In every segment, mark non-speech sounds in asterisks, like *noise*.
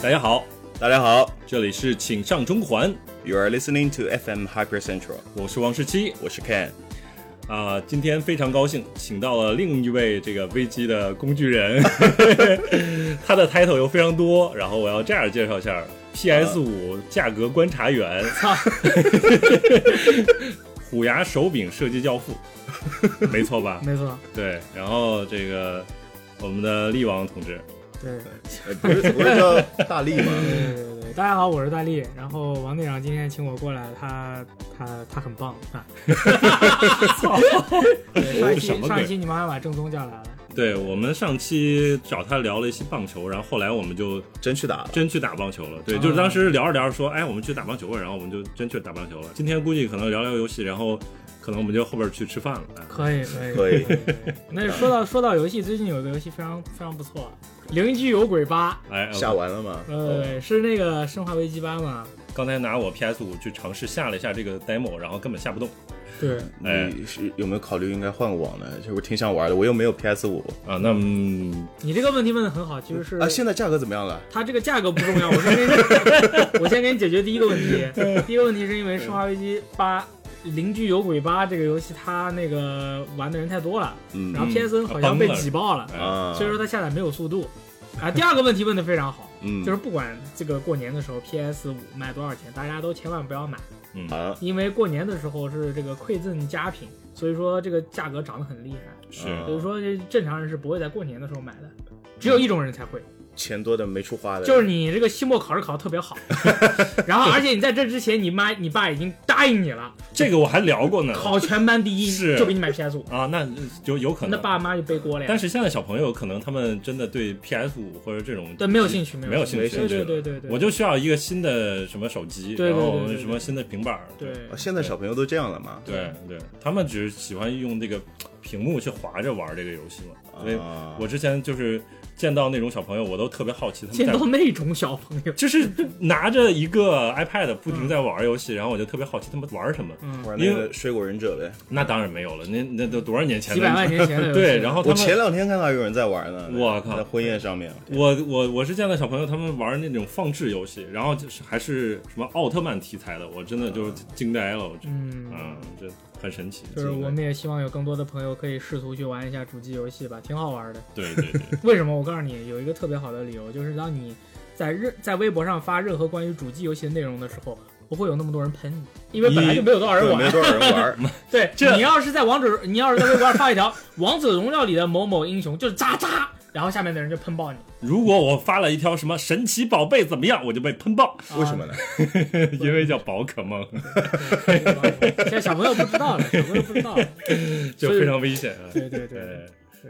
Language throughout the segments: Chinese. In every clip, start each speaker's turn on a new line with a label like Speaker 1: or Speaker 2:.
Speaker 1: 大家好，
Speaker 2: 大家好
Speaker 1: 这里是请上中环，
Speaker 2: ，You are listening to FM Hyper Central，
Speaker 1: 我是王十七
Speaker 2: 我是 Ken。
Speaker 1: 啊、今天非常高兴，请到了另一位这个危机的工具人， *laughs* 他的 title 又非常多，然后我要这样介绍一下：PS 五价格观察员， *laughs* 虎牙手柄设计教父，没错吧？
Speaker 3: 没错，
Speaker 1: 对，然后这个我们的力王同志，
Speaker 3: 对。
Speaker 2: 呃不是不是叫大力吗？
Speaker 3: *laughs* 对对对，大家好，我是大力。然后王队长今天请我过来，他他他很棒啊！对上一
Speaker 1: 什么
Speaker 3: 期
Speaker 1: 鬼
Speaker 3: 上一期你们还把正宗叫来了，
Speaker 1: 对我们上期找他聊了一些棒球，然后后来我们就
Speaker 2: 真去打了，
Speaker 1: 真啊去打棒球了。对，
Speaker 3: 啊
Speaker 1: 就是当时聊着聊着说，哎，我们去打棒球吧，然后我们就真去打棒球了。今天估计可能聊聊游戏，然后可能我们就后边去吃饭了。啊
Speaker 3: 可以可以
Speaker 2: 可以
Speaker 3: 以。那说到说到游戏，最近有个游戏非常非常不错，《邻居有鬼八
Speaker 1: 哎，
Speaker 2: 下
Speaker 1: 我
Speaker 2: 完了吗》，？
Speaker 3: 呃，是那个《生化危机八》嘛？
Speaker 1: 刚才拿我 PS 五去尝试下了一下这个 demo，然后根本下不动。
Speaker 3: 对，
Speaker 1: 哎
Speaker 2: 你是有没有考虑应该换个网呢？就是我挺想玩的，我又没有 PS 五
Speaker 1: 啊，那嗯
Speaker 3: 你这个问题问的很好，其实是
Speaker 2: 啊。现在价格怎么样了？
Speaker 3: 它这个价格不重要，我
Speaker 2: *laughs*
Speaker 3: 先给你，我先给你解决第一个问题。第一个问题是因为《生化危机八》邻居有鬼八这个游戏，它那个玩的人太多了，
Speaker 2: 嗯
Speaker 3: 然后
Speaker 1: 嗯
Speaker 3: PSN 好像被挤爆了，
Speaker 1: 哎
Speaker 2: 啊，
Speaker 3: 所以说它下载没有速度。啊，第二个问题问的非常好，
Speaker 2: 嗯
Speaker 3: 就是不管这个过年的时候 PS 五卖多少钱，大家都千万不要买，
Speaker 1: 嗯，
Speaker 2: 啊
Speaker 3: 因为过年的时候是这个馈赠佳品，所以说这个价格涨得很厉害，
Speaker 1: 是
Speaker 2: 啊
Speaker 3: 所以说这正常人是不会在过年的时候买的，只有一种人才会。
Speaker 2: 钱多的没处花的，
Speaker 3: 就是你这个期末考试考得特别好，
Speaker 1: *laughs*
Speaker 3: 然后而且你在这之前，你妈你爸已经答应你了，
Speaker 1: 这个我还聊过呢。
Speaker 3: 考全班第一
Speaker 1: 嗯是
Speaker 3: 就给你买 PS 五，
Speaker 1: 啊，那有有可
Speaker 3: 那
Speaker 1: 能。
Speaker 3: 爸妈就背锅了呀。
Speaker 1: 但是现在小朋友可能他们真的对 PS 五或者这种
Speaker 3: 对，没有兴趣，
Speaker 1: 没有
Speaker 3: 有
Speaker 1: 兴
Speaker 3: 趣。
Speaker 1: 趣
Speaker 3: 对对
Speaker 1: 对
Speaker 3: 对对对，
Speaker 1: 我就需要一个新的什么手机，
Speaker 3: 对对对
Speaker 1: 然
Speaker 3: 对
Speaker 1: 后
Speaker 3: 对
Speaker 1: 什么新的平板儿。
Speaker 3: 对
Speaker 2: 啊现在小朋友都这样了吗？
Speaker 1: 对对，他们只是喜欢用这个屏幕去划着玩这个游戏嘛。所以
Speaker 2: 啊
Speaker 1: 我之前就是见到那种小朋友，我都特别好奇他
Speaker 3: 见
Speaker 1: 们
Speaker 3: 到 *laughs*
Speaker 1: 在。
Speaker 3: 那种小朋友，
Speaker 1: 就是拿着一个 iPad 不停在玩游戏，然后我就特别好奇他们玩什么。
Speaker 3: 嗯，
Speaker 2: 玩那个水果忍者呗。
Speaker 1: 那当然没有了，那那都多少年前
Speaker 3: 几百
Speaker 1: 的？
Speaker 3: 万年
Speaker 1: *laughs*
Speaker 3: 前的游戏
Speaker 1: 对，然后哦他
Speaker 2: 我
Speaker 1: 们
Speaker 2: 前两天看到有人在玩呢，
Speaker 1: 我靠
Speaker 2: 在婚宴上面，
Speaker 1: 我我我是见到小朋友他们玩那种放置游戏，然后就是还是什么奥特曼题材的，我真的就是惊呆了，我觉得，
Speaker 3: 嗯，
Speaker 1: 嗯，这很神奇。
Speaker 3: 就是
Speaker 1: 惊呆
Speaker 3: 我们也希望有更多的朋友可以试图去玩一下主机游戏吧，挺好玩的。
Speaker 1: 对对对，
Speaker 3: 为什么？我告诉你，有一个特别好的理由，就是当你在任在微博上发任何关于主机游戏的内容的时候，不会有那么多人喷你，因为本来就没有多少人
Speaker 2: 对，
Speaker 3: 玩
Speaker 2: 没。多少人玩。
Speaker 3: 对，
Speaker 1: 这
Speaker 3: 你要是在王者，你要是在微博上发一条《王者荣耀》里的某某英雄就是渣渣，然后下面的人就喷爆你。
Speaker 1: 如果我发了一条什么神奇宝贝怎么样，我就被喷爆，
Speaker 3: 啊
Speaker 2: 为什么？呢？
Speaker 1: *laughs* 因为叫宝可 *laughs* 梦，
Speaker 3: 对对对现在小朋友不知道了，小朋友不知道了。
Speaker 1: 就非常危险啊。
Speaker 3: 对对对，
Speaker 1: *laughs* 对
Speaker 3: 对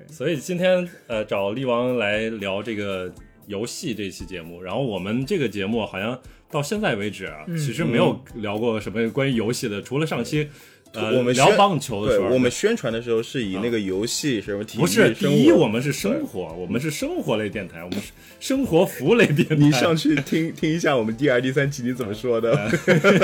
Speaker 1: 所以今天呃找力王来聊这个游戏这期节目，然后我们这个节目好像到现在为止啊，
Speaker 3: 嗯
Speaker 1: 其实没有聊过什么关于游戏的，除了上期呃
Speaker 2: 我们
Speaker 1: 聊
Speaker 2: 宣
Speaker 1: 棒球的
Speaker 2: 对
Speaker 1: 时候，
Speaker 2: 我们宣传的时候是以那个游戏什么体育
Speaker 1: 不是
Speaker 2: 生
Speaker 1: 第一，
Speaker 2: 活
Speaker 1: 我们是生活，我们是生活类电台，我们是生活服务类电台。
Speaker 2: 你上去听听一下我们第二、第三期你怎么说的？
Speaker 3: 哎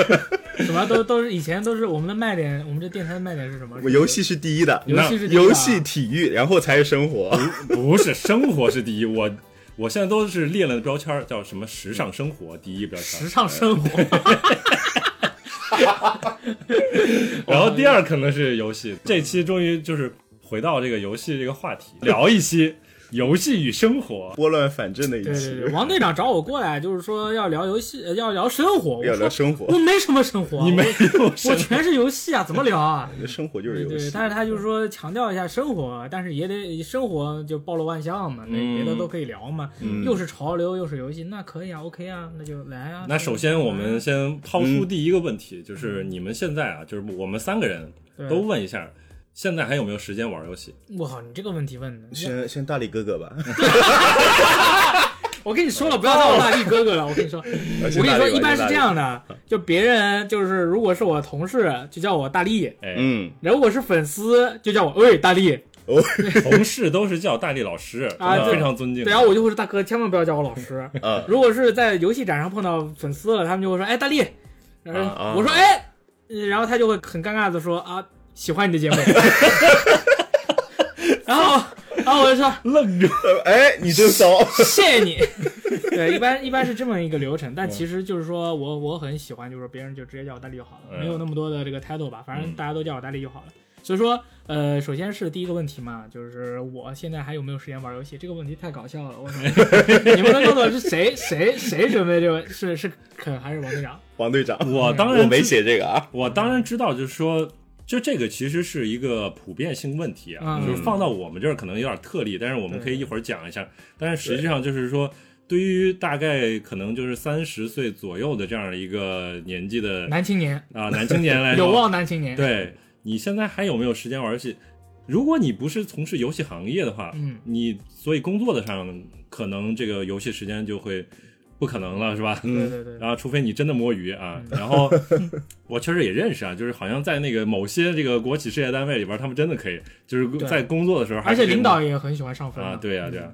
Speaker 3: 什么都都是以前都是我们的卖点，我们这电台的卖点是什么？
Speaker 2: 我游戏是第一的，
Speaker 3: 游戏是第一的啊
Speaker 2: 游戏、体育，然后才是生
Speaker 3: *laughs*
Speaker 2: 活。
Speaker 1: 不是生活是第一，我我现在都是列了标签儿，叫什么时尚生活第一标签
Speaker 3: 时
Speaker 1: 儿，
Speaker 3: 尚生活。
Speaker 1: 然后第二可能是游
Speaker 3: 哦
Speaker 1: 戏。这期终于就是回到这个游戏这个话题，聊一期游戏与生活。
Speaker 2: 拨乱反正的一
Speaker 3: 对对
Speaker 2: 期
Speaker 3: 对，，王队长找我过来，就是说要聊游戏，呃要聊生活。我
Speaker 2: 要聊
Speaker 3: 说
Speaker 2: 生活
Speaker 3: 我，没什么生活，
Speaker 1: 你没有
Speaker 3: *laughs* 我，我
Speaker 1: 生
Speaker 3: 全是游戏啊，怎么聊啊？
Speaker 2: 生活就是
Speaker 3: 对
Speaker 2: 游
Speaker 3: 对，
Speaker 2: 戏。
Speaker 3: 但是他就是说强调一下生活，但是也得生活就包罗万象嘛，那
Speaker 1: 嗯
Speaker 3: 别的都可以聊嘛，
Speaker 2: 嗯
Speaker 3: 又是潮流又是游戏，那可以啊，OK 啊，那就来啊。
Speaker 1: *laughs* 那首先我们先抛出第一个问题，就是你们现在啊，就是我们三个人
Speaker 3: 嗯对
Speaker 1: 都问一下，现在还有没有时间玩游戏？
Speaker 3: 我靠，你这个问题问的，
Speaker 2: 先先大力哥哥吧，
Speaker 3: 嗯我跟你说了，不要叫我大力哥哥了。我跟你说，我跟你说，一般是这样的，就别人就是如果是我同事就叫我大力，
Speaker 1: 哎，
Speaker 2: 嗯，
Speaker 3: 如果是粉丝就叫我喂大力，
Speaker 2: 哦，
Speaker 1: 同事都是叫大力老师，
Speaker 3: 啊
Speaker 1: 我
Speaker 2: 对
Speaker 1: 非常尊敬。
Speaker 3: 对，然后我就会说大哥，千万不要叫我老师。
Speaker 2: 啊
Speaker 3: *laughs* 如果是在游戏展上碰到粉丝了，他们就会说哎大力，然后
Speaker 2: 啊啊
Speaker 3: 我说哎，嗯然后他就会很尴尬的说啊喜欢你的节目， *laughs* 然后然后我就说
Speaker 1: 愣着，
Speaker 2: 呃哎，你这
Speaker 3: *laughs*
Speaker 2: 招，
Speaker 3: 谢谢你。对，一般一般是这么一个流程，
Speaker 1: 嗯
Speaker 3: 但其实就是说我我很喜欢，就是说别人就直接叫我大力就好了，
Speaker 1: 嗯
Speaker 3: 没有那么多的这个 title 吧，反正
Speaker 1: 嗯
Speaker 3: 大家都叫我大力就好了。所以说，呃，首先是第一个问题嘛，就是我现在还有没有时间玩游戏？这个问题太搞笑
Speaker 1: *laughs*
Speaker 3: 了，我操！你们能告诉我是谁谁谁准备这个？是是肯还是王队长？
Speaker 2: 王队长，
Speaker 1: 我当然
Speaker 2: 我没
Speaker 1: 知
Speaker 2: 写这个啊，
Speaker 1: 我当然知道，就是说，就这个其实是一个普遍性问题啊，
Speaker 3: 嗯
Speaker 1: 就是放到我们这儿可能有点特例，但是我们可以一会儿讲一下。但是实际上就是说，对于大概可能就是三十岁左右的这样的一个年纪的
Speaker 3: 男青年，
Speaker 1: 啊男青年来
Speaker 3: *laughs* 有
Speaker 1: 说，
Speaker 3: 望男青年。，
Speaker 1: 对你现在还有没有时间玩游戏？如果你不是从事游戏行业的话，
Speaker 3: 嗯，
Speaker 1: 你所以工作的上可能这个游戏时间就会不可能了，是吧？
Speaker 3: 对对对，
Speaker 1: 嗯然后除非你真的摸鱼啊，
Speaker 3: 嗯
Speaker 1: 然
Speaker 3: *laughs*
Speaker 1: 后我确实也认识啊，就是好像在那个某些这个国企事业单位里边，他们真的可以，就是
Speaker 3: 对
Speaker 1: 在工作的时候还
Speaker 3: 而
Speaker 1: 是
Speaker 3: 且
Speaker 1: 可以
Speaker 3: 领导嗯也很喜欢上分
Speaker 1: 啊，对呀、对呀、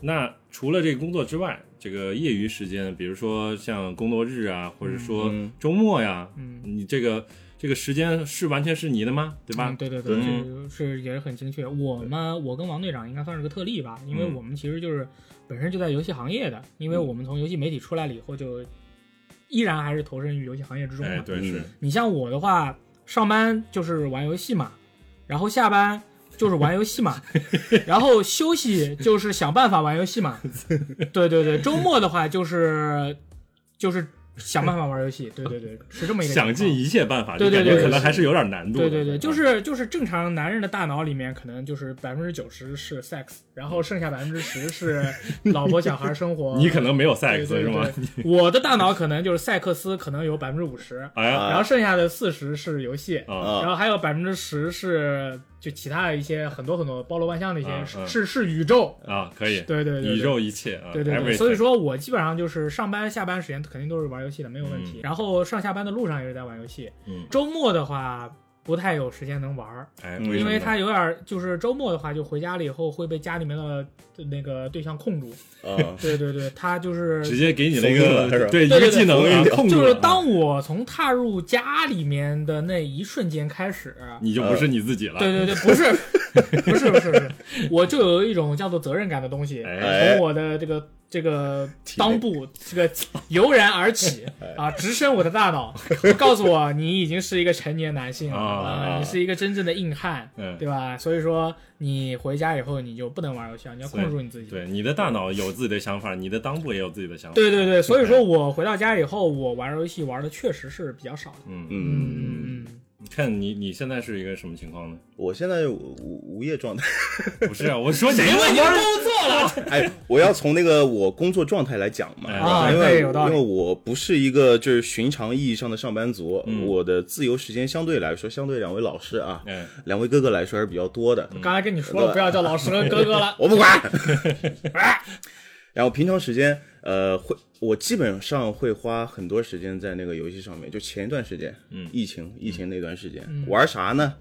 Speaker 1: 那除了这个工作之外，这个业余时间，比如说像工作日啊，或者说
Speaker 2: 嗯
Speaker 1: 周末呀，
Speaker 3: 嗯
Speaker 1: 你这个这个时间是完全是你的吗？对吧
Speaker 3: 嗯？对对对，
Speaker 1: 对
Speaker 3: 这个是也是很精确。我们我跟王队长应该算是个特例吧，因为
Speaker 1: 嗯
Speaker 3: 我们其实就是本身就在游戏行业的，因为我们从游戏媒体出来了以后，就依然还是投身于游戏行业之中
Speaker 1: 哎，
Speaker 3: 嘛。
Speaker 1: 对，是，
Speaker 3: 你像我的话，上班就是玩游戏嘛，然后下班。就是玩游
Speaker 1: *laughs*
Speaker 3: 戏嘛，然后休息就是想办法玩游
Speaker 1: *laughs*
Speaker 3: 戏嘛，对对对，周末的话就是就是想办法玩游戏，对对对，是这么一个情
Speaker 1: 想
Speaker 3: 况
Speaker 1: 尽一切办法，
Speaker 3: 对对
Speaker 1: 就感
Speaker 2: 对
Speaker 1: 觉可能
Speaker 2: 是
Speaker 1: 还是有点难度的。
Speaker 3: 对对对，就是就是正常男人的大脑里面，可能就是百分之九十是 sex，然后剩下百分之十是
Speaker 1: *laughs*
Speaker 3: 老婆小孩生活。
Speaker 1: 你可能没有
Speaker 3: 对
Speaker 1: sex
Speaker 3: 对
Speaker 1: 是吗？*laughs*
Speaker 3: 对我的大脑可能就是塞克斯，可能有百分之五十，
Speaker 1: 哎呀
Speaker 3: 然后剩下的四十是游戏，
Speaker 1: 啊，
Speaker 2: 啊
Speaker 3: 然后还有百分之十是就其他的一些很多很多包罗万象的一些
Speaker 1: 嗯
Speaker 3: 是
Speaker 1: 嗯
Speaker 3: 是是宇宙。
Speaker 1: 啊，可以，
Speaker 3: 对对对，对
Speaker 1: 宇宙一切啊，
Speaker 3: 对对对，
Speaker 1: everything
Speaker 3: 所以说我基本上就是上班下班时间肯定都是玩游戏的，没有问题。
Speaker 1: 嗯
Speaker 3: 然后上下班的路上也是在玩游戏。
Speaker 1: 嗯，
Speaker 3: 周末的话不太有时间能玩儿，
Speaker 1: 哎，
Speaker 2: 嗯
Speaker 1: 什
Speaker 3: 因
Speaker 1: 么
Speaker 3: 为
Speaker 1: 呢
Speaker 3: 他有点儿就是周末的话，就回家了以后会被家里面的那个对象控住。
Speaker 2: 啊，
Speaker 3: 对对对，他就是
Speaker 1: 直接给你那
Speaker 2: 封印了是
Speaker 1: 个
Speaker 2: 吧
Speaker 1: 对一
Speaker 3: 对对
Speaker 1: 个
Speaker 3: 对
Speaker 1: 技能
Speaker 2: 封
Speaker 1: 啊
Speaker 2: 印掉
Speaker 1: 控制，
Speaker 3: 就是当我从踏入家里面的那一瞬间开始，
Speaker 1: 你就不是你自己了，
Speaker 3: 对对对，不是不是不是不是，我就有一种叫做责任感的东西
Speaker 1: 哎
Speaker 3: 从我的这个。这个
Speaker 2: 体内
Speaker 3: 裆部这个油然而起啊，直升我的大脑， *laughs* 告诉我你已经是一个成年男性了
Speaker 1: 啊
Speaker 3: 啊，你是一个真正的硬汉，
Speaker 1: 嗯
Speaker 3: 对吧？所以说你回家以后你就不能玩游戏了，你要控制住你自己。
Speaker 1: 对，你的大脑有自己的想法，你的裆部也有自己的想法，
Speaker 3: 对对对，所以说我回到家以后，我玩游戏玩的确实是比较少的。
Speaker 1: 嗯，
Speaker 2: 嗯，
Speaker 3: 嗯，
Speaker 1: 你看你你现在是一个什么情况呢？
Speaker 2: 我现在无无无业状态，
Speaker 1: 不是啊，我说你
Speaker 3: *laughs* 因为你
Speaker 1: 玩儿
Speaker 3: 工作了，
Speaker 2: 哎，我要从那个我工作状态来讲嘛，
Speaker 1: 哎
Speaker 3: 啊
Speaker 2: 因
Speaker 3: 对
Speaker 2: 为
Speaker 3: 有道理
Speaker 2: 因为我不是一个就是寻常意义上的上班族，
Speaker 1: 嗯
Speaker 2: 我的自由时间相对来说，相对两位老师啊，
Speaker 1: 哎，
Speaker 2: 两位哥哥来说还是比较多
Speaker 1: 嗯
Speaker 2: 的，
Speaker 3: *laughs* 刚才跟你说了不要叫老师跟哥哥
Speaker 2: *laughs*
Speaker 3: 了。
Speaker 2: 我不管。
Speaker 1: *laughs*
Speaker 2: 然后平常时间，呃，会我基本上会花很多时间在那个游戏上面。就前一段时间，
Speaker 1: 嗯
Speaker 2: 疫情疫情那段时间，玩啥呢？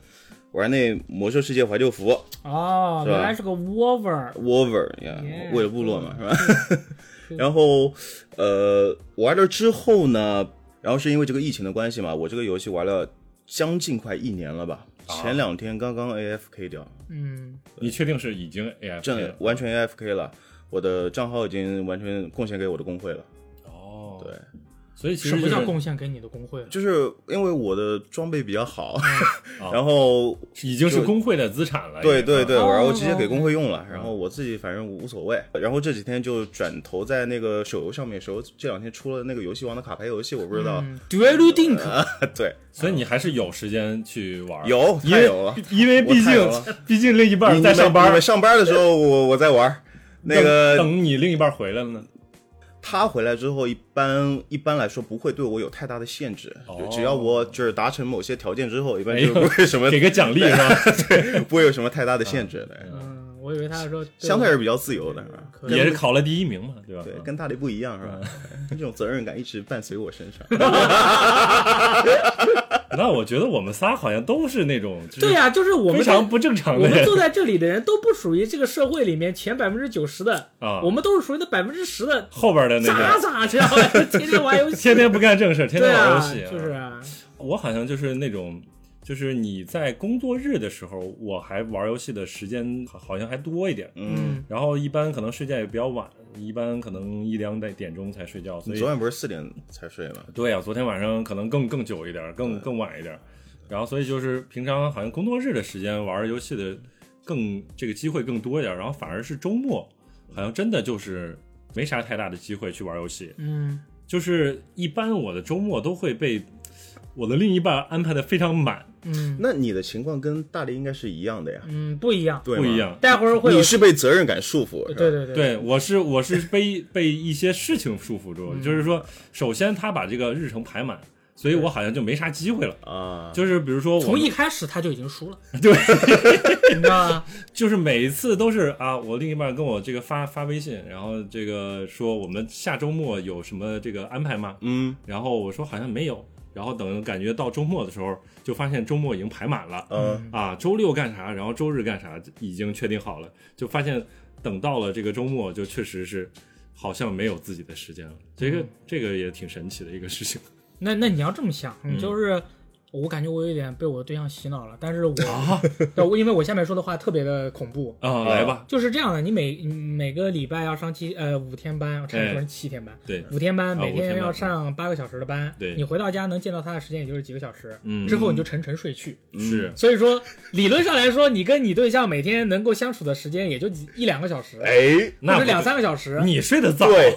Speaker 2: 玩那《魔兽世界怀旧服
Speaker 3: 哦，
Speaker 2: 是吧
Speaker 3: 原来是个 Wover，》
Speaker 2: ，Wolver 呀
Speaker 3: Yeah，
Speaker 2: 为了部落嘛，嗯是吧？ *laughs* 然后，呃，玩了之后呢，然后是因为这个疫情的关系嘛，我这个游戏玩了将近快一年了吧，前两天刚刚 AFK 掉，
Speaker 3: 嗯，
Speaker 1: 你确定是已经 AF
Speaker 2: 正完全 AFK 了，我的账号已经完全贡献给我的工会了。
Speaker 1: 哦，
Speaker 2: 对，
Speaker 1: 所以其
Speaker 3: 什
Speaker 1: 实
Speaker 3: 么
Speaker 1: 就
Speaker 3: 叫
Speaker 1: 是
Speaker 3: 贡献给你的工会？
Speaker 2: 就是因为我的装备比较好， *laughs* 然后
Speaker 1: 已经是工会的资产了，已
Speaker 2: 对
Speaker 1: 经
Speaker 2: 对
Speaker 1: 啊
Speaker 2: 对，
Speaker 3: 哦
Speaker 2: 然后直接给工会用了，然后我自己反正无所谓。然后这几天就转投在那个手游上面，手游这两天出了那个游戏王的卡牌游戏，我不知道。
Speaker 3: 嗯 d u e l u d i n k
Speaker 2: *laughs* 对，
Speaker 1: 所以你还是有时间去玩儿，
Speaker 2: 有
Speaker 1: 因
Speaker 2: 太
Speaker 1: 为
Speaker 2: 有了。
Speaker 1: 因为毕
Speaker 2: 我太
Speaker 1: 竟
Speaker 2: 有了
Speaker 1: 毕竟另一半
Speaker 2: 你
Speaker 1: 在上班
Speaker 2: 你们
Speaker 1: 儿，
Speaker 2: 上班的时候我我在玩。那
Speaker 1: 等
Speaker 2: 个
Speaker 1: 等你另一半回来了呢，
Speaker 2: 他回来之后，一般一般来说不会对我有太大的限制，
Speaker 1: 哦
Speaker 2: 就只要我就是达成某些条件之后，一般
Speaker 1: 没
Speaker 2: 就
Speaker 1: 有
Speaker 2: 不会什么
Speaker 1: 给个奖励是吧？
Speaker 2: 不会有什么太大
Speaker 1: 啊
Speaker 2: 的限制的，
Speaker 3: 嗯，我以为他说
Speaker 2: 相对还是比较自由的，是吧？
Speaker 3: 可以
Speaker 1: 也是嗯考了第一名嘛，对吧？
Speaker 2: 对，
Speaker 1: 啊
Speaker 2: 跟大力不一 *laughs* 样是吧？这种责任感一直伴随我身上。
Speaker 1: 那我觉得我们仨好像都是那种，就是
Speaker 3: 对呀、就是我们
Speaker 1: 非常不正常
Speaker 3: 我
Speaker 1: 的
Speaker 3: 们
Speaker 1: 人
Speaker 3: 坐在这里的人都不属于这个社会里面前百分之九十的，
Speaker 1: 啊
Speaker 3: 我们都是属于那百分之十的
Speaker 1: 后边的那
Speaker 3: 渣
Speaker 1: 个
Speaker 3: 渣，知道吧？天天玩游戏，
Speaker 1: 天天不干正事儿，天
Speaker 3: 对
Speaker 1: 天玩
Speaker 3: 啊
Speaker 1: 游戏，，
Speaker 3: 就是啊，
Speaker 1: 我好像就是那种，就是你在工作日的时候，我还玩游戏的时间好好像还多一点。
Speaker 2: 嗯，
Speaker 1: 然后一般可能睡觉也比较晚，一般可能一两点点钟才睡觉，所
Speaker 2: 你
Speaker 1: 以
Speaker 2: 昨晚不是四点才睡吗？
Speaker 1: 对呀、啊昨天晚上可能更更久一点，更更晚一点。然后所以就是平常好像工作日的时间玩游戏的更这个机会更多一点，然后反而是周末好像真的就是没啥太大的机会去玩游戏。
Speaker 3: 嗯，
Speaker 1: 就是一般我的周末都会被我的另一半安排的非常满，
Speaker 3: 嗯
Speaker 2: 那你的情况跟大力应该是一样的呀，
Speaker 3: 嗯，不一样，
Speaker 2: 对吗
Speaker 1: 不一。样。
Speaker 3: 待会儿会有
Speaker 2: 你，是被责任感束缚，是吧
Speaker 3: 对对对
Speaker 1: 对，我是我是被被一些事情束缚住，
Speaker 2: 嗯
Speaker 1: 就是说，首先他把这个日程排满，所以我好像就没啥机会了。
Speaker 2: 啊，
Speaker 1: 就是比如说我
Speaker 3: 从一
Speaker 1: 们，
Speaker 3: 开始他就已经输了，
Speaker 1: 对，
Speaker 3: 你知道吗？
Speaker 1: 就是每一次都是啊，我另一半跟我这个发发微信，然后这个说我们下周末有什么这个安排吗？
Speaker 2: 嗯
Speaker 1: 然后我说好像没有，然后等感觉到周末的时候，就发现周末已经排满了。
Speaker 2: 嗯
Speaker 1: 啊，周六干啥，然后周日干啥，已经确定好了，就发现等到了这个周末，就确实是好像没有自己的时间了。这个、这个也挺神奇的一个事情。
Speaker 3: 那那你要这么想，
Speaker 1: 嗯
Speaker 3: 你就是。我感觉我有点被我对象洗脑了，但是我，对我因为我下面说的话特别的恐怖，
Speaker 1: *laughs* 啊，来吧，
Speaker 3: 就是这样的，你每嗯每个礼拜要上七呃五天班，我差点说成七天班，
Speaker 1: 对，
Speaker 3: 五天班，
Speaker 1: 啊
Speaker 3: 每
Speaker 1: 五天
Speaker 3: 天
Speaker 1: 班
Speaker 3: 要上八个小时的班，
Speaker 1: 对
Speaker 3: 你回到家能见到他的时间也就是几个小时，
Speaker 1: 嗯
Speaker 3: 之后你就沉沉睡去。
Speaker 1: 是
Speaker 3: 所以说，理论上来说，你跟你对象每天能够相处的时间也就几一两个小时，
Speaker 2: 哎，
Speaker 1: 那
Speaker 3: 或
Speaker 1: 不
Speaker 3: 者两三个小时。
Speaker 1: 你睡得早，
Speaker 2: 对，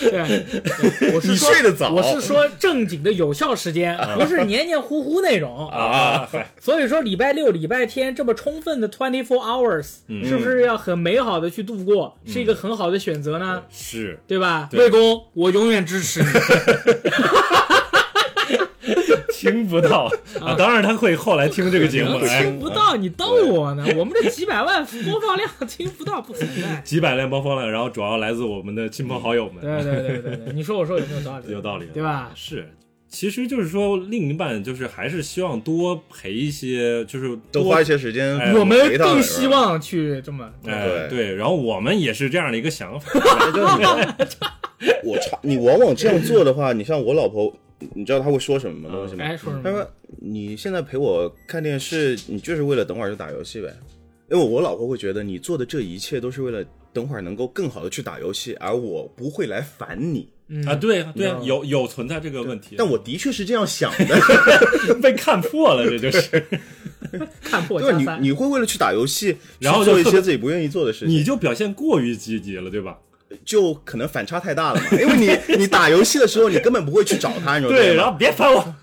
Speaker 3: 对，
Speaker 1: *laughs*
Speaker 3: 对我是
Speaker 2: 你
Speaker 3: 说
Speaker 2: 睡得早
Speaker 3: 我是说正经的有效时间，不是黏黏糊糊那
Speaker 1: *laughs*
Speaker 3: 种
Speaker 1: 啊，嗨
Speaker 3: 所以说，礼拜六、礼拜天这么充分的 twenty four hours，、是不是要很美好的去度过，是一个很好的选择呢？
Speaker 1: 是
Speaker 3: 对吧？
Speaker 1: 对
Speaker 3: 魏公，我永远支持你。
Speaker 1: 听不
Speaker 3: *laughs*
Speaker 1: 到啊，当然他会后来听这个节目，
Speaker 3: 听
Speaker 1: 哎，。
Speaker 3: 不到，你逗我呢？我们这几百万播放量听不到不存在
Speaker 1: 几百辆包风了，然后主要来自我们的亲朋好友们，
Speaker 3: 对对对对对，你说我说有没有道理？
Speaker 1: 有道理，啊
Speaker 3: 对吧？
Speaker 1: 是，其实就是说，另一半就是还是希望多陪一些，就是多
Speaker 2: 多花一些时间
Speaker 1: 哎，
Speaker 3: 我们
Speaker 2: 陪他
Speaker 3: 更
Speaker 2: 们是
Speaker 3: 希
Speaker 2: 吧
Speaker 3: 望去这么。
Speaker 1: 哎
Speaker 2: 对
Speaker 1: 对，然后我们也是这样的一个想法，
Speaker 2: 哎 *laughs* 我操，你往往这样做的话，你像我老婆，你知道她会说什么东西吗？
Speaker 3: 哎，说什
Speaker 2: 她
Speaker 3: 么？
Speaker 2: 说你现在陪我看电视，你就是为了等会儿就打游戏呗。因为我老婆会觉得你做的这一切都是为了等会儿能够更好的去打游戏，而我不会来烦你。
Speaker 3: 嗯
Speaker 1: 啊，对啊，对啊，有有存在这个问题，
Speaker 2: 但我的确是这样想的，
Speaker 1: *laughs* 被看破了，这
Speaker 2: *laughs*
Speaker 1: 就是，
Speaker 3: 看破
Speaker 2: 对吧？
Speaker 3: 加
Speaker 2: 你
Speaker 3: 三。
Speaker 2: 你会为了去打游戏，
Speaker 1: *laughs* 然后
Speaker 2: 去做
Speaker 1: 就
Speaker 2: 一
Speaker 1: 特别
Speaker 2: 些自己不愿意做的事情，
Speaker 1: 你就表现过于积极了，对吧？
Speaker 2: 就可能反差太大了嘛。因为你你打游戏的时候，你根本不会去找他，你知道吗？
Speaker 1: 然后别烦我，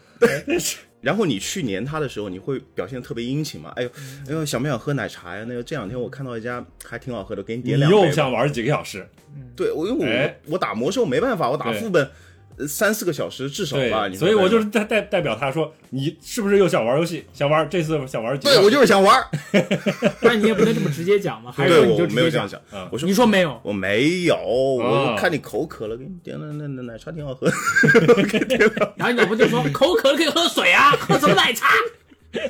Speaker 2: 然后你去黏他的时候，你会表现得特别殷勤嘛？哎呦，
Speaker 1: 嗯
Speaker 2: 哎呦，想不想喝奶茶呀？那个这两天我看到一家还挺好喝的，给你
Speaker 1: 你
Speaker 2: 点两杯吧。
Speaker 1: 又想玩几个小时，
Speaker 2: 对我因为我、
Speaker 1: 哎
Speaker 2: 我打魔兽没办法，我打
Speaker 1: 对
Speaker 2: 副本呃三四个小时至少吧。
Speaker 1: 对，
Speaker 2: 你
Speaker 1: 所以我就是是代代代表他说，你是不是又想玩游戏？想玩这次想玩几个
Speaker 2: 对
Speaker 1: 小时？
Speaker 2: 我就是想玩儿，
Speaker 3: 但你也不能这么直接讲嘛，还是
Speaker 2: 对
Speaker 3: 说你
Speaker 2: 我
Speaker 3: 就
Speaker 2: 我
Speaker 3: 直
Speaker 2: 没有
Speaker 3: 接
Speaker 2: 这样
Speaker 3: 讲？
Speaker 2: 想
Speaker 1: 嗯，
Speaker 2: 我说
Speaker 3: 你说没有？
Speaker 2: 我没有，我
Speaker 1: 啊
Speaker 2: 看你口渴了，给你点了那那奶茶挺好喝。
Speaker 3: 然后你老婆就说口渴了可以喝水啊，喝什么奶茶？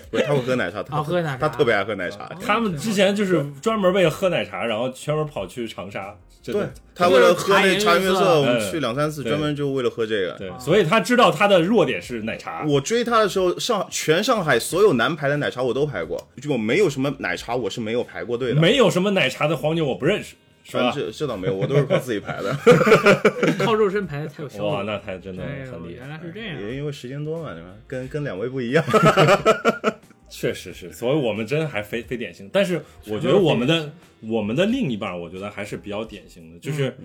Speaker 2: 不是，他会喝奶茶，他
Speaker 3: 啊喝奶茶哦
Speaker 2: 他特别爱喝奶茶。
Speaker 1: 他们之前就是专门为了喝奶茶，然后专门跑去长沙，真
Speaker 2: 对
Speaker 1: 的
Speaker 2: 他为了喝那茶颜悦色，我
Speaker 1: 哎
Speaker 2: 们去两三次，
Speaker 1: 对
Speaker 2: 专门就为了喝这个。
Speaker 1: 对，所以他知道他的弱点是奶茶，
Speaker 2: 我追他的时候，上全上海所有南排的奶茶我都排过，就我没有什么奶茶我是没有排过队的。
Speaker 1: 没有什么奶茶的黄牛我不认识，是
Speaker 2: 反正
Speaker 1: 吧？
Speaker 2: 这这倒没有，我都是靠自
Speaker 1: *laughs*
Speaker 2: 己排的。
Speaker 3: 靠肉身牌才有效
Speaker 1: 哇，
Speaker 3: 果。
Speaker 1: 那他真的
Speaker 3: 哎
Speaker 1: 很
Speaker 3: 呦，
Speaker 1: 厉害
Speaker 3: 原。来是这样。
Speaker 2: 也因为时间多嘛，对吧？跟跟两位不一样。
Speaker 1: 确实是，所以我们真还非非典型。但是我觉得我们的我们的另一半，我觉得还是比较典型的，就是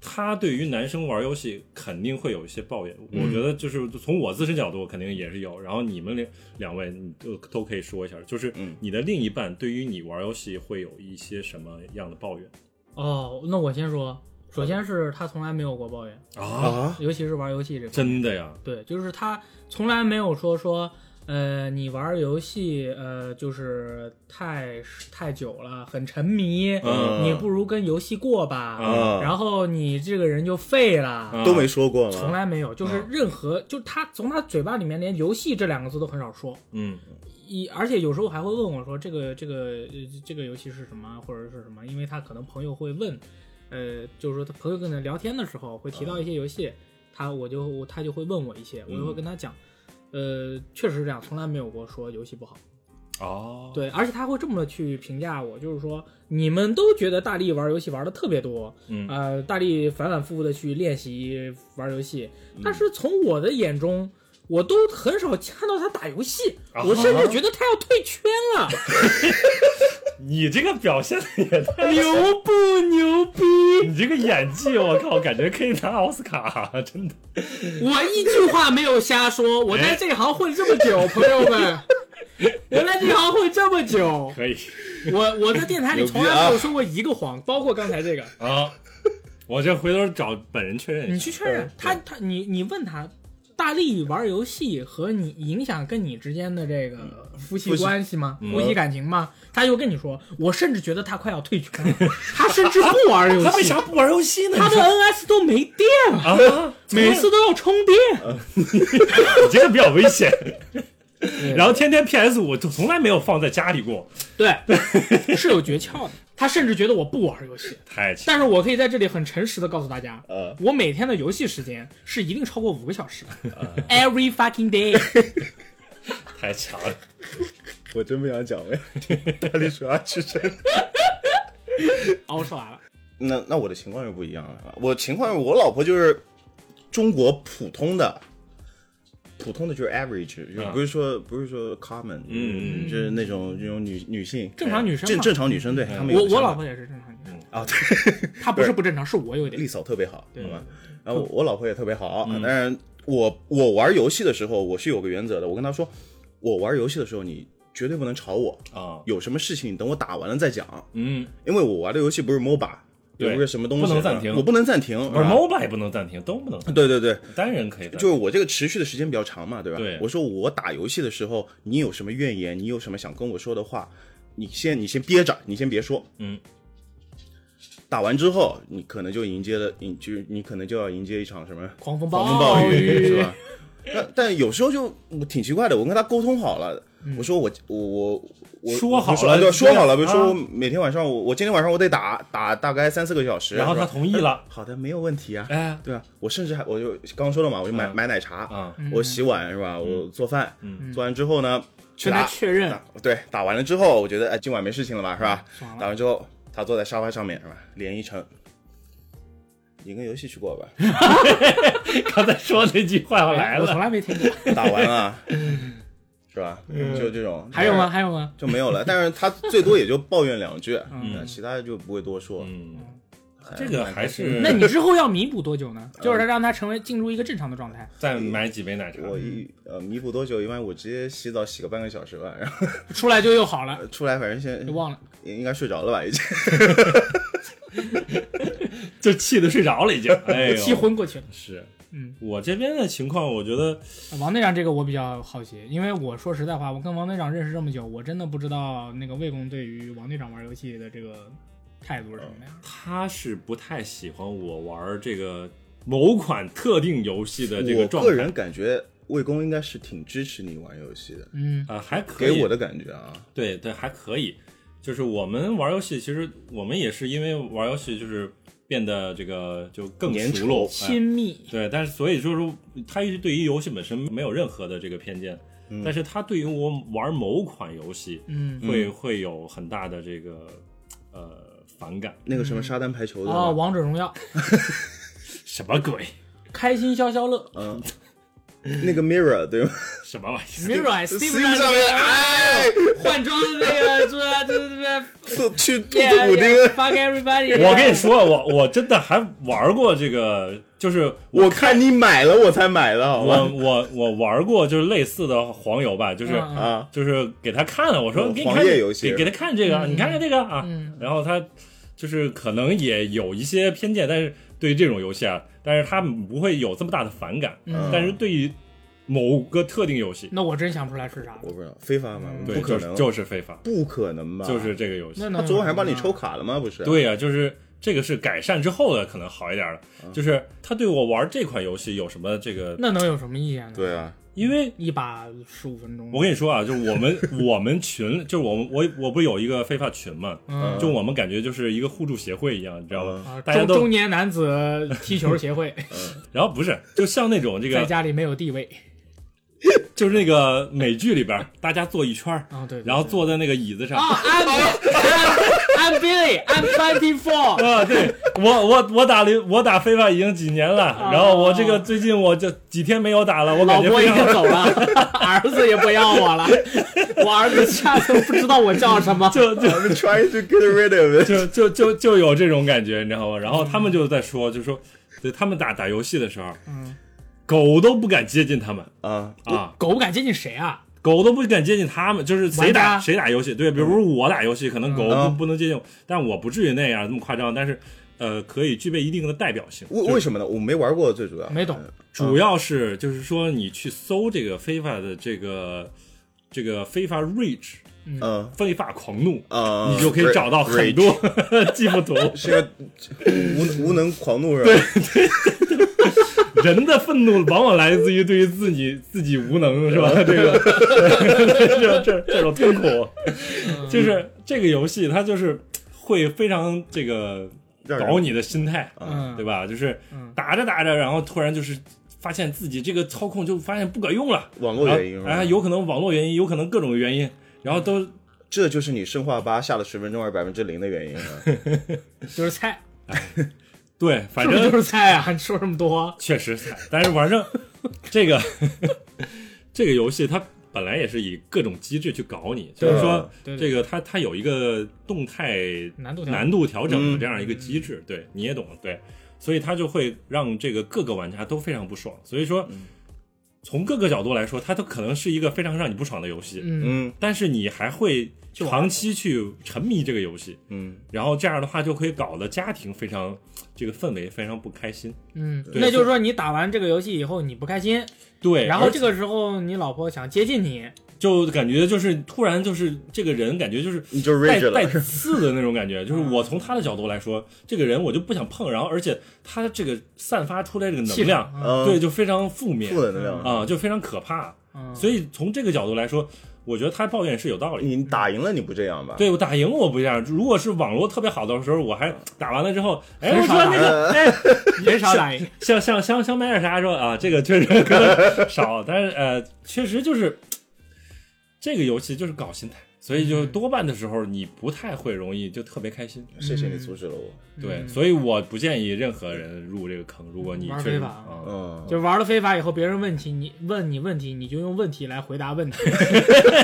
Speaker 1: 他对于男生玩游戏肯定会有一些抱怨。我觉得就是从我自身角度，肯定也是有。然后你们两两位，你都都可以说一下，就是你的另一半对于你玩游戏会有一些什么样的抱怨
Speaker 3: 哦，那我先说，首先是他从来没有过抱怨，
Speaker 1: 啊？
Speaker 2: *laughs*
Speaker 3: 尤其是玩游戏这块。
Speaker 1: 真的呀？
Speaker 3: 对，就是他从来没有说说呃，你玩游戏，呃，就是太太久了，很沉迷，
Speaker 2: 嗯
Speaker 3: 你不如跟游戏过吧。
Speaker 2: 嗯
Speaker 3: 然后你这个人就废了，
Speaker 1: 嗯
Speaker 2: 都没说过
Speaker 3: 从
Speaker 2: 吗？
Speaker 3: 来没有，就是
Speaker 1: 嗯
Speaker 3: 任何，就是他从他嘴巴里面连游戏这两个字都很少说。
Speaker 1: 嗯
Speaker 3: 一，而且有时候还会问我说这个这个呃这个游戏是什么，或者是什么，因为他可能朋友会问，呃，就是说他朋友跟他聊天的时候会提到一些游戏，他我就我他就会问我一些，我就会跟他讲，呃，确实是这样，从来没有过说游戏不好，
Speaker 1: 哦，
Speaker 3: 对，而且他会这么去评价我，就是说你们都觉得大力玩游戏玩的特别多，
Speaker 1: 嗯
Speaker 3: 呃，大力反反复复的去练习玩游戏，
Speaker 1: 嗯
Speaker 3: 但是从我的眼中。我都很少看到他打游戏，
Speaker 1: 啊
Speaker 3: 我甚至觉得他要退圈
Speaker 1: *laughs*
Speaker 3: 了，
Speaker 1: 你这个表现的也太，
Speaker 3: 牛不牛逼？
Speaker 1: 你这个演技，我靠，感觉可以拿奥斯卡，真的。
Speaker 3: 我一句话没有瞎说，我
Speaker 1: 哎
Speaker 3: 在这行混这么久，朋友
Speaker 1: *laughs*
Speaker 3: 们，我在这行混这么久，
Speaker 1: 可以
Speaker 3: 我我在电台里从来没有说过一个谎，包括刚才这个。
Speaker 1: 啊，我这回头找本人确认一
Speaker 3: 你
Speaker 1: 下。
Speaker 3: 去确认他，他你你问他，大力玩游戏和你影响跟你之间的这个夫妻关系吗？夫妻感情吗？他又跟你说，我甚至觉得他快要退圈了，他甚至不玩游
Speaker 1: 他为
Speaker 3: 戏，
Speaker 1: 啥不玩游戏呢？
Speaker 3: 他的 NS 都没电了，
Speaker 1: 啊，
Speaker 3: 每次都要充电。
Speaker 1: 你 *laughs* 这个比较危险。
Speaker 3: 对
Speaker 1: 然后天天 PS 五就从来没有放在家里过，
Speaker 3: 对，是有诀窍的。他甚至觉得我不玩游戏，
Speaker 1: 太强。
Speaker 3: 但是我可以在这里很诚实的告诉大家，
Speaker 2: 呃
Speaker 3: 我每天的游戏时间是一定超过五个小时的、e v e r y fucking day。
Speaker 1: 太强了。
Speaker 2: 我真不想讲
Speaker 3: *laughs*
Speaker 2: 了，大力水鸭吃真。
Speaker 3: 哦，我说完了，
Speaker 2: 那那我的情况又不一样了，我情况我老婆就是中国普通的，普通的就是 average，就是
Speaker 1: 啊
Speaker 2: 不是说、不是说 common，
Speaker 1: 嗯
Speaker 2: 嗯，就是那种那种女女性
Speaker 3: 正常女生嘛
Speaker 2: 正正常女生对，她们有
Speaker 3: 我
Speaker 2: 的
Speaker 3: 我
Speaker 2: 想法
Speaker 3: 老婆也是正常女生，
Speaker 2: 啊，对， *laughs* 嗯
Speaker 3: 她不是不正常，是我有点
Speaker 2: 丽嫂特别好，
Speaker 3: 对
Speaker 2: 好吧？然后我我老婆也特别好，啊当然我我玩游戏的时候我是有个原则的，我跟她说，我玩游戏的时候你绝对不能吵我，
Speaker 1: 啊，
Speaker 2: 有什么事情你等我打完了再讲，
Speaker 1: 嗯，
Speaker 2: 因为我玩的游戏不是 MOBA，
Speaker 1: 对
Speaker 2: 也不是什么东西，啊
Speaker 1: 不能暂停
Speaker 2: 我不能暂停，
Speaker 1: 玩
Speaker 3: 啊
Speaker 2: 是吧
Speaker 1: MOBA 也不能暂停，都不能暂
Speaker 2: 对对对，
Speaker 1: 停，单人可以暂停。
Speaker 2: 就是我这个持续的时间比较长嘛，对吧？
Speaker 1: 对
Speaker 2: 我说我打游戏的时候，你有什么怨言，你有什么想跟我说的话，你先你先憋着，你先别说。
Speaker 1: 嗯。
Speaker 2: 打完之后，你可能就迎接了，迎就你可能就要迎接一场什么
Speaker 3: 狂风
Speaker 2: 狂风暴
Speaker 3: 雨，
Speaker 2: 是吧？但 *laughs* 但有时候就挺奇怪的，我跟他沟通好了，我说我我我我
Speaker 1: 嗯说好了
Speaker 2: 我对，说好了，比如
Speaker 1: 啊
Speaker 2: 说我每天晚上我我今天晚上我得打打大概三四个小时，
Speaker 1: 然后
Speaker 2: 是
Speaker 1: 他
Speaker 2: 吧
Speaker 1: 同意了，
Speaker 2: *laughs* 好的没有问题啊，
Speaker 1: 哎，
Speaker 2: 对啊，我甚至还我就刚刚说了嘛，我就买、买奶茶
Speaker 1: 啊
Speaker 2: 我洗碗是吧？我做饭，
Speaker 1: 嗯
Speaker 2: 做完之后呢，去 *laughs*
Speaker 3: 跟她
Speaker 2: 打，
Speaker 3: 确认
Speaker 2: 打对，打完了之后，我觉得哎，今晚没事情了吧，是吧
Speaker 3: 爽？了
Speaker 2: 打完之后，他坐在沙发上面是吧？脸一沉，你跟游戏去过吧？
Speaker 1: 刚才说那句话要来
Speaker 3: 哎我从
Speaker 1: 了，
Speaker 3: 来没听
Speaker 1: *laughs*
Speaker 3: 过。
Speaker 2: 打完
Speaker 1: 啊
Speaker 2: 了， *laughs* 是吧？就这种，
Speaker 3: 嗯还有吗？？还有吗？
Speaker 2: 就没有了，但是他最多也就抱怨两句，嗯，其他的就不会多说。
Speaker 1: 嗯，这个还是
Speaker 3: 那你之后要弥补多久
Speaker 2: 嗯
Speaker 3: 呢？就是让他成为进入一个正常的状态。
Speaker 1: 再买几杯奶茶。
Speaker 2: 我一呃弥补多久？一般我直接洗澡洗个半个小时吧，然后
Speaker 3: 出来就又好了，
Speaker 2: 出来反正先
Speaker 3: 就忘了。
Speaker 2: 应该睡着了吧，已经。
Speaker 1: 就气得睡着了已经，哎呦，
Speaker 3: *laughs* 气昏过去了。
Speaker 1: 是，
Speaker 3: 嗯，
Speaker 1: 我这边的情况，我觉得
Speaker 3: 王队长这个我比较好奇，因为我说实在话，我跟王队长认识这么久，我真的不知道那个魏公对于王队长玩游戏的这个态度是什么样。
Speaker 1: 他是不太喜欢我玩这个某款特定游戏的这个状
Speaker 2: 我个
Speaker 1: 态
Speaker 2: 人感觉魏公应该是挺支持你玩游戏的，
Speaker 3: 嗯
Speaker 1: 啊、还可以，
Speaker 2: 给我的感觉啊，
Speaker 1: 对对，还可以。就是我们玩游戏，其实我们也是因为玩游戏，就是变得这个就更
Speaker 2: 粘
Speaker 1: 熟络，哎
Speaker 3: 亲密，
Speaker 1: 对，但是所以就是说他一直对于游戏本身没有任何的这个偏见，但是他对于我玩某款游戏
Speaker 3: 嗯，
Speaker 1: 会、会有很大的这个呃反感，
Speaker 2: 那个什么沙滩排球的，
Speaker 3: 哦，王者荣耀，
Speaker 1: 什么鬼？
Speaker 3: 开心消消乐
Speaker 2: 嗯，那个 Mirror 对吗
Speaker 1: 什么玩意
Speaker 3: *laughs*
Speaker 1: 儿？
Speaker 3: ，Mirror
Speaker 2: ？Steam
Speaker 3: Steam
Speaker 2: 上 *laughs* 面
Speaker 3: 啊
Speaker 2: 哎，
Speaker 3: 换装的那个，这这这
Speaker 2: 兔
Speaker 3: *laughs*
Speaker 2: 去兔
Speaker 3: 这
Speaker 2: 子舞厅，
Speaker 3: ，fuck everybody，
Speaker 1: *laughs* 我跟你说，我我真的还玩过这个，就是
Speaker 2: 我看你买了我才买的，好
Speaker 1: 我
Speaker 2: 吧？
Speaker 1: 我我玩过就是类似的黄油吧，就是、
Speaker 3: 嗯嗯
Speaker 2: 啊，
Speaker 1: 就是给他看了，我说
Speaker 2: 嗯
Speaker 1: 给你
Speaker 2: 黄
Speaker 1: 看
Speaker 2: 页
Speaker 1: 这
Speaker 2: 游戏
Speaker 1: 给给他看这个，
Speaker 3: 嗯
Speaker 1: 你看看这个啊，
Speaker 3: 嗯
Speaker 1: 然后他就是可能也有一些偏见，但是对于这种游戏啊，但是他不会有这么大的反感，
Speaker 3: 嗯
Speaker 1: 但是对于某个特定游戏，
Speaker 3: 那我真想不出来是啥了。
Speaker 2: 我不知道非法吗？
Speaker 1: 嗯对，
Speaker 2: 不可
Speaker 1: 就
Speaker 2: 能，
Speaker 1: 是就是非法，
Speaker 2: 不可能吧？
Speaker 1: 就是这个游戏
Speaker 3: 那。能
Speaker 2: 他昨晚还帮你
Speaker 3: 能
Speaker 2: 抽卡了吗？不是？，
Speaker 1: 对呀、就是这个是改善之后的，可能好一点了。就是他对我玩这款游戏有什么这个？
Speaker 3: 那能有什么意见呢？，
Speaker 2: 对啊，
Speaker 1: 因为
Speaker 3: 一把十五分钟，
Speaker 1: 我跟你说啊，就是我们我们群，就是我们我我不是有一个非法群嘛，
Speaker 3: 嗯
Speaker 1: 就我们感觉就是一个互助协会一样，你知道吗？
Speaker 3: 啊，
Speaker 1: 大家
Speaker 3: 中
Speaker 1: 都
Speaker 3: 中年男子踢球
Speaker 1: *laughs*
Speaker 3: 协会
Speaker 1: 然后不是，就像那种这
Speaker 3: 在
Speaker 1: 个，
Speaker 3: 家里没有地位
Speaker 1: 就是那个美剧里边儿，大家坐一圈儿，
Speaker 3: 啊，对，对
Speaker 1: 然后坐在那个椅子上。
Speaker 3: 啊，I'm I'm I'm Billy, I'm twenty four，
Speaker 1: *laughs* 啊，对我我我打了我打非法已经几年了，然后我这个最近我就几天没有打了，我感
Speaker 3: 啊老
Speaker 1: 觉
Speaker 3: 婆
Speaker 1: 非
Speaker 3: 已
Speaker 1: 常
Speaker 3: 经走了，儿子也不要我了，我儿子下次不知道我叫什么。
Speaker 1: 就就
Speaker 2: I'm trying to get rid of it。
Speaker 1: *laughs* 就就就就有这种感觉，你知道吗？然后他们就在说，就说，对他们打打游戏的时候，
Speaker 3: 嗯，
Speaker 1: 狗都不敢接近他们
Speaker 2: 啊，
Speaker 1: 啊，
Speaker 3: 狗不敢接近谁啊？
Speaker 1: 狗都不敢接近他们，就是谁
Speaker 3: 玩
Speaker 1: 打
Speaker 3: 家
Speaker 1: 谁打游戏，对，比如我打游戏，可能狗
Speaker 2: 嗯
Speaker 1: 不不能接近我，但我不至于那样那么夸张，但是呃，可以具备一定的代表性。
Speaker 3: 嗯
Speaker 2: 为为什么呢？我没玩过，最主要
Speaker 3: 没懂。
Speaker 1: 主要是就是说，你去搜这个非法的这个这个非法 rage
Speaker 2: 嗯
Speaker 1: 非法狂怒，
Speaker 2: 啊，
Speaker 3: 嗯
Speaker 1: 你就可以找到很多 *laughs* 技术图。
Speaker 2: Rage，是要无无能狂怒是吧？
Speaker 1: *laughs* 人的愤怒往往来自于对于自己自己无能，是
Speaker 3: 呃
Speaker 1: 吧？这个 *laughs* 这这这种痛苦，就是这个游戏它就是会非常这个
Speaker 2: 让人
Speaker 1: 搞你的心态，
Speaker 2: 呃啊
Speaker 3: 嗯，
Speaker 1: 对吧？就是
Speaker 3: 嗯
Speaker 1: 打着打着，然后突然就是发现自己这个操控就发现不管用了，
Speaker 2: 网络原因是吧
Speaker 1: 啊，哎有可能网络原因，有可能各种原因，然后都
Speaker 2: 这就是你生化八下了十分钟还是百分之零的原
Speaker 1: *laughs*
Speaker 2: 因啊。
Speaker 3: 就是菜，
Speaker 1: 对，反
Speaker 3: 是不是
Speaker 1: 正
Speaker 3: 就是菜啊？你 *laughs* 说这么多，
Speaker 1: 确实惨，但是反正这
Speaker 3: *laughs*
Speaker 1: 个这个游戏它本来也是以各种机制去搞你，就是说
Speaker 3: 对对嗯
Speaker 1: 这个它它有一个动态
Speaker 3: 难度
Speaker 1: 难度调
Speaker 3: 嗯
Speaker 1: 整的这样一个机制，对你也懂，对，所以它就会让这个各个玩家都非常不爽。所以说，
Speaker 3: 嗯
Speaker 1: 从各个角度来说，它都可能是一个非常让你不爽的游戏，
Speaker 3: 嗯，
Speaker 2: 嗯
Speaker 1: 但是你还会长期去沉迷这个游戏，
Speaker 2: 嗯，
Speaker 1: 然后这样的话就可以搞得家庭非常这个氛围非常不开心。
Speaker 3: 嗯，
Speaker 1: 对
Speaker 3: 那就是说你打完这个游戏以后你不开心，
Speaker 1: 对，
Speaker 3: 然后
Speaker 1: 而
Speaker 3: 这个时候你老婆想接近你，
Speaker 1: 就感觉就是突然就是这个人感觉就是
Speaker 2: 你就
Speaker 1: 带
Speaker 2: rage
Speaker 1: 带
Speaker 2: 了。
Speaker 1: 刺的那种感
Speaker 3: *laughs*
Speaker 1: 觉，就是我从他的角度来说，这个人我就不想碰，然后而且他这个散发出来这个能
Speaker 3: 气
Speaker 1: 量，
Speaker 3: 场，
Speaker 2: 嗯，
Speaker 1: 对，，就非常负面
Speaker 2: 负能量。
Speaker 1: 啊、就非常可怕。
Speaker 3: 嗯，
Speaker 1: 所以从这个角度来说，我觉得他抱怨是有道理。
Speaker 2: 你打赢了你不这样吧？
Speaker 1: 对我打赢我不这样，如果是网络特别好的时候，我还打完了之后，哎，我
Speaker 3: 很
Speaker 1: 说
Speaker 3: 少
Speaker 1: 那个，哎，
Speaker 3: 以人少打赢，
Speaker 1: 像像像像买点啥说啊，这个确实可能少，但是呃，确实就是这个游戏就是搞心态，所以
Speaker 3: 嗯
Speaker 1: 就多半的时候你不太会容易就特别开心。
Speaker 2: 谢谢你阻止了我。
Speaker 1: 对，
Speaker 3: 嗯
Speaker 1: 所以我不建议任何人入这个坑。如果你
Speaker 3: 玩
Speaker 1: 确
Speaker 3: 非
Speaker 1: 实
Speaker 3: 法
Speaker 1: 啊，
Speaker 2: 嗯，
Speaker 3: 就玩了非法以后，别人问题你问你问题，你就用问题来回答问题，
Speaker 1: *laughs*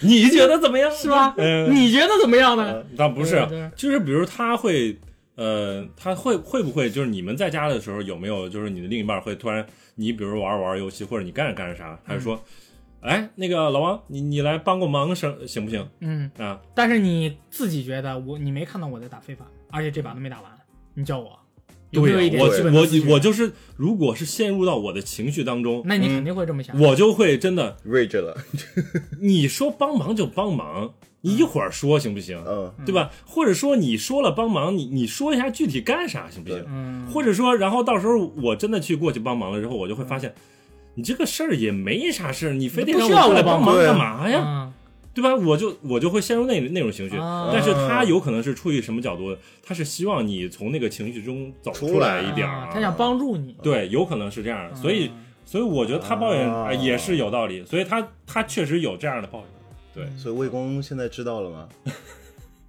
Speaker 1: 你觉得怎么样？
Speaker 3: 是吧？
Speaker 1: 嗯，
Speaker 3: 你觉得怎么样呢？
Speaker 1: 那不是
Speaker 3: 对对，
Speaker 1: 就是比如他会，呃，他会会不会就是你们在家的时候有没有就是你的另一半会突然你比如玩着玩着游戏或者你干着干着啥，他就说，哎，那个老王，你你来帮个忙行行不行
Speaker 3: 嗯，
Speaker 1: 啊？
Speaker 3: 但是你自己觉得我你没看到我在打非法，而且这把都没打完，你叫我，有没有一
Speaker 1: 对
Speaker 3: 点
Speaker 1: 呀，我
Speaker 3: 基本的自
Speaker 1: 我
Speaker 3: 觉
Speaker 1: 我就是如果是陷入到我的情绪当中，
Speaker 3: 那你肯定会这么想，
Speaker 1: 嗯我就会真的，
Speaker 2: rage 了。
Speaker 1: 你说帮忙就帮忙，你一会儿说行不行？
Speaker 2: 嗯，
Speaker 1: 对吧？或者说你说了帮忙，你你说一下具体干啥行不行？
Speaker 3: 嗯，
Speaker 1: 或者说，然后到时候我真的去过去帮忙了之后，我就会发现，你这个事儿也没啥事儿，你非得
Speaker 3: 不
Speaker 1: 让
Speaker 3: 需要
Speaker 1: 我过来
Speaker 3: 我帮
Speaker 1: 帮忙
Speaker 2: 忙
Speaker 1: 干嘛呀？
Speaker 3: 嗯
Speaker 1: 对吧？我就我就会陷入那那种情绪，
Speaker 3: 啊
Speaker 1: 但是他有可能是出于什么角度，他是希望你从那个情绪中走
Speaker 2: 出
Speaker 1: 来
Speaker 2: 来
Speaker 1: 一点儿啊、嗯
Speaker 3: 他想帮助你，嗯
Speaker 1: 对，有可能是这样，所以所以我觉得他抱怨、
Speaker 2: 啊
Speaker 1: 哎也是有道理，所以他他确实有这样的抱怨，对。
Speaker 2: 所以魏公现在知道了吗？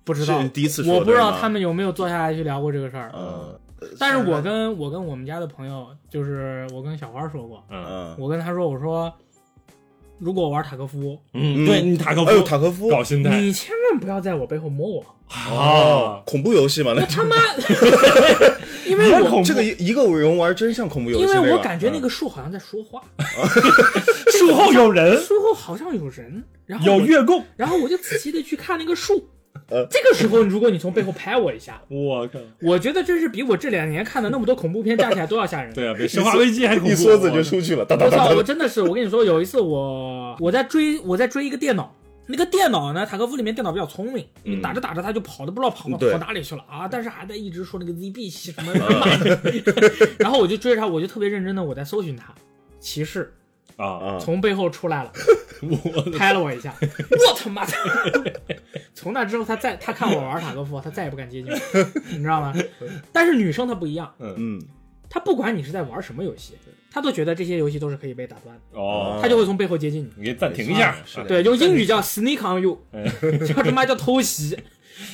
Speaker 3: 不知
Speaker 2: 是
Speaker 3: 道
Speaker 2: 你，第一次说，
Speaker 3: 我不知道
Speaker 2: 对吗
Speaker 3: 他。们有没有坐下来去聊过这个事儿，
Speaker 2: 嗯，
Speaker 3: 但是我跟我跟我们家的朋友，就是我跟小花说过，
Speaker 1: 嗯
Speaker 2: 嗯，
Speaker 3: 我跟他说，我说，如果我玩塔科夫，
Speaker 1: 嗯，对你塔科夫，嗯
Speaker 2: 哎呦，塔科夫
Speaker 1: 搞心态，
Speaker 3: 你千万不要在我背后摸我，
Speaker 1: 哦，
Speaker 2: 恐怖游戏嘛，那
Speaker 3: 他妈，因为
Speaker 1: 那
Speaker 3: 我
Speaker 1: 恐怖
Speaker 2: 这个一一个人玩真像恐怖游戏
Speaker 3: 因
Speaker 2: 那个，
Speaker 3: 为我感觉那
Speaker 2: 嗯
Speaker 3: 个树好像在说话，
Speaker 1: 术 *laughs* 后有人，
Speaker 3: 树后好像有人，然后
Speaker 1: 有
Speaker 3: 我
Speaker 1: 月供，
Speaker 3: 然后我就仔细的去看那个树，这个时候，如果你从背后拍我一下，
Speaker 1: 我靠！
Speaker 3: 我觉得真是比我这两年看的那么多恐怖片加起来都要吓人。
Speaker 1: 对啊，比《生化危机》还恐怖。
Speaker 2: 一梭子就出去了，哒哒
Speaker 3: 我
Speaker 2: 哒
Speaker 3: 操！我
Speaker 2: 哒。
Speaker 3: 真的是，我跟你说，有一次我我在追我在追一个电脑，那个电脑呢，塔科夫里面电脑比较聪明，
Speaker 1: 嗯
Speaker 3: 你打着打着它就跑都不知道跑到
Speaker 2: 对
Speaker 3: 跑哪里去了啊！但是还在一直说那个 ZB 什么什么，
Speaker 1: 啊
Speaker 3: *laughs* 然后我就追着它，我就特别认真的我在搜寻它，骑士
Speaker 1: 啊！
Speaker 2: 啊，
Speaker 3: 从背后出来了，
Speaker 1: *laughs* 我
Speaker 3: 拍了我一下， *laughs* 我他妈的！从那之后，他再他看我玩塔科夫，他再也不敢接近我，你知道吗？但是女生她不一样，
Speaker 2: 嗯，
Speaker 3: 她不管你是在玩什么游戏，她都觉得这些游戏都是可以被打断的，
Speaker 1: 哦，
Speaker 3: 她就会从背后接近你。
Speaker 1: 你给暂停一下，
Speaker 2: 是的
Speaker 1: 啊
Speaker 3: 对，用英语叫 sneak on you，叫他妈叫
Speaker 1: *laughs*
Speaker 3: 偷袭，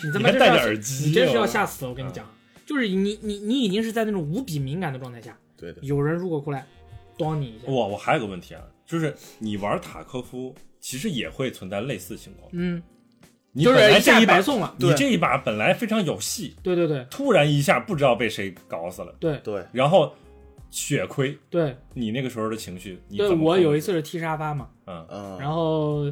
Speaker 3: 你他妈
Speaker 1: 你还
Speaker 3: 这是
Speaker 1: 戴
Speaker 3: 要
Speaker 1: 着耳机
Speaker 3: 你真是
Speaker 1: 哦
Speaker 3: 要吓死！我跟你讲，就是你你你已经是在那种无比敏感的状态下，
Speaker 2: 对的，
Speaker 3: 有人如果过来咣你一下，
Speaker 1: 我我还有个问题啊，就是你玩塔科夫，其实也会存在类似情况，
Speaker 3: 嗯，
Speaker 1: 你
Speaker 3: 就是
Speaker 1: 本来
Speaker 3: 一下
Speaker 1: 这一
Speaker 3: 白
Speaker 1: 把
Speaker 3: 送了
Speaker 1: 你
Speaker 2: 对
Speaker 1: 这一把本来非常有戏，
Speaker 3: 对对对
Speaker 1: 突然一下不知道被谁搞死了，
Speaker 3: 对
Speaker 2: 对，
Speaker 1: 然后血亏，
Speaker 3: 对
Speaker 1: 你那个时候的情绪，你
Speaker 3: 对，
Speaker 1: 怎么
Speaker 3: 我
Speaker 1: 控
Speaker 3: 有一
Speaker 1: 制
Speaker 3: 次是踢沙发嘛，
Speaker 1: 嗯
Speaker 2: 嗯，
Speaker 3: 然后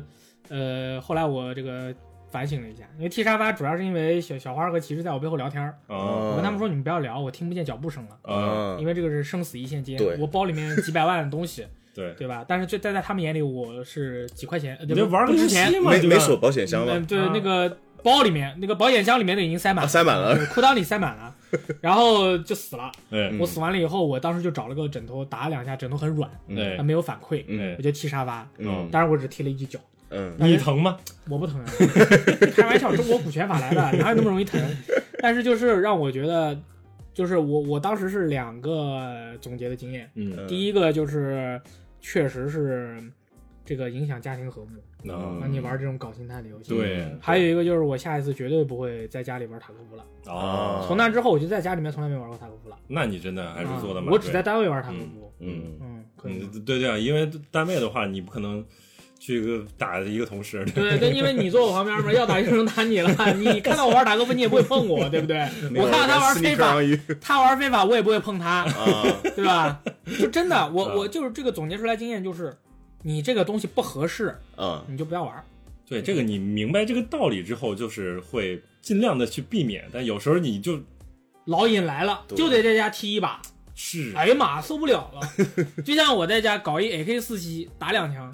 Speaker 3: 呃，后来我这个反省了一下，因为踢沙发主要是因为小小花和骑士在我背后聊天儿，
Speaker 1: 啊
Speaker 3: 我跟他们说你们不要聊，我听不见脚步声了。
Speaker 1: 啊，
Speaker 2: 嗯，
Speaker 3: 因为这个是生死一线间
Speaker 2: 对，
Speaker 3: 我包里面几百万的东西， *laughs*
Speaker 1: 对，
Speaker 3: 对吧？但是这但在他们眼里我是几块钱，呃
Speaker 1: 你
Speaker 3: 对
Speaker 1: 这
Speaker 3: 不
Speaker 1: 玩
Speaker 3: 不
Speaker 1: 个
Speaker 3: 值
Speaker 1: 游
Speaker 3: 钱
Speaker 1: 戏，嘛，
Speaker 2: 没
Speaker 1: 对
Speaker 2: 没
Speaker 1: 吧
Speaker 2: 锁保险箱
Speaker 3: 嗯，
Speaker 2: 吗？
Speaker 3: 对
Speaker 1: 啊，
Speaker 3: 那个包里面那个保险箱里面的已经塞满
Speaker 2: 啊，
Speaker 3: 了，
Speaker 2: 塞满了。嗯
Speaker 3: 裤裆里塞满了，然后就死了。
Speaker 1: 对
Speaker 3: 我死完了以后，我当时就找了个枕头打了两下，枕头很软，
Speaker 1: 对
Speaker 3: 没有反馈，
Speaker 1: 嗯
Speaker 3: 我就踢沙发，
Speaker 2: 嗯
Speaker 3: 当然我只踢了一脚，
Speaker 2: 嗯，
Speaker 1: 你疼吗？
Speaker 3: 我不疼啊， *laughs* 开玩笑，中国股权法来的，哪有那么容易疼？但是就是让我觉得，就是我我当时是两个总结的经验，
Speaker 1: 嗯，
Speaker 3: 第一个就是确实是这个影响家庭和睦，
Speaker 1: 能
Speaker 3: 让嗯你玩这种搞心态的游戏。
Speaker 1: 嗯
Speaker 2: 嗯
Speaker 1: 对
Speaker 3: 还有一个就是我下一次绝对不会在家里玩塔科夫了。
Speaker 1: 啊，
Speaker 3: 从那之后，我就在家里面从来没玩过塔科夫了，
Speaker 1: 那你真的还是做的
Speaker 3: 啊
Speaker 1: 蛮
Speaker 3: 我只
Speaker 1: 对
Speaker 3: 在单位玩塔科夫。
Speaker 2: 嗯，
Speaker 3: 嗯，可以
Speaker 1: 嗯
Speaker 3: 吗。
Speaker 1: 对对啊，因为单位的话，你不可能去个打一个同事，
Speaker 3: 对对，因为你坐我旁边嘛，要打就能打
Speaker 1: *laughs*
Speaker 3: 你了。你看到我玩塔科夫，你也不会碰我，对不对？我看到他玩非 *laughs* 法，他玩非法，我也不会碰他，
Speaker 2: 啊，
Speaker 3: 对吧？就真的，
Speaker 1: 啊
Speaker 3: 我我就是这个总结出来经验就是，你这个东西不合适，
Speaker 2: 嗯，
Speaker 3: 你就不要玩。
Speaker 1: 对这个你明白这个道理之后，就是会尽量的去避免，但有时候你就
Speaker 3: 老尹来了，
Speaker 2: 对
Speaker 3: 就得在家踢一把。
Speaker 1: 是
Speaker 3: 哎呀妈，受不了了！就像我在家搞一 AK 四七，打两枪，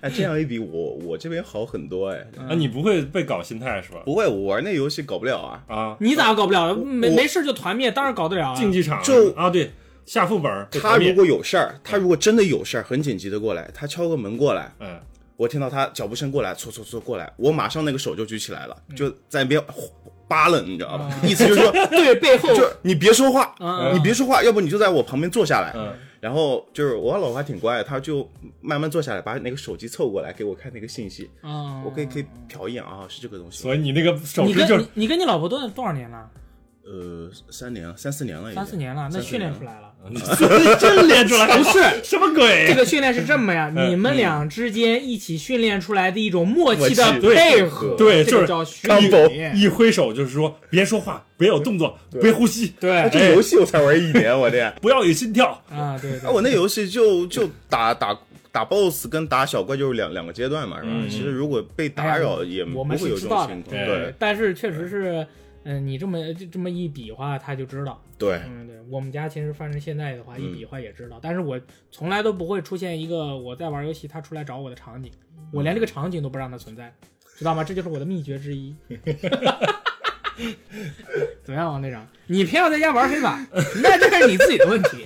Speaker 2: 哎，这样一比，我我这边好很多哎。
Speaker 3: 嗯
Speaker 1: 啊，你不会被搞心态是吧？
Speaker 2: 不会，我玩那游戏搞不了啊。
Speaker 1: 啊，
Speaker 3: 你咋搞不了？没
Speaker 2: 我
Speaker 3: 没事就团灭，当然搞得了啊。
Speaker 1: 竞技场
Speaker 2: 就
Speaker 1: 啊，对下副本被
Speaker 2: 他
Speaker 1: 团灭
Speaker 2: 如果有事儿，
Speaker 3: 嗯
Speaker 2: 他如果真的有事儿，很紧急的过来，他敲个门过来，
Speaker 1: 嗯
Speaker 2: 我听到他脚步声过来，搓搓搓过来，我马上那个手就举起来了，
Speaker 3: 嗯
Speaker 2: 就在那边呼扒楞，你知道吧？意思就是
Speaker 3: *laughs*
Speaker 2: 说，
Speaker 3: 对背后
Speaker 2: *laughs* 就是你别说话，
Speaker 3: 嗯
Speaker 2: 你别说话，要不你就在我旁边坐下来。
Speaker 1: 嗯
Speaker 2: 然后就是我老婆还挺乖，她就慢慢坐下来，把那个手机凑过来给我看那个信息，
Speaker 3: 啊，
Speaker 2: 我可以可以瞟一眼啊，是这个东西。
Speaker 1: 所以你那个手
Speaker 3: 你
Speaker 1: 势
Speaker 3: 跟
Speaker 1: 就是
Speaker 3: 你你跟你老婆多多少年了？
Speaker 2: 呃，三年了，三哎四年了已经，
Speaker 3: 三四年了，那训练出来了。
Speaker 1: 真练出来，
Speaker 3: *laughs* 不是
Speaker 1: 什么鬼？
Speaker 3: 这个训练是这么呀，你们俩之间一起训练出来的一种默契的
Speaker 2: 默契
Speaker 3: 配合，
Speaker 1: 对
Speaker 3: 这
Speaker 1: 就是
Speaker 3: 个叫虚拟。
Speaker 1: 一挥手就是说别说话，别有动作，别呼吸，
Speaker 3: 对
Speaker 2: 哎这游戏我才玩一年，我
Speaker 3: *laughs*
Speaker 2: 这。
Speaker 1: 不要有心跳。
Speaker 3: 啊，对
Speaker 2: 啊， *laughs*
Speaker 3: 对，
Speaker 2: 我那游戏就就打打打 BOSS 跟打小怪就是两两个阶段嘛，是吧？
Speaker 1: 嗯
Speaker 2: 其实如果被打扰也不
Speaker 3: 哎我们
Speaker 2: 会
Speaker 3: 是
Speaker 2: 有
Speaker 3: 知
Speaker 2: 这
Speaker 3: 道
Speaker 2: 种
Speaker 3: 的
Speaker 2: 情况，
Speaker 1: 对
Speaker 2: 对
Speaker 3: 但是确实是，嗯，你这么这么一比划，他就知道。
Speaker 2: 对，
Speaker 3: 嗯，对，我们家其实换成现在的话，一
Speaker 2: 嗯
Speaker 3: 比划也知道，但是我从来都不会出现一个我在玩游戏，他出来找我的场景，我连这个场景都不让它存在，知道吗？这就是我的秘诀之一。 *laughs* 怎么样，王队长？你偏要在家玩非法，那这是你自己的问题，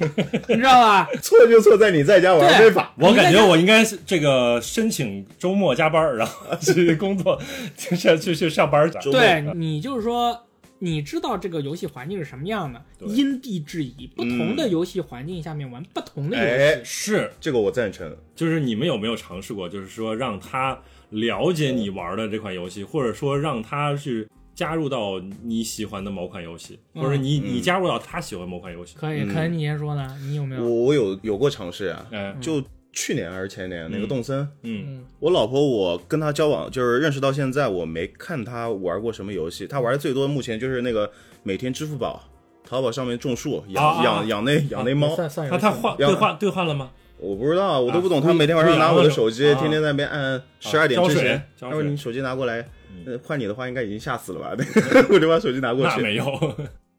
Speaker 3: 你知道吧？
Speaker 2: 错就错在你在家玩
Speaker 3: 对
Speaker 2: 非法，
Speaker 1: 我感觉我应该是这个申请周末加班，然后去工作， *laughs* 去去去上班去。
Speaker 2: 周
Speaker 3: 对你就是说，你知道这个游戏环境是什么样的，
Speaker 1: 对
Speaker 3: 因地制宜，不同的游戏环境下面玩不同的游戏
Speaker 2: 哎。
Speaker 1: 是，
Speaker 2: 这个我赞成。
Speaker 1: 就是你们有没有尝试过，就是说让他了解你玩的这款游戏，或者说让他去加入到你喜欢的某款游戏，或者你你加入到他喜欢某款游戏？
Speaker 3: 可以，可能你先说呢，你有没
Speaker 2: 我
Speaker 3: 有？
Speaker 2: 我有有过尝试啊，
Speaker 1: 嗯
Speaker 2: 就去年还是前年那个动森，
Speaker 1: 嗯
Speaker 2: 我老婆我跟她交往就是认识到现在，我没看她玩过什么游戏，她玩的最多目前就是那个每天支付宝、淘宝上面种树，养
Speaker 1: 啊啊
Speaker 2: 养养那养那猫。
Speaker 3: 算算游
Speaker 1: 哎那
Speaker 3: 戏
Speaker 1: 他换
Speaker 2: 要
Speaker 1: 兑换兑换了吗？
Speaker 2: 我不知道，我都不懂。
Speaker 1: 啊
Speaker 2: 他每天晚上拿我的手
Speaker 1: 灰
Speaker 2: 机，
Speaker 1: 灰羊
Speaker 2: 天天在那边按十二点之前，
Speaker 1: 啊浇水浇水嗯
Speaker 2: 他说你手机拿过来。呃，换你的话应该已经吓死了吧？ *laughs* 我就把手机拿过
Speaker 1: 那
Speaker 2: 去。
Speaker 1: 没有，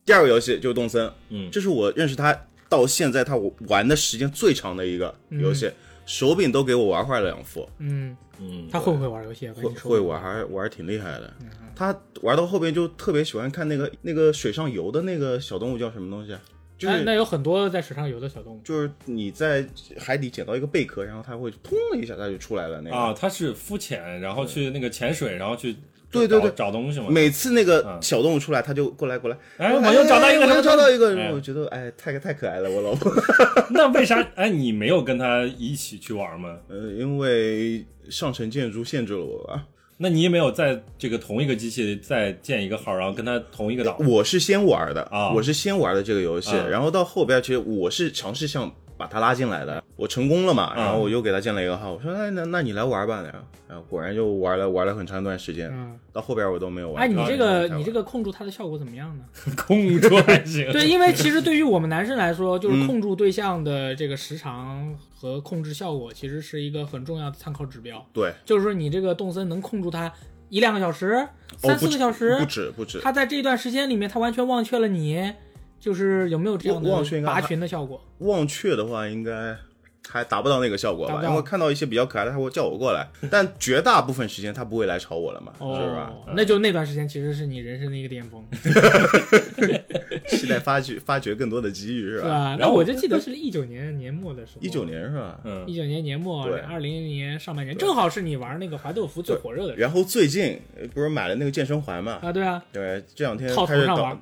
Speaker 2: 第二个游戏就是动森，
Speaker 1: 嗯
Speaker 2: 这是我认识他到现在他玩的时间最长的一个游戏，手柄都给我玩坏了两副，
Speaker 3: 嗯，
Speaker 1: *laughs* 嗯，
Speaker 3: 他会不会玩游戏？我
Speaker 2: 会
Speaker 3: 跟你说，
Speaker 2: 会玩还玩挺厉害的。他玩到后边就特别喜欢看那个那个水上游的那个小动物叫什么东西啊？就
Speaker 3: 那
Speaker 2: 是
Speaker 3: 哎那有很多在水上游的小动物。
Speaker 2: 就是你在海底捡到一个贝壳，然后它会砰的一下，它就出来了那个。
Speaker 1: 啊，他是浮潜，然后去那个潜水，然后去
Speaker 2: 对对
Speaker 1: 找
Speaker 2: 对
Speaker 1: 找东西嘛。
Speaker 2: 每次那个
Speaker 1: 嗯
Speaker 2: 小动物出来，它就过来过来，
Speaker 1: 哎，我又找到一个什
Speaker 2: 哎我
Speaker 1: 么
Speaker 2: 又找
Speaker 1: 东
Speaker 2: 到
Speaker 1: 西？
Speaker 2: 一个，
Speaker 1: 哎
Speaker 2: 我觉得哎，太太可爱了，我老婆。
Speaker 1: *laughs* 那为啥？哎，你没有跟他一起去玩吗？
Speaker 2: 呃，因为上层建筑限制了我吧。
Speaker 1: 那你也没有在这个同一个机器里再建一个号，然后跟他同一个 *laughs* 岛
Speaker 2: 我是先玩的
Speaker 1: 啊
Speaker 2: 我是先玩的这个游戏，
Speaker 1: 啊
Speaker 2: 然后到后边其实我是尝试想把他拉进来的，我成功了嘛，
Speaker 1: 啊
Speaker 2: 然后我又给他建了一个号，我说那那那你来玩吧，然后然后果然就玩了玩了很长一段时间，
Speaker 3: 嗯，
Speaker 2: 到后边我都没有玩。
Speaker 3: 哎，你这个你这
Speaker 2: 个
Speaker 3: 个控住它的效果怎么样呢？ *laughs*
Speaker 1: 控住还行。
Speaker 3: 对，因为其实对于我们男生来说，就是
Speaker 2: 嗯
Speaker 3: 控住对象的这个时长和控制效果，其实是一个很重要的参考指标。
Speaker 2: 对，
Speaker 3: 就是说你这个动森能控住他一两个小时、
Speaker 2: 哦
Speaker 3: 三
Speaker 2: 不
Speaker 3: 四
Speaker 2: 止
Speaker 3: 个小时，
Speaker 2: 不止不止，
Speaker 3: 他在这段时间里面，他完全忘却了你，就是有没有这样的
Speaker 2: 忘忘却应该
Speaker 3: 拔群的效果？
Speaker 2: 忘却的话应该。还达不到那个效果
Speaker 3: 达
Speaker 2: 吧，
Speaker 3: 不到
Speaker 2: 因为看到一些比较可爱的，他会叫我过
Speaker 3: *laughs*
Speaker 2: 来，但绝大部分时间他不会来吵我了嘛，是吧？
Speaker 3: 哦，那就那段时间其实是你人生的一个巅峰，
Speaker 2: 期待发掘发掘更多的机遇是
Speaker 3: 是啊
Speaker 2: 吧？
Speaker 3: 吧？
Speaker 1: 然
Speaker 3: 那
Speaker 1: 后
Speaker 3: 我就记得是一九年年末的时候，
Speaker 2: 一九年是吧？
Speaker 1: 嗯
Speaker 3: 一九年年末，
Speaker 2: 对
Speaker 3: 二零年上半年，正好是你玩那个华豆服最火热的时
Speaker 2: 然后最近呃不是买了那个健身环嘛
Speaker 3: 候？啊，对啊，
Speaker 2: 对，这两天
Speaker 3: 套头
Speaker 2: 开始
Speaker 3: 上
Speaker 2: 倒
Speaker 3: 玩，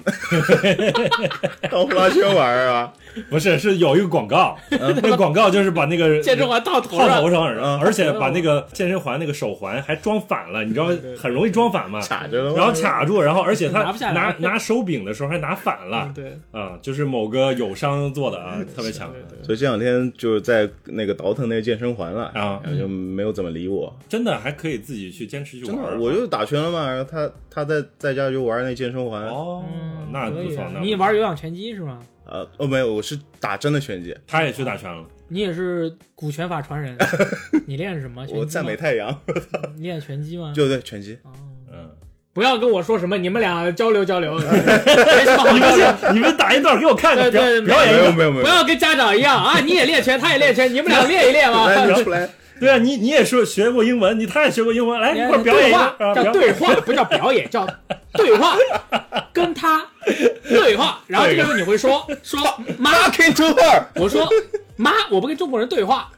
Speaker 2: *laughs* 倒呼啦圈玩儿
Speaker 3: *laughs*
Speaker 2: 啊，
Speaker 1: 不是，是有一个广告，呃那个广告就是把那个
Speaker 3: 健身环套头啊
Speaker 1: 套
Speaker 3: 上
Speaker 1: 头，上，而
Speaker 2: 嗯
Speaker 1: 而且把那个健身环那个手环还装反了，你知道很容易装反嘛。
Speaker 2: 卡着了，
Speaker 1: 然后，卡住，然后而且他
Speaker 3: 拿不下来
Speaker 1: 拿拿手柄的时候还拿反了
Speaker 3: 嗯，对，嗯
Speaker 1: 啊，就是某个友商做的啊，特别强
Speaker 3: 对对
Speaker 2: 所以这两天就是在那个倒腾那个健身环了，
Speaker 1: 啊
Speaker 2: 然后就没有怎么理我。
Speaker 1: 真的还可以自己去坚持去
Speaker 2: 真
Speaker 1: 玩儿
Speaker 2: 的，
Speaker 1: 啊。
Speaker 2: 我就打拳了嘛，然后他他在在家就玩那健身环，
Speaker 1: 哦，
Speaker 3: 嗯
Speaker 1: 那
Speaker 3: 可
Speaker 1: 不
Speaker 3: 以
Speaker 1: 错，
Speaker 3: 啊
Speaker 1: 那，
Speaker 3: 你
Speaker 1: 不错
Speaker 3: 玩有氧拳击是吗？
Speaker 2: 呃哦没有，我是打真的拳击，
Speaker 1: 他也去打拳了，
Speaker 3: 你也是古拳法
Speaker 2: *laughs*
Speaker 3: 传人，你练什么？拳击
Speaker 2: 我
Speaker 3: 吗
Speaker 2: 赞美太阳，
Speaker 3: 你练拳击吗？
Speaker 2: 就对拳击，
Speaker 3: 哦
Speaker 1: 嗯，
Speaker 3: 不要跟我说什么，你们俩交流交
Speaker 2: *laughs*
Speaker 3: 流，没什么好交流。
Speaker 1: 你们打一段给我看看，
Speaker 3: 对
Speaker 1: 表
Speaker 3: 对对
Speaker 1: 表
Speaker 2: 没
Speaker 1: 演一
Speaker 2: 有
Speaker 1: 个。
Speaker 2: 没有没
Speaker 3: 不
Speaker 2: 有，
Speaker 3: 要跟家长一样啊！你也练拳，他也练拳，你们俩练一
Speaker 2: *laughs*
Speaker 3: 练吧。
Speaker 2: 来你出来，
Speaker 1: 对啊，你你也说学过英文，你他也学过英
Speaker 3: 哎
Speaker 1: 文，来一块儿表演
Speaker 3: 对
Speaker 1: 一个
Speaker 3: 话
Speaker 1: 啊，
Speaker 3: 叫
Speaker 1: 表
Speaker 3: 对话，不叫表演，叫对话，跟他对话。然后这个时候你会说说妈，
Speaker 2: 啊 K two 二，
Speaker 3: 我说妈，我不跟中国人对话。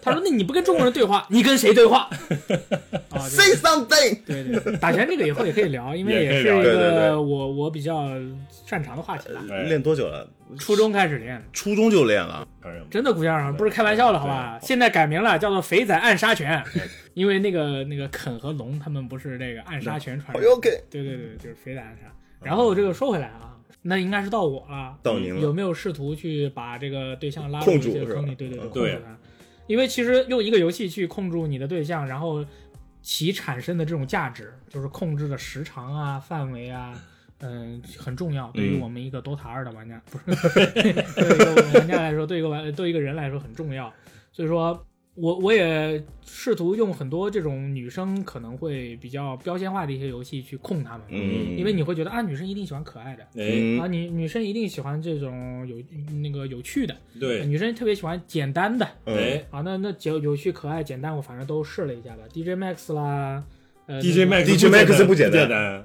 Speaker 3: 他说那你不跟中国人对话，你跟谁对话？啊，这个
Speaker 2: say something，
Speaker 3: 对对，对打拳这个以后也可以聊，因为
Speaker 1: 也可以
Speaker 3: 是
Speaker 1: 聊
Speaker 3: 一
Speaker 2: 对对对
Speaker 3: 个我我比较擅长的话题吧。
Speaker 1: 哎
Speaker 2: 练多久了？
Speaker 3: 初中开始练，
Speaker 2: 初中就练了，
Speaker 1: 演
Speaker 3: 真的古先生不是开玩笑的，好吧？现在改名了，叫做“肥仔暗杀拳”，因为那个那个肯和龙他们不是那个暗杀拳传
Speaker 2: 哎
Speaker 3: 人，
Speaker 2: 呦 OK，
Speaker 3: 对对对，就是肥仔暗杀。然后这个说回来啊，那应该是到我了，
Speaker 2: 嗯到您了
Speaker 3: 有没有试图去把这个对象拉入
Speaker 2: 控
Speaker 3: 一些
Speaker 2: 住是吧
Speaker 3: 坑里？对对对，
Speaker 2: 嗯
Speaker 3: 控
Speaker 1: 对
Speaker 3: 制他。因为其实用一个游戏去控住你的对象，然后其产生的这种价值，就是控制的时长啊、范围啊，嗯，很重要。对于我们一个 DOTA 二的玩家，不是对于一个玩家来说，对一个玩对一个人来说很重要。所以说我我也试图用很多这种女生可能会比较标签化的一些游戏去控她们，
Speaker 2: 嗯，
Speaker 3: 因为你会觉得啊，女生一定喜欢可爱的。
Speaker 1: 哎，
Speaker 3: 啊，
Speaker 2: 嗯
Speaker 3: 女女生一定喜欢这种有嗯那个有趣的，
Speaker 1: 对，
Speaker 3: 女生特别喜欢简单的
Speaker 2: 嗯
Speaker 1: 哎
Speaker 3: 啊。那那有有趣可爱简单，我反正都试了一下吧。DJ Max 啦，呃
Speaker 1: ，DJ Max
Speaker 2: DJ Max 不简单
Speaker 1: 不单，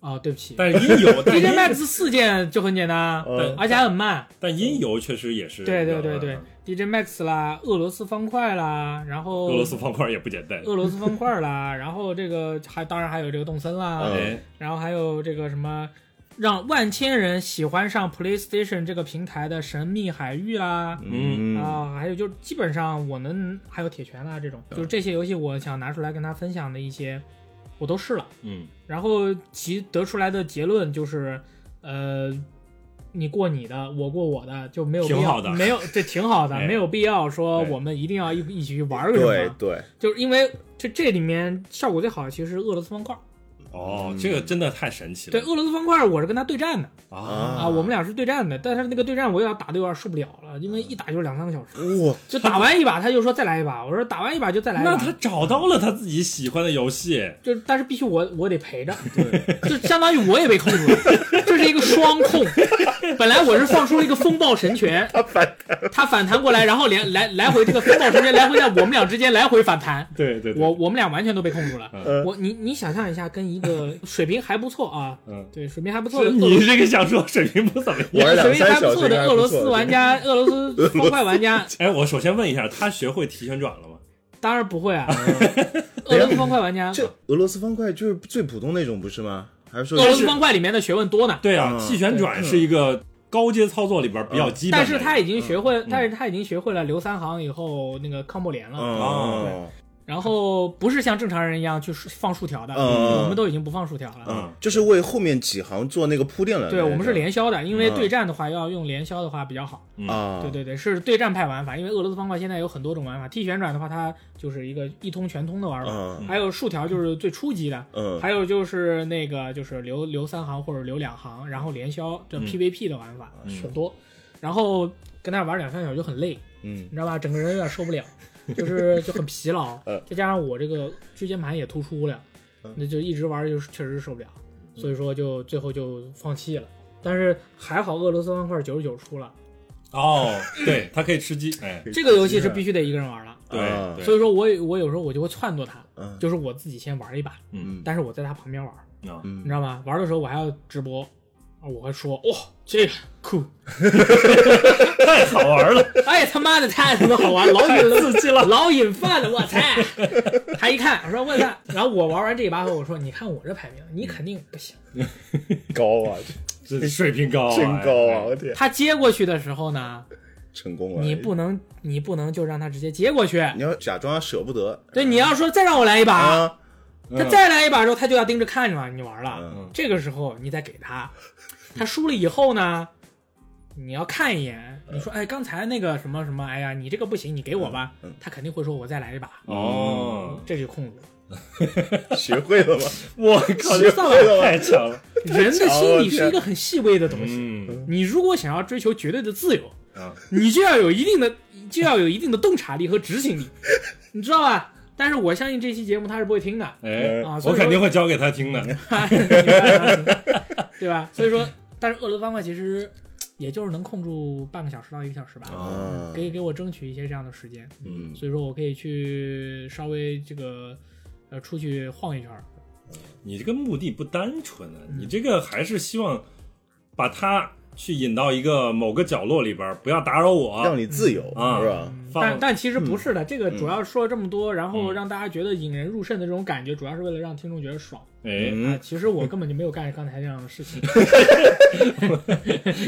Speaker 3: 哦，对不起
Speaker 1: 但是音 *laughs* 游但
Speaker 3: ，DJ
Speaker 1: 音
Speaker 3: Max 四键就很简单，
Speaker 2: 嗯
Speaker 3: 而且还很慢。
Speaker 1: 但音游确实也是，
Speaker 3: 对对对
Speaker 1: 嗯
Speaker 3: 对
Speaker 1: 嗯
Speaker 3: ，DJ Max 啦，俄罗斯方块啦，然后
Speaker 1: 俄罗斯方块也不简单，
Speaker 3: 俄罗斯方块啦，然后这个还当然还有这个动森啦，
Speaker 2: 嗯
Speaker 1: 哎，
Speaker 3: 然后还有这个什么，让万千人喜欢上 PlayStation 这个平台的神秘海域啦。
Speaker 1: 嗯
Speaker 2: 嗯
Speaker 3: 啊，还有就是基本上我能还有铁拳啦这种，就是这些游戏我想拿出来跟他分享的一些，我都试了，
Speaker 1: 嗯，
Speaker 3: 然后其得出来的结论就是，呃，你过你的，我过我的，就没有必要，
Speaker 1: 挺好的
Speaker 3: 没有这挺好的，
Speaker 1: *laughs* 哎
Speaker 3: 没有必要说
Speaker 1: 哎
Speaker 3: 我们一定要一一起去玩个什么，
Speaker 2: 对对，
Speaker 3: 就是因为这这里面效果最好的其实是俄罗斯方块，
Speaker 1: 哦，
Speaker 3: 嗯
Speaker 1: 这个真的太神奇了。
Speaker 3: 对，俄罗斯方块我是跟他对战的
Speaker 1: 啊，
Speaker 3: 啊，我们俩是对战的，但是那个对战我也要打的有点受不了了，因为一打就是两三个小 *laughs* 时，
Speaker 2: 哇，
Speaker 3: 就打完一把他就说再来一把，我说打完一把就再来一把。
Speaker 1: 那他找到了他自己喜欢的游戏，
Speaker 3: 就但是必须我我得陪着，就相当于我也被控 *laughs* 制了，这是一个双控。本来我是放出了一个风暴神拳，他反弹，他反弹过来，然后连来来回这个风暴神拳来回在我们俩之间来回反弹，
Speaker 1: 对对对，
Speaker 3: 我我们俩完全都被控住了。
Speaker 2: 嗯
Speaker 3: 我你你想象一下，跟一个
Speaker 2: *laughs*
Speaker 3: 水平还不错啊，
Speaker 1: 嗯，
Speaker 3: 对水平还不错的
Speaker 1: 是
Speaker 3: 俄罗
Speaker 1: 你这个想说水平不怎么样。
Speaker 2: 玩两
Speaker 3: 水平
Speaker 2: 三
Speaker 3: 还不
Speaker 2: 小时应
Speaker 3: 错
Speaker 2: 该
Speaker 3: 的
Speaker 2: 还
Speaker 3: 俄
Speaker 2: 不
Speaker 3: 罗
Speaker 2: 错
Speaker 3: 斯
Speaker 2: *laughs*
Speaker 3: 玩家，俄罗斯方块玩家，
Speaker 1: *laughs* 哎，我首先问一下，他学会提拳转了吗？
Speaker 3: 当然不会啊，俄罗斯方块玩家，
Speaker 2: 嗯这俄罗斯方块就是最普通那种不是吗？还是说
Speaker 3: 俄罗斯方块里面的学问多呢。
Speaker 1: 对嗯啊，
Speaker 2: 嗯
Speaker 1: 提拳转是一个高阶操作里边比较基本
Speaker 3: 但
Speaker 1: 的，
Speaker 3: 是他已经学
Speaker 2: 嗯
Speaker 3: 会，但是他已经学会了留三行以后那个康莫连了，
Speaker 1: 啊嗯
Speaker 2: 哦，
Speaker 3: 然后不是像正常人一样去竖放竖条的，
Speaker 2: 嗯
Speaker 3: 我们都已经不放竖条了。
Speaker 2: 嗯，就是为后面几行做那个铺垫了。
Speaker 3: 对，我们是
Speaker 2: 连
Speaker 3: 连消的，
Speaker 2: 嗯
Speaker 3: 因为对战的话要用连消的话比较好。
Speaker 2: 啊，
Speaker 3: 对对对，是对战派玩法，因为俄罗斯方块现在有很多种玩法。T 旋转的话，它就是一个一通全通的玩法，
Speaker 2: 嗯
Speaker 3: 还有竖条就是最初级的，
Speaker 2: 嗯
Speaker 3: 还有就是那个就是留留三行或者留两行，然后连消
Speaker 2: 嗯
Speaker 3: 这 PVP 的玩法、
Speaker 2: 啊
Speaker 3: 很多，然后跟那玩两三小时就很累，
Speaker 2: 嗯
Speaker 3: 你知道吧？整个人有点受
Speaker 2: *laughs*
Speaker 3: 不了，就是就很疲劳
Speaker 2: 呃，
Speaker 3: 再加上我这个椎间盘也突出了，
Speaker 2: 嗯
Speaker 3: 那就一直玩就是确实受不了，所以说就最后就放弃了。但是还好俄罗斯方块九十九出了，
Speaker 1: 哦，对，他可以吃鸡，哎，
Speaker 3: 这个游戏是必须得一个人玩了，
Speaker 1: 对，
Speaker 2: 啊
Speaker 1: 对
Speaker 3: 所以说我我有时候我就会撺掇他，
Speaker 2: 嗯
Speaker 3: 就是我自己先玩一把，
Speaker 1: 嗯
Speaker 3: 但是我在他旁边玩，
Speaker 1: 啊，
Speaker 3: 你知道吗？玩的时候我还要直播，啊我会说哇、这个酷，
Speaker 1: *laughs* 太好玩了，
Speaker 3: 哎他妈的太他妈好玩，老瘾
Speaker 1: 刺激了，
Speaker 3: 老瘾犯了，我操！他一看，我说问他，然后我玩完这一把后，我说你看我这排名，你肯定不
Speaker 1: 嗯
Speaker 3: 行。
Speaker 2: 高
Speaker 1: *laughs*
Speaker 2: 啊，
Speaker 1: 这水平高啊，
Speaker 2: 真高啊！
Speaker 1: 哎
Speaker 2: 我天，
Speaker 3: 他接过去的时候呢，
Speaker 2: 成功了！
Speaker 3: 你不能你不能就让他直接接过去，
Speaker 2: 你要假装啊舍不得
Speaker 3: 对，你要说再让我来一把，
Speaker 2: 啊，
Speaker 3: 他再来一把之后，他就要盯着看着你玩了。
Speaker 2: 嗯
Speaker 3: 这个时候你再给他，他输了以后呢，你要看一眼，你说哎刚才那个什么什么，哎呀你这个不行，你给我吧，
Speaker 2: 嗯嗯
Speaker 3: 他肯定会说我再来一把，
Speaker 1: 哦，
Speaker 3: 这就控制了。
Speaker 2: 学会了吗？
Speaker 1: 我靠，
Speaker 2: 学
Speaker 1: 这
Speaker 2: 会了吗？
Speaker 1: 太强了，
Speaker 3: 人的心理是
Speaker 2: 我
Speaker 3: 一个很细微的东西。
Speaker 1: 嗯
Speaker 3: 你如果想要追求绝对的自由，
Speaker 1: 啊，
Speaker 3: 你就要有一定的，就要有一定的洞察力和执行力，你知道吧？但是我相信这期节目他是不会听的，
Speaker 1: 哎
Speaker 3: 啊，所
Speaker 1: 我
Speaker 3: 以说
Speaker 1: 肯定会教给他听的，
Speaker 3: *laughs* 对吧？所以说，但是俄罗斯方块其实也就是能控住半个小时到一个小时吧，
Speaker 2: 啊
Speaker 3: 可以给我争取一些这样的时间，
Speaker 2: 嗯
Speaker 3: 所以说我可以去稍微这个呃出去晃一圈儿。
Speaker 1: 你这个目的不单纯啊，你这个还是希望把他去引到一个某个角落里边儿，不要打扰我
Speaker 2: 让，你自由
Speaker 1: 啊
Speaker 2: 是吧？
Speaker 3: 但
Speaker 1: 放
Speaker 3: 但其实
Speaker 2: 嗯
Speaker 3: 不是的，这个主要说了这么多，然后让大家觉得引人入胜的这种感觉，主要是为了让听众觉得爽。
Speaker 1: 哎，
Speaker 3: 啊，
Speaker 2: 嗯，
Speaker 3: 其实我根本就没有干刚才这样的事
Speaker 2: *laughs*
Speaker 3: 情，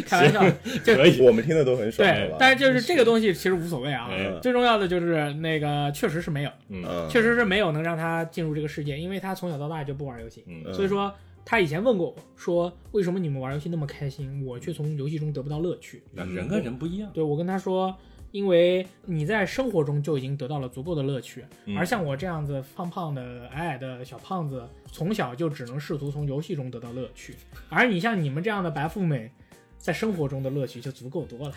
Speaker 3: 开玩笑。
Speaker 1: 可
Speaker 2: *laughs*
Speaker 1: 以，
Speaker 2: 我们听的都很爽，
Speaker 3: 对
Speaker 2: 好吧，
Speaker 3: 但是就是这个东西其实无所谓啊
Speaker 1: 哎。
Speaker 3: 最重要的就是那个确实是没有，
Speaker 1: 嗯
Speaker 2: 嗯
Speaker 3: 确实是没有能让他进入这个世界，因为他从小到大就不玩游戏，
Speaker 1: 嗯
Speaker 3: 所以说他以前问过我说为什么你们玩游戏那么开心，我却从游戏中得不到乐趣。
Speaker 1: 人跟人不一样，
Speaker 3: 对我跟他说，因为你在生活中就已经得到了足够的乐趣，
Speaker 1: 嗯
Speaker 3: 而像我这样子胖胖的、矮矮的小胖子，从小就只能试图从游戏中得到乐趣，而你像你们这样的白富美。在生活中的乐趣就足够多了。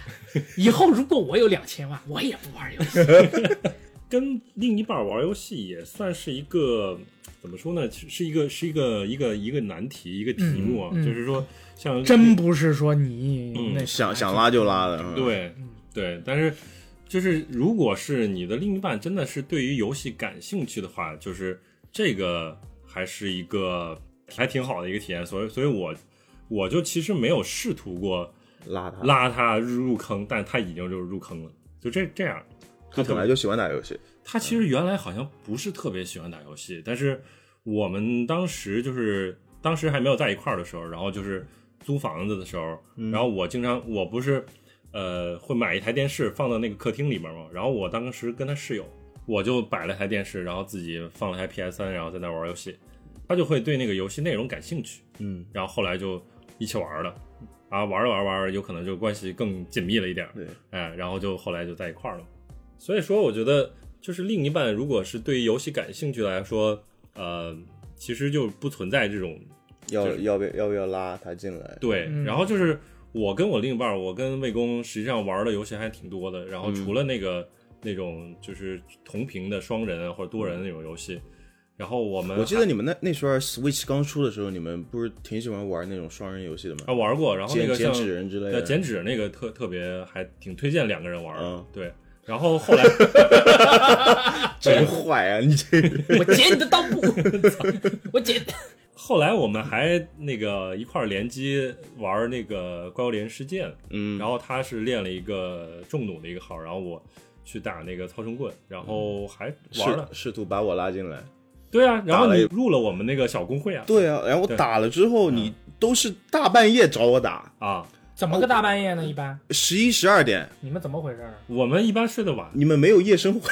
Speaker 3: 以后如果我有两千万，我也不玩游
Speaker 2: *laughs*
Speaker 3: 戏。
Speaker 1: 跟另一半玩游戏也算是一个怎么说呢？是是一个是一个一个一个难题，一个题目啊，
Speaker 3: 嗯嗯
Speaker 1: 就是说像
Speaker 3: 真不是说你
Speaker 1: 嗯
Speaker 3: 那
Speaker 2: 想想拉就拉的，嗯
Speaker 1: 对对，但是就是如果是你的另一半真的是对于游戏感兴趣的话，就是这个还是一个还挺好的一个体验，所以所以我我就其实没有试图过
Speaker 2: 拉他，
Speaker 1: 拉他入坑，但他已经就是入坑了，就这这样。
Speaker 2: 他本来就喜欢打游戏，
Speaker 1: 他其实原来好像不是特别喜欢打游戏，但是我们当时就是当时还没有在一块儿的时候，然后就是租房子的时候，然后我经常我不是呃会买一台电视放到那个客厅里面嘛，然后我当时跟他室友，我就摆了台电视，然后自己放了台 PS 三，然后在那玩游戏，他就会对那个游戏内容感兴趣，
Speaker 2: 嗯，
Speaker 1: 然后后来就一起玩了。啊，玩着玩着玩着，有可能就关系更紧密了一点儿。
Speaker 2: 对，
Speaker 1: 哎，然后就后来就在一块儿了。所以说，我觉得就是另一半如果是对于游戏感兴趣来说，呃，其实就不存在这种
Speaker 2: 要
Speaker 1: 就是
Speaker 2: 要不要要不要拉他进来？
Speaker 1: 对，
Speaker 3: 嗯
Speaker 1: 然后就是我跟我另一半儿，我跟魏工实际上玩儿的游戏还挺多的。然
Speaker 2: 嗯
Speaker 1: 后除了那个、那种就是同屏的双人啊或者多人的那种游戏，然后我们
Speaker 2: 我记得你们那那时候 Switch 刚出的时候，你们不是挺喜欢玩那种双人游戏的吗？
Speaker 1: 还啊玩过，然后那
Speaker 2: 剪
Speaker 1: 个像
Speaker 2: 剪纸人之类
Speaker 1: 呃
Speaker 2: 的。
Speaker 1: 剪纸那个特特别还挺推荐两个人玩儿的，
Speaker 2: 嗯
Speaker 1: 对。然后后来
Speaker 2: 真坏啊！你这
Speaker 3: *laughs* 我截你的裆部，我截。
Speaker 1: 后来我们还那个一块儿联机玩儿那个《怪物猎人世界》，
Speaker 2: 嗯，
Speaker 1: 然后他是练了一个重弩的一个号，然后我去打那个操绳棍，然
Speaker 2: 嗯
Speaker 1: 后还玩了
Speaker 2: 试试图把我拉进来。
Speaker 1: 对啊，然
Speaker 2: 打
Speaker 1: 后
Speaker 2: 了
Speaker 1: 你
Speaker 2: 一
Speaker 1: 入了我们那个小公会啊
Speaker 2: 对啊，然后我
Speaker 1: 对嗯
Speaker 2: 打了之后，你都是大半夜找我打，
Speaker 1: 啊！
Speaker 3: *laughs* 怎么个大半夜呢？一般
Speaker 2: 十一十二点，
Speaker 3: 你们怎么回事儿？啊 *laughs*
Speaker 1: 我们一般睡得晚，
Speaker 2: 你们没有夜生活，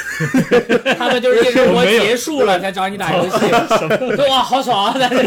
Speaker 3: 他们就是夜生活结束了才找你打游 *laughs* 戏，说哇好爽啊，在这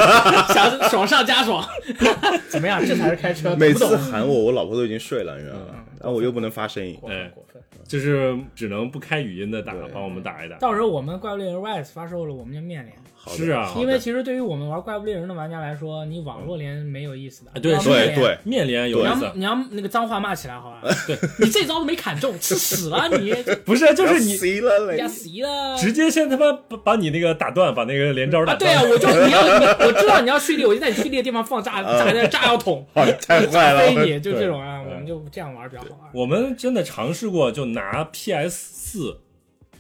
Speaker 3: 想爽上加爽， *laughs* 怎么样？这才是开车，
Speaker 2: 每
Speaker 3: 懂不
Speaker 2: 次
Speaker 3: 懂？
Speaker 2: 喊我，我老婆都已经睡了，你知道吗？
Speaker 1: 嗯
Speaker 2: 然后我又不能发声音，
Speaker 3: 过
Speaker 1: 哎
Speaker 3: 分过分。
Speaker 1: 就是只能不开语音的打
Speaker 2: 对，
Speaker 1: 帮我们打一打。
Speaker 3: 到时候我们怪物猎人 Rise 发售了，我们就面临。
Speaker 2: 好的
Speaker 1: 是啊
Speaker 2: 好的
Speaker 3: 因为其实对于我们玩怪物猎人的玩家来说，你网络连没有意思的
Speaker 1: 啊。对
Speaker 3: 要
Speaker 1: 对
Speaker 3: 面连
Speaker 2: 对
Speaker 1: 面连有
Speaker 3: 你
Speaker 1: 意
Speaker 3: 要
Speaker 1: 思，
Speaker 3: 你要那个脏话骂起来好吧？对，你这招都没砍中，吃屎了你！
Speaker 1: 不是就是
Speaker 2: 要
Speaker 1: 你
Speaker 2: 死了嘞
Speaker 3: 呀，死了！
Speaker 1: 直接先他妈把把你那个打断，把那个连招
Speaker 3: 啊，
Speaker 1: 打
Speaker 3: 对
Speaker 1: 断。
Speaker 3: 啊，我就
Speaker 1: *laughs*
Speaker 3: 你要你，我知道你要蓄力，我就在你蓄力的地方放
Speaker 1: 啊
Speaker 3: 炸炸弹炸药
Speaker 1: *laughs*
Speaker 3: 桶，
Speaker 2: 好太坏
Speaker 3: 飞
Speaker 2: 了，
Speaker 3: 你，就这种啊，
Speaker 1: 对
Speaker 3: 我们就这样玩比较好啊玩。
Speaker 1: 我们真的尝试过，就拿 PS 四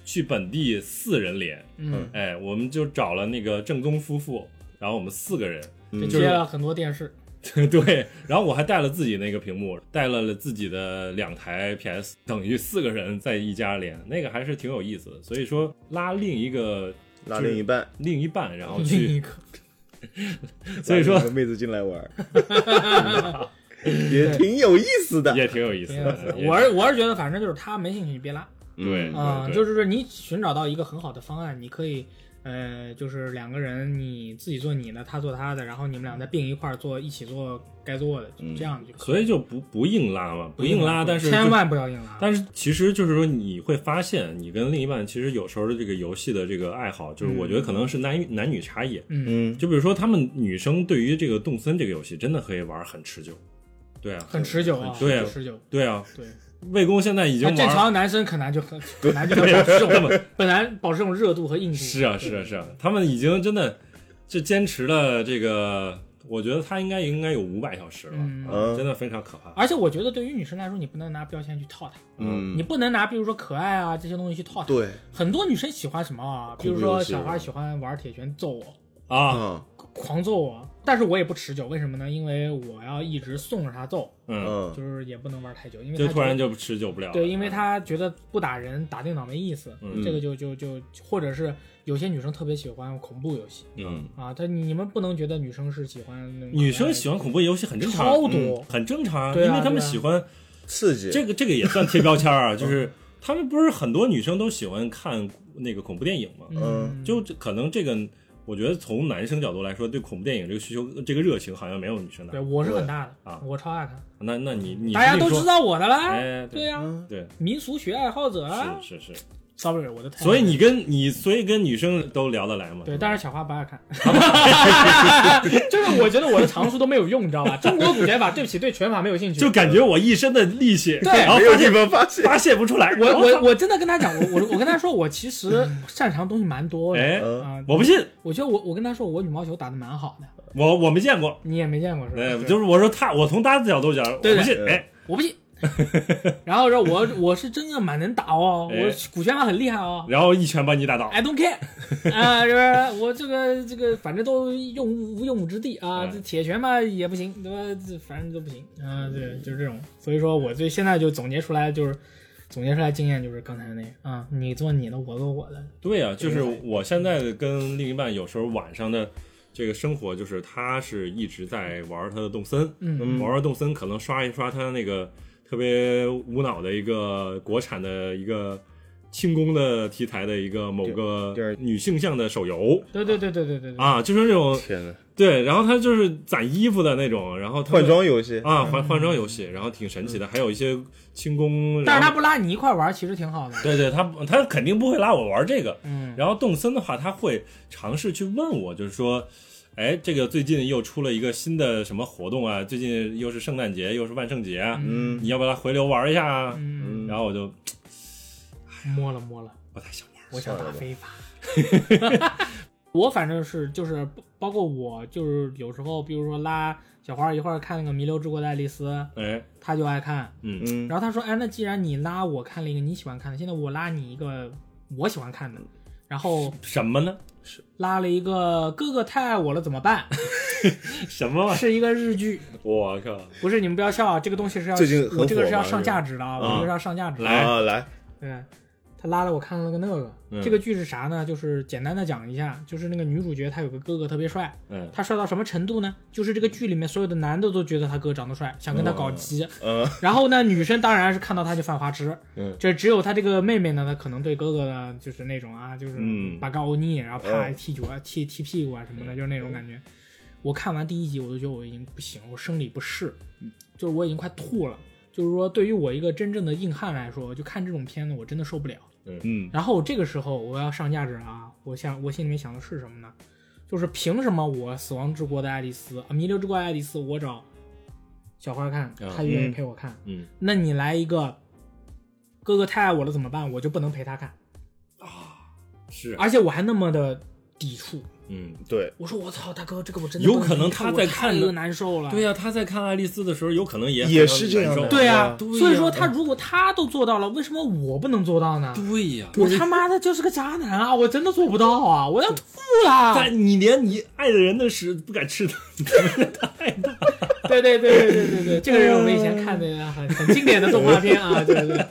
Speaker 1: 去本地四人连，
Speaker 3: 嗯，
Speaker 1: 哎，我们就找了那个正宗夫妇，然后我们四个人，
Speaker 3: 就
Speaker 1: 就
Speaker 3: 接
Speaker 1: 是
Speaker 3: 了很多电视，
Speaker 1: 对，然后我还带了自己那个屏幕，带了自己的两台 PS，等于四个人在一家连，那个还是挺有意思的。所以说拉另一个
Speaker 2: 拉另一半，
Speaker 1: 另一半，然后
Speaker 3: 另
Speaker 1: 去，*laughs*
Speaker 3: 一个
Speaker 1: 所以说
Speaker 2: 拉另一个妹子进来玩，也挺有意思的。
Speaker 1: 也挺有意思的。 *laughs* 也
Speaker 3: 我是我是觉得，反正就是他没兴趣，你别拉
Speaker 1: 对
Speaker 2: 嗯
Speaker 3: 啊，
Speaker 1: 对
Speaker 3: 就是说你寻找到一个很好的方案，你可以。呃，就是两个人，你自己做你的，他做他的，然后你们俩再并一块儿做，一起做该做的，就这样就可以。
Speaker 1: 所嗯以就不不硬拉嘛，不硬拉，但是就
Speaker 3: 千万不要硬拉。
Speaker 1: 但是其实就是说，你会发现你跟另一半其实有时候的这个游戏的这个爱好，
Speaker 3: 嗯
Speaker 1: 就是我觉得可能是男女男女差异。
Speaker 2: 嗯，
Speaker 1: 就比如说，他们女生对于这个动森这个游戏，真的可以玩很持久。对啊，
Speaker 3: 很持久啊，
Speaker 1: 对啊
Speaker 3: 很持久。
Speaker 1: 对啊，
Speaker 3: 对，
Speaker 1: 魏工现在已经
Speaker 3: 那
Speaker 1: 玩
Speaker 3: 正
Speaker 1: *laughs*
Speaker 3: 常的男生很难就很很难就能保持这种本来保持这种热度和硬度。
Speaker 1: 是啊，是啊，是啊，他们已经真的就坚持了这个，我觉得他应该应该有五百小时了、
Speaker 3: 嗯
Speaker 1: 啊，真的非常可怕。
Speaker 3: 而且我觉得对于女生来说，你不能拿标签去套她，
Speaker 2: 嗯
Speaker 3: 你不能拿比如说可爱啊这些东西去套她。
Speaker 2: 对
Speaker 3: 很多女生喜欢什么啊？比如
Speaker 2: 恐怖
Speaker 3: 说
Speaker 2: 游戏
Speaker 3: 小孩喜欢玩铁拳揍我，
Speaker 1: 啊，
Speaker 2: 啊，
Speaker 3: 狂揍我，但是我也不持久，为什么呢？因为我要一直送着她揍，
Speaker 1: 嗯，
Speaker 2: 嗯，
Speaker 3: 就是也不能玩太久，因为
Speaker 1: 就
Speaker 3: 她
Speaker 1: 突然
Speaker 3: 觉得。
Speaker 1: 就持久不了了。
Speaker 3: 对，因为她觉得不打人打电脑没意思，
Speaker 1: 嗯
Speaker 3: 这个就就就或者是有些女生特别喜欢恐怖游戏，
Speaker 1: 嗯，
Speaker 3: 啊，但你们不能觉得女生是喜欢那种
Speaker 1: 女生喜欢恐怖游戏很正常，嗯
Speaker 3: 超多
Speaker 1: 很正常啊，
Speaker 3: 对啊
Speaker 1: 因为他们
Speaker 3: 对啊
Speaker 1: 喜欢
Speaker 2: 刺激，
Speaker 1: 这个，这个也算贴标签
Speaker 3: *laughs*
Speaker 1: 儿啊，就是他们不是很多女生都喜欢看那个恐怖电影吗？
Speaker 2: 嗯
Speaker 1: 就这可能这个，我觉得从男生角度来说，对恐怖电影这个需求、这个热情好像没有女生
Speaker 3: 对
Speaker 1: 大。
Speaker 3: 我是很大的
Speaker 1: 啊
Speaker 3: 我超爱看，
Speaker 1: 那那你你
Speaker 3: 大家都
Speaker 1: 说
Speaker 3: 知，道我的啦，
Speaker 1: 哎，
Speaker 3: 对呀，
Speaker 2: 嗯
Speaker 1: 对，
Speaker 3: 民俗学爱好者啊
Speaker 1: 是是是。
Speaker 3: ，sorry，我的太
Speaker 1: 所以你跟你所以跟女生都聊得来嘛？
Speaker 3: 对，
Speaker 1: 吧
Speaker 3: 但是小花不
Speaker 1: *laughs*
Speaker 3: 爱看，就是我觉得我的常识都没有用，你知道吧？中国古拳法，对不起，对拳法没有兴趣，
Speaker 1: 就感觉我一身的力气，
Speaker 3: 对
Speaker 1: 然后
Speaker 2: 没有
Speaker 1: 发
Speaker 2: 你
Speaker 1: 泄
Speaker 2: 们发现，
Speaker 1: 发泄不出来。
Speaker 3: 我我我真的跟他讲，我我我跟他说，我其实擅长的东西蛮多的
Speaker 1: 哎，
Speaker 2: 嗯，
Speaker 3: 啊，
Speaker 1: 我不信，
Speaker 3: 我觉得我我跟他说，我羽毛球打的蛮好的，
Speaker 1: 我我没见过。
Speaker 3: 你也没见过是吧
Speaker 1: 哎，？就是我说他，我从他的角度讲，
Speaker 3: 对
Speaker 1: 我不信。
Speaker 2: 对
Speaker 1: 哎，
Speaker 3: 我不信。 *laughs* 然后说我我是真的蛮能打哦，
Speaker 1: 哎
Speaker 3: 我古拳法很厉害哦。
Speaker 1: 然后一拳把你打倒。
Speaker 3: I don't
Speaker 1: *laughs*
Speaker 3: care，啊、就是我这个这个，反正都用武无用武之地啊。
Speaker 1: 嗯
Speaker 3: 这铁拳嘛也不行，对吧？这反正都不行啊。对，就是这种。所以说，我最现在就总结出来，就是总结出来经验就是刚才那个啊，你做你的，我做我的。
Speaker 1: 对呀、就是
Speaker 3: 对
Speaker 1: 我现在跟另一半有时候晚上的这个生活，就是他是一直在玩他的动森，
Speaker 3: 嗯
Speaker 1: 玩玩动森，可能刷一刷他那个特别无脑的一个国产的一个轻功的题材的一个某个
Speaker 2: 第二
Speaker 1: 女性向的手游
Speaker 3: 对对对对对对对，
Speaker 1: 啊，就是那种
Speaker 2: 天呐，
Speaker 1: 对，然后它就是攒衣服的那种，然后它
Speaker 2: 换装游戏，嗯
Speaker 1: 啊换换装游戏，然后挺神奇的，还有一些轻功，
Speaker 3: 但
Speaker 1: 然
Speaker 3: 是他
Speaker 1: 后
Speaker 3: 不拉你一块玩儿，其实挺好的。
Speaker 1: 对对，他他肯定不会拉我玩这个，
Speaker 3: 嗯，
Speaker 1: 然后动森的话，他会尝试去问我，就是说，哎，这个最近又出了一个新的什么活动啊？最近又是圣诞节，又是万圣节啊，
Speaker 2: 嗯，
Speaker 1: 你要不要来回流玩一下啊？
Speaker 3: 嗯，
Speaker 1: 然后我就
Speaker 3: 摸了摸了，
Speaker 1: 不太想玩。
Speaker 3: 我想
Speaker 2: 算
Speaker 3: 打
Speaker 2: 了吧
Speaker 3: 非法。 *laughs* 我反正是就是包括我就是有时候，比如说拉小花一块儿看那个《弥留之国的爱丽丝》，
Speaker 1: 哎，
Speaker 3: 她就爱看。
Speaker 1: 嗯，
Speaker 2: 嗯，
Speaker 3: 然后她说：“哎，那既然你拉我看了一个你喜欢看的，现在我拉你一个我喜欢看的，然后
Speaker 1: 什么呢？ *laughs*
Speaker 3: 拉了一个哥哥太爱我了怎
Speaker 2: *laughs*
Speaker 3: 么办？
Speaker 1: 什么玩意
Speaker 3: 是一个日剧，
Speaker 1: 儿？我靠！
Speaker 3: 不是你们不要笑啊，这个东西是要
Speaker 2: 最近很
Speaker 3: 我这个
Speaker 2: 火
Speaker 3: 是要
Speaker 2: 嘛
Speaker 3: 上
Speaker 2: 是吧
Speaker 3: 价值的啊，我这个是要上价值的。
Speaker 1: 来
Speaker 2: 啊来，
Speaker 3: 对，他拉了我看了个那个，
Speaker 1: 嗯
Speaker 3: 这个剧是啥呢？就是简单的讲一下，就是那个女主角她有个哥哥特别帅，
Speaker 1: 嗯，
Speaker 3: 他帅到什么程度呢？就是这个剧里面所有的男的都觉得他哥长得帅，想跟他
Speaker 1: 哦
Speaker 3: 搞基。
Speaker 2: 嗯
Speaker 3: 然后呢，女生当然是看到他就犯花痴，
Speaker 1: 嗯
Speaker 3: 就是只有他这个妹妹呢，她可能对哥哥呢就是那种啊，就是
Speaker 1: 嗯
Speaker 3: 把高欧尼，然后啪
Speaker 2: 嗯
Speaker 3: 踢脚啊、踢踢屁股啊什么的，就是那种感觉。我看完第一集，我就觉得我已经不行，我生理不适，
Speaker 1: 嗯
Speaker 3: 就是我已经快吐了。就是说，对于我一个真正的硬汉来说，就看这种片子，我真的受不了。
Speaker 2: 嗯，
Speaker 3: 然后这个时候我要上价值了啊！我想我心里面想的是什么呢？就是凭什么我《死亡之国的爱丽丝》啊，《弥留之国的爱丽丝》，我找小花看，
Speaker 1: 啊
Speaker 3: 她愿意
Speaker 2: 嗯
Speaker 3: 陪我看。
Speaker 1: 嗯
Speaker 3: 那你来一个，哥哥太爱我了怎么办？我就不能陪他看，
Speaker 1: 啊， *laughs* 是，
Speaker 3: 而且我还那么的抵触。
Speaker 1: 嗯，
Speaker 2: 对，
Speaker 3: 我说我操，大哥，这个我真的
Speaker 1: 有
Speaker 3: 不
Speaker 1: 可能
Speaker 3: 陪
Speaker 1: 他在
Speaker 3: 我
Speaker 1: 看
Speaker 3: 太
Speaker 1: 的
Speaker 3: 难受了。
Speaker 1: 对呀、他在看爱丽丝的时候，有可能也
Speaker 2: 也
Speaker 1: 很
Speaker 2: 是这样的
Speaker 1: 难受
Speaker 3: 对呀、
Speaker 2: 啊
Speaker 1: 对呀
Speaker 3: 所以说他如果他都做到了，为什么我不能做到呢？
Speaker 1: 对呀、
Speaker 3: 我他妈的就是个渣男啊！我真的做不到啊！我要吐了。
Speaker 1: 但你连你爱的人的屎不敢吃的，
Speaker 3: 对对对对对对对，这个是我们以前看的很很经典的动画片啊，对对对，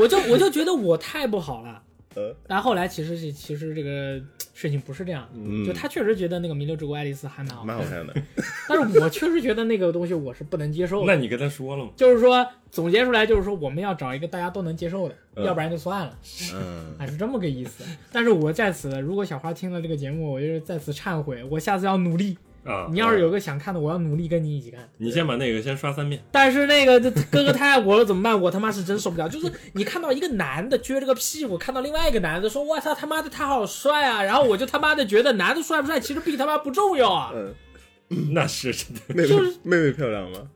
Speaker 3: 我就我就觉得我太不好了。
Speaker 2: 呃，
Speaker 3: 但后来其实是其实这个事情不是这样，
Speaker 2: 嗯
Speaker 3: 就他确实觉得那个《弥留之国爱丽丝》还蛮好
Speaker 2: 蛮好
Speaker 3: 看，
Speaker 2: 看的，
Speaker 3: 但是我确实觉得那个东西我是不能接受
Speaker 1: 那
Speaker 3: 的。
Speaker 1: 你跟他说了吗？
Speaker 3: 就是说，总结出来就是说，我们要找一个大家都能接受的，
Speaker 1: 嗯
Speaker 3: 要不然就算了，
Speaker 2: 嗯，
Speaker 3: 啊，是这么个意思。但是我在此，如果小花听了这个节目，我就是在此忏悔，我下次要努力。
Speaker 1: 啊，
Speaker 3: 你要是有个想看的，我要努力跟你一起看。
Speaker 1: 你先把那个先刷三遍。
Speaker 3: 但是那个这哥哥太爱我了怎么办？我他妈是真受不了。就是你看到一个男的撅着个屁股，看到另外一个男的说哇他他妈的他好帅啊，然后我就他妈的觉得男的帅不帅其实并他妈不重要啊。
Speaker 2: 嗯，
Speaker 1: 那是真的，
Speaker 2: 妹妹
Speaker 3: 就是
Speaker 2: 妹妹漂亮吗？ *laughs*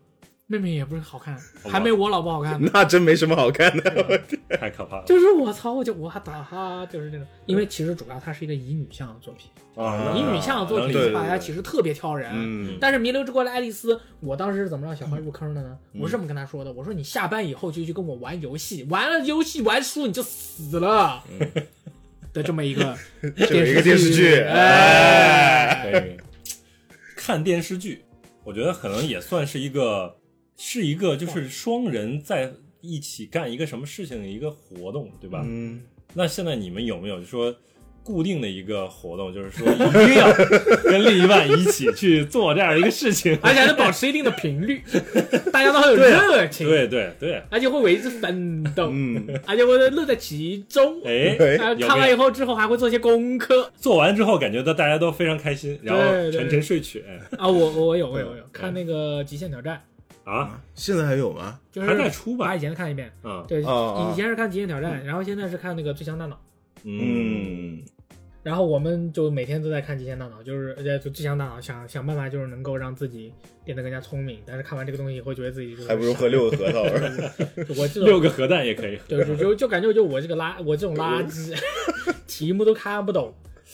Speaker 3: 妹妹也不是好看，啊
Speaker 1: 吧
Speaker 3: 还没我老婆好看。
Speaker 2: 那真没什么好看的，
Speaker 1: 太可怕了。
Speaker 3: 就是我操，我就我打哈，就是那种，因为其实主要它是一个乙女向的作品，
Speaker 1: 啊
Speaker 3: 乙女向的作
Speaker 1: 啊
Speaker 3: 品
Speaker 2: 对
Speaker 3: 是吧？
Speaker 2: 对
Speaker 3: 它
Speaker 2: 对
Speaker 3: 其实特别挑人。
Speaker 2: 嗯，
Speaker 3: 但是《弥留之国的爱丽丝》，我当时是怎么让小花入坑的呢？我是这么跟她说的：我说你下班以后就去跟我玩游戏，玩了游戏玩输你就死了。 *laughs* 的这么一个
Speaker 2: 这么一个电视剧
Speaker 3: 哎，？
Speaker 1: 对看电视剧，我觉得可能也算是一个，是一个就是双人在一起干一个什么事情的一个活动，对吧？
Speaker 2: 嗯，
Speaker 1: 那现在你们有没有就说固定的一个活动，就是说一定要跟另一半一起去做这样一个事情
Speaker 3: 而且还能保持一定的频率，大家都很有热情，
Speaker 1: 对对对，
Speaker 3: 而且会为之奋斗，
Speaker 2: 嗯，
Speaker 3: *laughs* 而且会乐在其中。
Speaker 1: 哎，
Speaker 3: 还有
Speaker 1: 有没有
Speaker 3: 看完以后之后还会做一些功课
Speaker 1: 做完之后感觉到大家都非常开心，然后
Speaker 3: 对对
Speaker 1: 沉沉睡去。哎
Speaker 3: 啊！我我我有我有我有看那个《极限挑战
Speaker 1: 啊，
Speaker 2: 现在还有吗？》，
Speaker 3: 就是
Speaker 1: 还在出
Speaker 3: 把
Speaker 1: 吧
Speaker 3: 以？前的看一遍。
Speaker 1: 嗯
Speaker 3: 对，
Speaker 2: 哦哦
Speaker 3: 以前是看《极限挑战》，然后现在是看那个《最强大脑》。
Speaker 1: 嗯，
Speaker 3: 然后我们就每天都在看《极限大脑》，就是呃，就《最强大脑》想，想办法就是能够让自己变得更加聪明。但是看完这个东西以后，觉得自己就是
Speaker 2: 还不如喝六个核桃玩儿。
Speaker 3: 就我这
Speaker 1: 六
Speaker 3: 种，
Speaker 1: 个核弹也可以。
Speaker 3: 对，就就就感觉就我这个垃，我这种垃圾， *laughs* 题目都看不懂，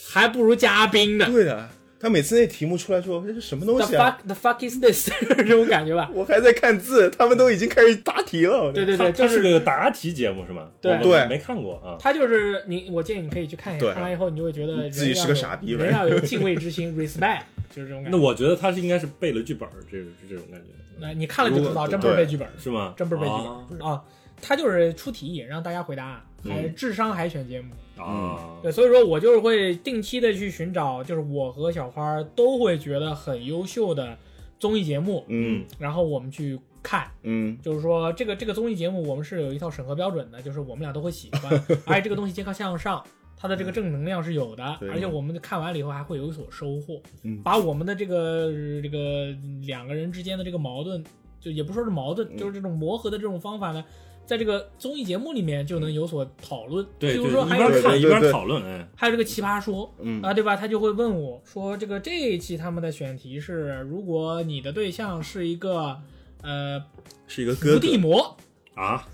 Speaker 3: 还不如嘉宾呢。
Speaker 2: *laughs* *laughs* 对的，他每次那题目出来说这是什么东
Speaker 3: The
Speaker 2: 西啊？
Speaker 3: fuck, the fuck is this？这 *laughs* 种感觉吧。
Speaker 2: 我还在看字，他们都已经开始答题了。
Speaker 3: 对对
Speaker 1: 它
Speaker 3: 对，就
Speaker 1: 它是
Speaker 3: 是
Speaker 1: 个答题节目是吗？
Speaker 3: 对
Speaker 1: 我
Speaker 2: 对
Speaker 1: 没看过啊。
Speaker 3: 他就是你，我建议你可以去看一下，
Speaker 2: 对
Speaker 3: 看完以后你就会觉得
Speaker 2: 你自己是个傻逼
Speaker 3: 人要有
Speaker 2: *laughs*
Speaker 3: 人要有敬畏之心，respect，就是这种感
Speaker 1: 那
Speaker 3: 觉。
Speaker 1: 我觉得他是应该是背了剧本儿，这这种感觉
Speaker 3: 那你看了就知道，真不是
Speaker 2: 对
Speaker 3: 背剧本。
Speaker 1: 是吗？
Speaker 3: 真不是背剧本
Speaker 1: 啊
Speaker 3: 啊，他就是出题让大家回答，还是智商海选节目。
Speaker 1: 啊
Speaker 2: 嗯
Speaker 3: 对，所以说我就是会定期的去寻找，就是我和小花都会觉得很优秀的综艺节目，
Speaker 2: 嗯，
Speaker 3: 然后我们去看。
Speaker 2: 嗯
Speaker 3: 就是说，这个这个综艺节目我们是有一套审核标准的，就是我们俩都会喜
Speaker 2: *laughs*
Speaker 3: 欢，而且这个东西健康向上，它的这个正能量是有的，
Speaker 2: 对
Speaker 3: 而且我们看完了以后还会有所收获，
Speaker 2: 嗯
Speaker 3: 把我们的这个这个两个人之间的这个矛盾，就也不说是矛盾，
Speaker 2: 嗯
Speaker 3: 就是这种磨合的这种方法呢，在这个综艺节目里面就能有所讨论，
Speaker 1: 对，
Speaker 3: 比
Speaker 1: 对
Speaker 3: 如说
Speaker 1: 一
Speaker 3: 还有
Speaker 1: 边
Speaker 3: 这个
Speaker 1: 看
Speaker 2: 对
Speaker 1: 一
Speaker 2: 对
Speaker 1: 边
Speaker 2: 对
Speaker 1: 讨论，哎，
Speaker 3: 还有这个奇葩说，
Speaker 2: 嗯
Speaker 3: 啊，对吧？他就会问我说，这个这一期他们的选题是，如果你的对象是一个呃
Speaker 2: 是一个哥
Speaker 3: 伏
Speaker 2: 哥，
Speaker 3: 地魔
Speaker 1: 啊，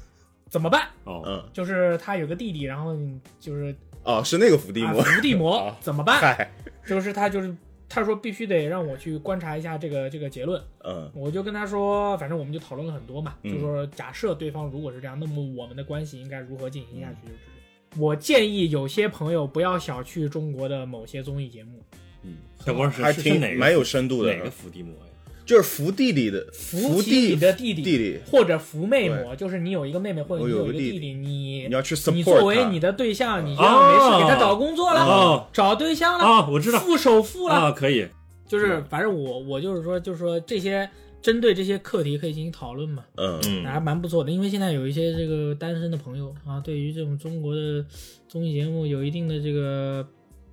Speaker 3: 怎么办？
Speaker 1: 哦，
Speaker 2: 嗯
Speaker 3: 就是他有个弟弟，然后你就是
Speaker 2: 哦，是那个伏地
Speaker 3: 啊
Speaker 2: 魔，
Speaker 3: 伏地魔
Speaker 2: *laughs* 啊
Speaker 3: 怎么办？
Speaker 2: 嗨，
Speaker 3: 就是他就是他说必须得让我去观察一下这个这个结论。
Speaker 2: 嗯
Speaker 3: 我就跟他说，反正我们就讨论了很多嘛，
Speaker 2: 嗯
Speaker 3: 就说假设对方如果是这样，那么我们的关系应该如何进行下
Speaker 2: 嗯
Speaker 3: 去？就是我建议有些朋友不要小觑中国的某些综艺节目，
Speaker 2: 嗯，
Speaker 1: 小光是
Speaker 2: 还
Speaker 1: 是
Speaker 2: 挺
Speaker 1: 哪个
Speaker 2: 蛮有深度
Speaker 1: 哪个
Speaker 2: 的，
Speaker 1: 伏地魔呀？
Speaker 2: 就是伏地里的
Speaker 3: 扶
Speaker 2: 伏
Speaker 3: 起
Speaker 2: 地
Speaker 3: 你的弟弟，
Speaker 2: 弟弟
Speaker 3: 或者扶妹魔，就是你有一个妹妹或者
Speaker 2: 我
Speaker 3: 你
Speaker 2: 有
Speaker 3: 一
Speaker 2: 个
Speaker 3: 个
Speaker 2: 弟
Speaker 3: 弟弟，你
Speaker 2: 你要去 support
Speaker 3: 你作为
Speaker 2: 他啊
Speaker 3: 你的对象，你就要没
Speaker 1: 哦
Speaker 3: 事给他找工作了，
Speaker 1: 哦
Speaker 3: 找对象了，
Speaker 1: 啊，我知道
Speaker 3: 付首付了，
Speaker 1: 啊，可以，
Speaker 3: 就是
Speaker 2: 嗯
Speaker 3: 反正我我就是说就是说这些针对这些课题可以进行讨论嘛，
Speaker 2: 嗯
Speaker 3: 还
Speaker 1: 嗯，
Speaker 3: 蛮不错的。因为现在有一些这个单身的朋友啊，对于这种中国的综艺节目有一定的这个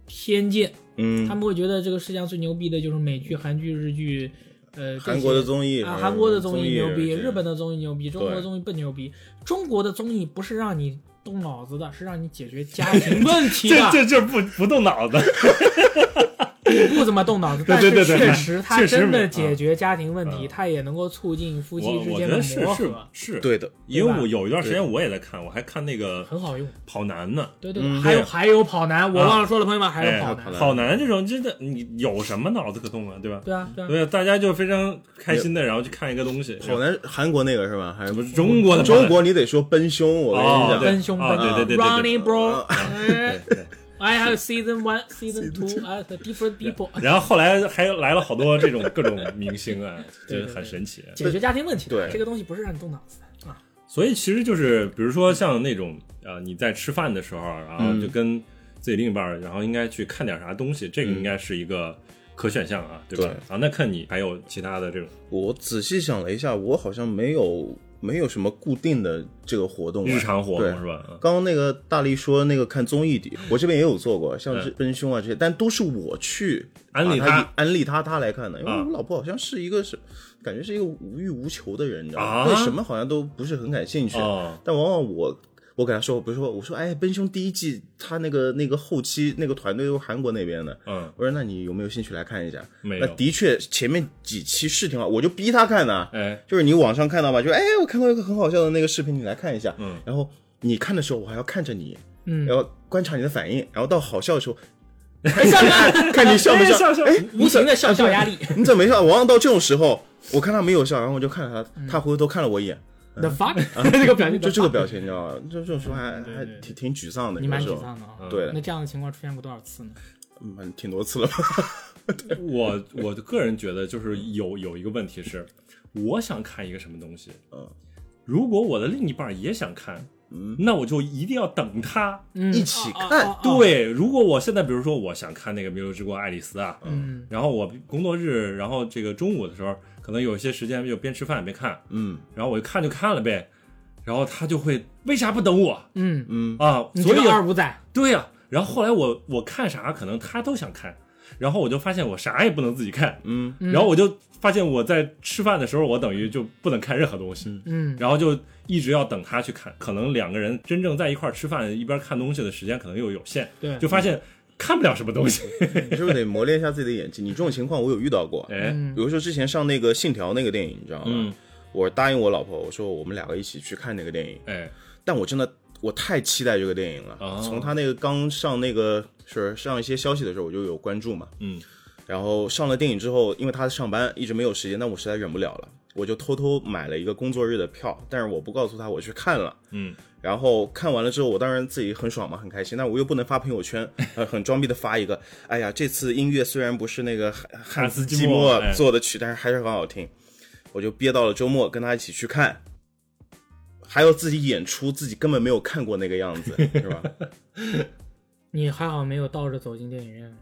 Speaker 3: 偏见，他
Speaker 2: 嗯，
Speaker 3: 们会觉得这个世界上最牛逼的就是美剧、韩剧、日剧，呃，这
Speaker 2: 韩
Speaker 3: 些
Speaker 2: 国的综艺嗯
Speaker 3: 啊，韩国的
Speaker 2: 综
Speaker 3: 综艺牛逼，
Speaker 2: 也是
Speaker 3: 日本的综艺牛逼，中国的
Speaker 2: 对
Speaker 3: 综艺不牛逼。中国的综艺不是让你动脑子的，是让你解决家庭问
Speaker 2: *laughs*
Speaker 3: 题
Speaker 1: 这
Speaker 3: 的。
Speaker 1: 这这不不动脑
Speaker 3: *laughs*
Speaker 1: 子，
Speaker 3: 不怎么动脑子，
Speaker 1: 对
Speaker 3: 但是
Speaker 1: 对对对
Speaker 3: 确实它
Speaker 1: 确实
Speaker 3: 真的
Speaker 1: 没
Speaker 3: 解决家庭问题，
Speaker 1: 嗯
Speaker 3: 它也能够促进夫妻
Speaker 1: 我
Speaker 3: 之
Speaker 1: 我觉
Speaker 3: 间的
Speaker 1: 得是
Speaker 3: 磨
Speaker 1: 是
Speaker 3: 合，
Speaker 1: 是，
Speaker 2: 对的，
Speaker 1: 因为我有一段时
Speaker 2: 对
Speaker 1: 间我也在看，我还看那个
Speaker 3: 很好用。
Speaker 1: 跑男呢。
Speaker 3: 对对，
Speaker 2: 嗯
Speaker 3: 还有
Speaker 1: 对
Speaker 3: 还有跑男，我
Speaker 1: 啊
Speaker 3: 忘了说了，朋友们，还
Speaker 1: 哎
Speaker 3: 有跑男。
Speaker 1: 跑男这种真的，你有什么脑子可动啊，对吧？
Speaker 3: 对啊，对啊，
Speaker 1: 对，大家就非常开心的，然后去看一个东西。
Speaker 2: 好难，韩国那个是吧？还是
Speaker 1: 中国的跑
Speaker 2: 中
Speaker 1: 男
Speaker 2: 国你得说奔凶，我跟
Speaker 1: 哦
Speaker 2: 你讲，
Speaker 1: 对
Speaker 3: 奔凶
Speaker 1: 啊
Speaker 3: 奔
Speaker 1: 对对对对对啊
Speaker 3: Running Bro 哎。
Speaker 2: 对对
Speaker 3: I have season one, season two, I have different people。
Speaker 1: 然后后来还来了好多这种各种明星啊，
Speaker 3: 对对
Speaker 1: 就很神奇。
Speaker 3: 解决家庭问题的，
Speaker 2: 对
Speaker 3: 这个东西不是让你动脑子的啊。
Speaker 1: 所以其实就是，比如说像那种呃，你在吃饭的时候，啊然后就跟自己另一半儿，然后应该去看点啥东西，这个应该是一个可选项啊，对吧？
Speaker 2: 对
Speaker 1: 啊，那看你还有其他的这种
Speaker 2: 我仔细想了一下，我好像没有没有什么固定的这个活动啊，
Speaker 1: 日常活
Speaker 2: 对
Speaker 1: 动是吧？啊
Speaker 2: 刚刚那个大力说那个看综艺的，我这边也有做过，像
Speaker 1: 嗯
Speaker 2: 是奔凶啊这些，但都是我去
Speaker 1: 安利
Speaker 2: 把
Speaker 1: 他
Speaker 2: 他一，安利他，他来看的。因为
Speaker 1: 啊
Speaker 2: 我老婆好像是一个是，感觉是一个无欲无求的人，你知道
Speaker 1: 啊
Speaker 2: 吗？对什么好像都不是很感兴趣。
Speaker 1: 哦
Speaker 2: 但往往我我给他说，我不是说我说哎，奔凶第一季他那个那个后期那个团队都是韩国那边的，
Speaker 1: 嗯，
Speaker 2: 我说那你有没有兴趣来看一下？
Speaker 1: 没
Speaker 2: 那
Speaker 1: 有，
Speaker 2: 的确前面几期是挺好，我就逼他看的啊。
Speaker 1: 哎，
Speaker 2: 就是你网上看到吧，就是哎，我看到一个很好笑的那个视频，你来看一下。
Speaker 1: 嗯，
Speaker 2: 然后你看的时候，我还要看着你，
Speaker 3: 嗯，
Speaker 2: 然后观察你的反应，然后到好笑的时候， *laughs*
Speaker 3: 哎上来
Speaker 2: 看你笑不
Speaker 3: *laughs*
Speaker 1: 哎笑笑嗯
Speaker 2: 哎，
Speaker 3: 无形的笑笑压
Speaker 1: *laughs*
Speaker 3: 力。
Speaker 2: 你怎么没笑？往往到这种时候，我看他没有笑，然后我就看着
Speaker 3: 嗯
Speaker 2: 他，他回头看了我一眼，
Speaker 3: The fuck，这
Speaker 1: 嗯
Speaker 3: *laughs* 个表情
Speaker 2: 就这个表情，你知道吗？就这种时候还
Speaker 3: 对
Speaker 2: 还
Speaker 3: 对
Speaker 2: 挺挺沮丧的，
Speaker 3: 你
Speaker 2: 有
Speaker 3: 蛮
Speaker 2: 时
Speaker 3: 沮
Speaker 2: 候
Speaker 3: 丧的啊。
Speaker 1: 嗯
Speaker 2: 对的
Speaker 3: 那这样的情况出现过多少次呢？
Speaker 2: 嗯，挺多次了吧？
Speaker 1: 我我个人觉得就是有有一个问题是，我想看一个什么东西，
Speaker 2: 嗯
Speaker 1: 如果我的另一半儿也想看，
Speaker 2: 嗯，
Speaker 1: 那我就一定要等他。
Speaker 3: 嗯
Speaker 2: 一起
Speaker 3: 啊啊
Speaker 2: 看
Speaker 3: 啊啊
Speaker 1: 对，如果我现在比如说我想看那个《迷路之国》爱丽丝啊，
Speaker 3: 嗯，
Speaker 1: 然后我工作日，然后这个中午的时候，可能有些时间就边吃饭边看，
Speaker 2: 嗯
Speaker 1: 然后我就看就看了呗，然后他就会为啥不等我
Speaker 3: 嗯，
Speaker 2: 嗯
Speaker 1: 啊？
Speaker 3: 你
Speaker 1: 所
Speaker 3: 这
Speaker 1: 以
Speaker 3: 个二五仔，
Speaker 1: 对呀、然后后来我我看啥，可能他都想看，然后我就发现我啥也不能自己看，
Speaker 2: 嗯
Speaker 3: 嗯
Speaker 1: 然后我就发现我在吃饭的时候，我等于就不能看任何东西，
Speaker 3: 嗯，
Speaker 1: 然后就一直要等他去看。可能两个人真正在一块儿吃饭，一边看东西的时间可能又有限，
Speaker 3: 对，
Speaker 1: 就发现看不了什么东西。哎
Speaker 2: 你是不是得磨练一下自己的演技？你这种情况我有遇到过，
Speaker 1: 哎，
Speaker 2: 比如说之前上那个《信条》那个电影，你知道
Speaker 1: 嗯
Speaker 2: 吗？我答应我老婆，我说我们两个一起去看那个电影，
Speaker 1: 哎，
Speaker 2: 但我真的我太期待这个电影了。
Speaker 1: 哦
Speaker 2: 从他那个刚上那个是上一些消息的时候，我就有关注嘛。
Speaker 1: 嗯，
Speaker 2: 然后上了电影之后，因为他上班一直没有时间，但我实在忍不了了，我就偷偷买了一个工作日的票，但是我不告诉他我去看了。
Speaker 1: 嗯，
Speaker 2: 然后看完了之后，我当然自己很爽嘛，很开心，但我又不能发朋友圈， *laughs* 呃，很装逼的发一个，哎呀，这次音乐虽然不是那个汉汉斯季
Speaker 1: 汉斯季默哎
Speaker 2: 默做的曲，但是还是很好听，我就憋到了周末跟他一起去看，还有自己演出，自己根本没有看过那个样子，是吧？
Speaker 3: 你还好没有倒着走进电影院，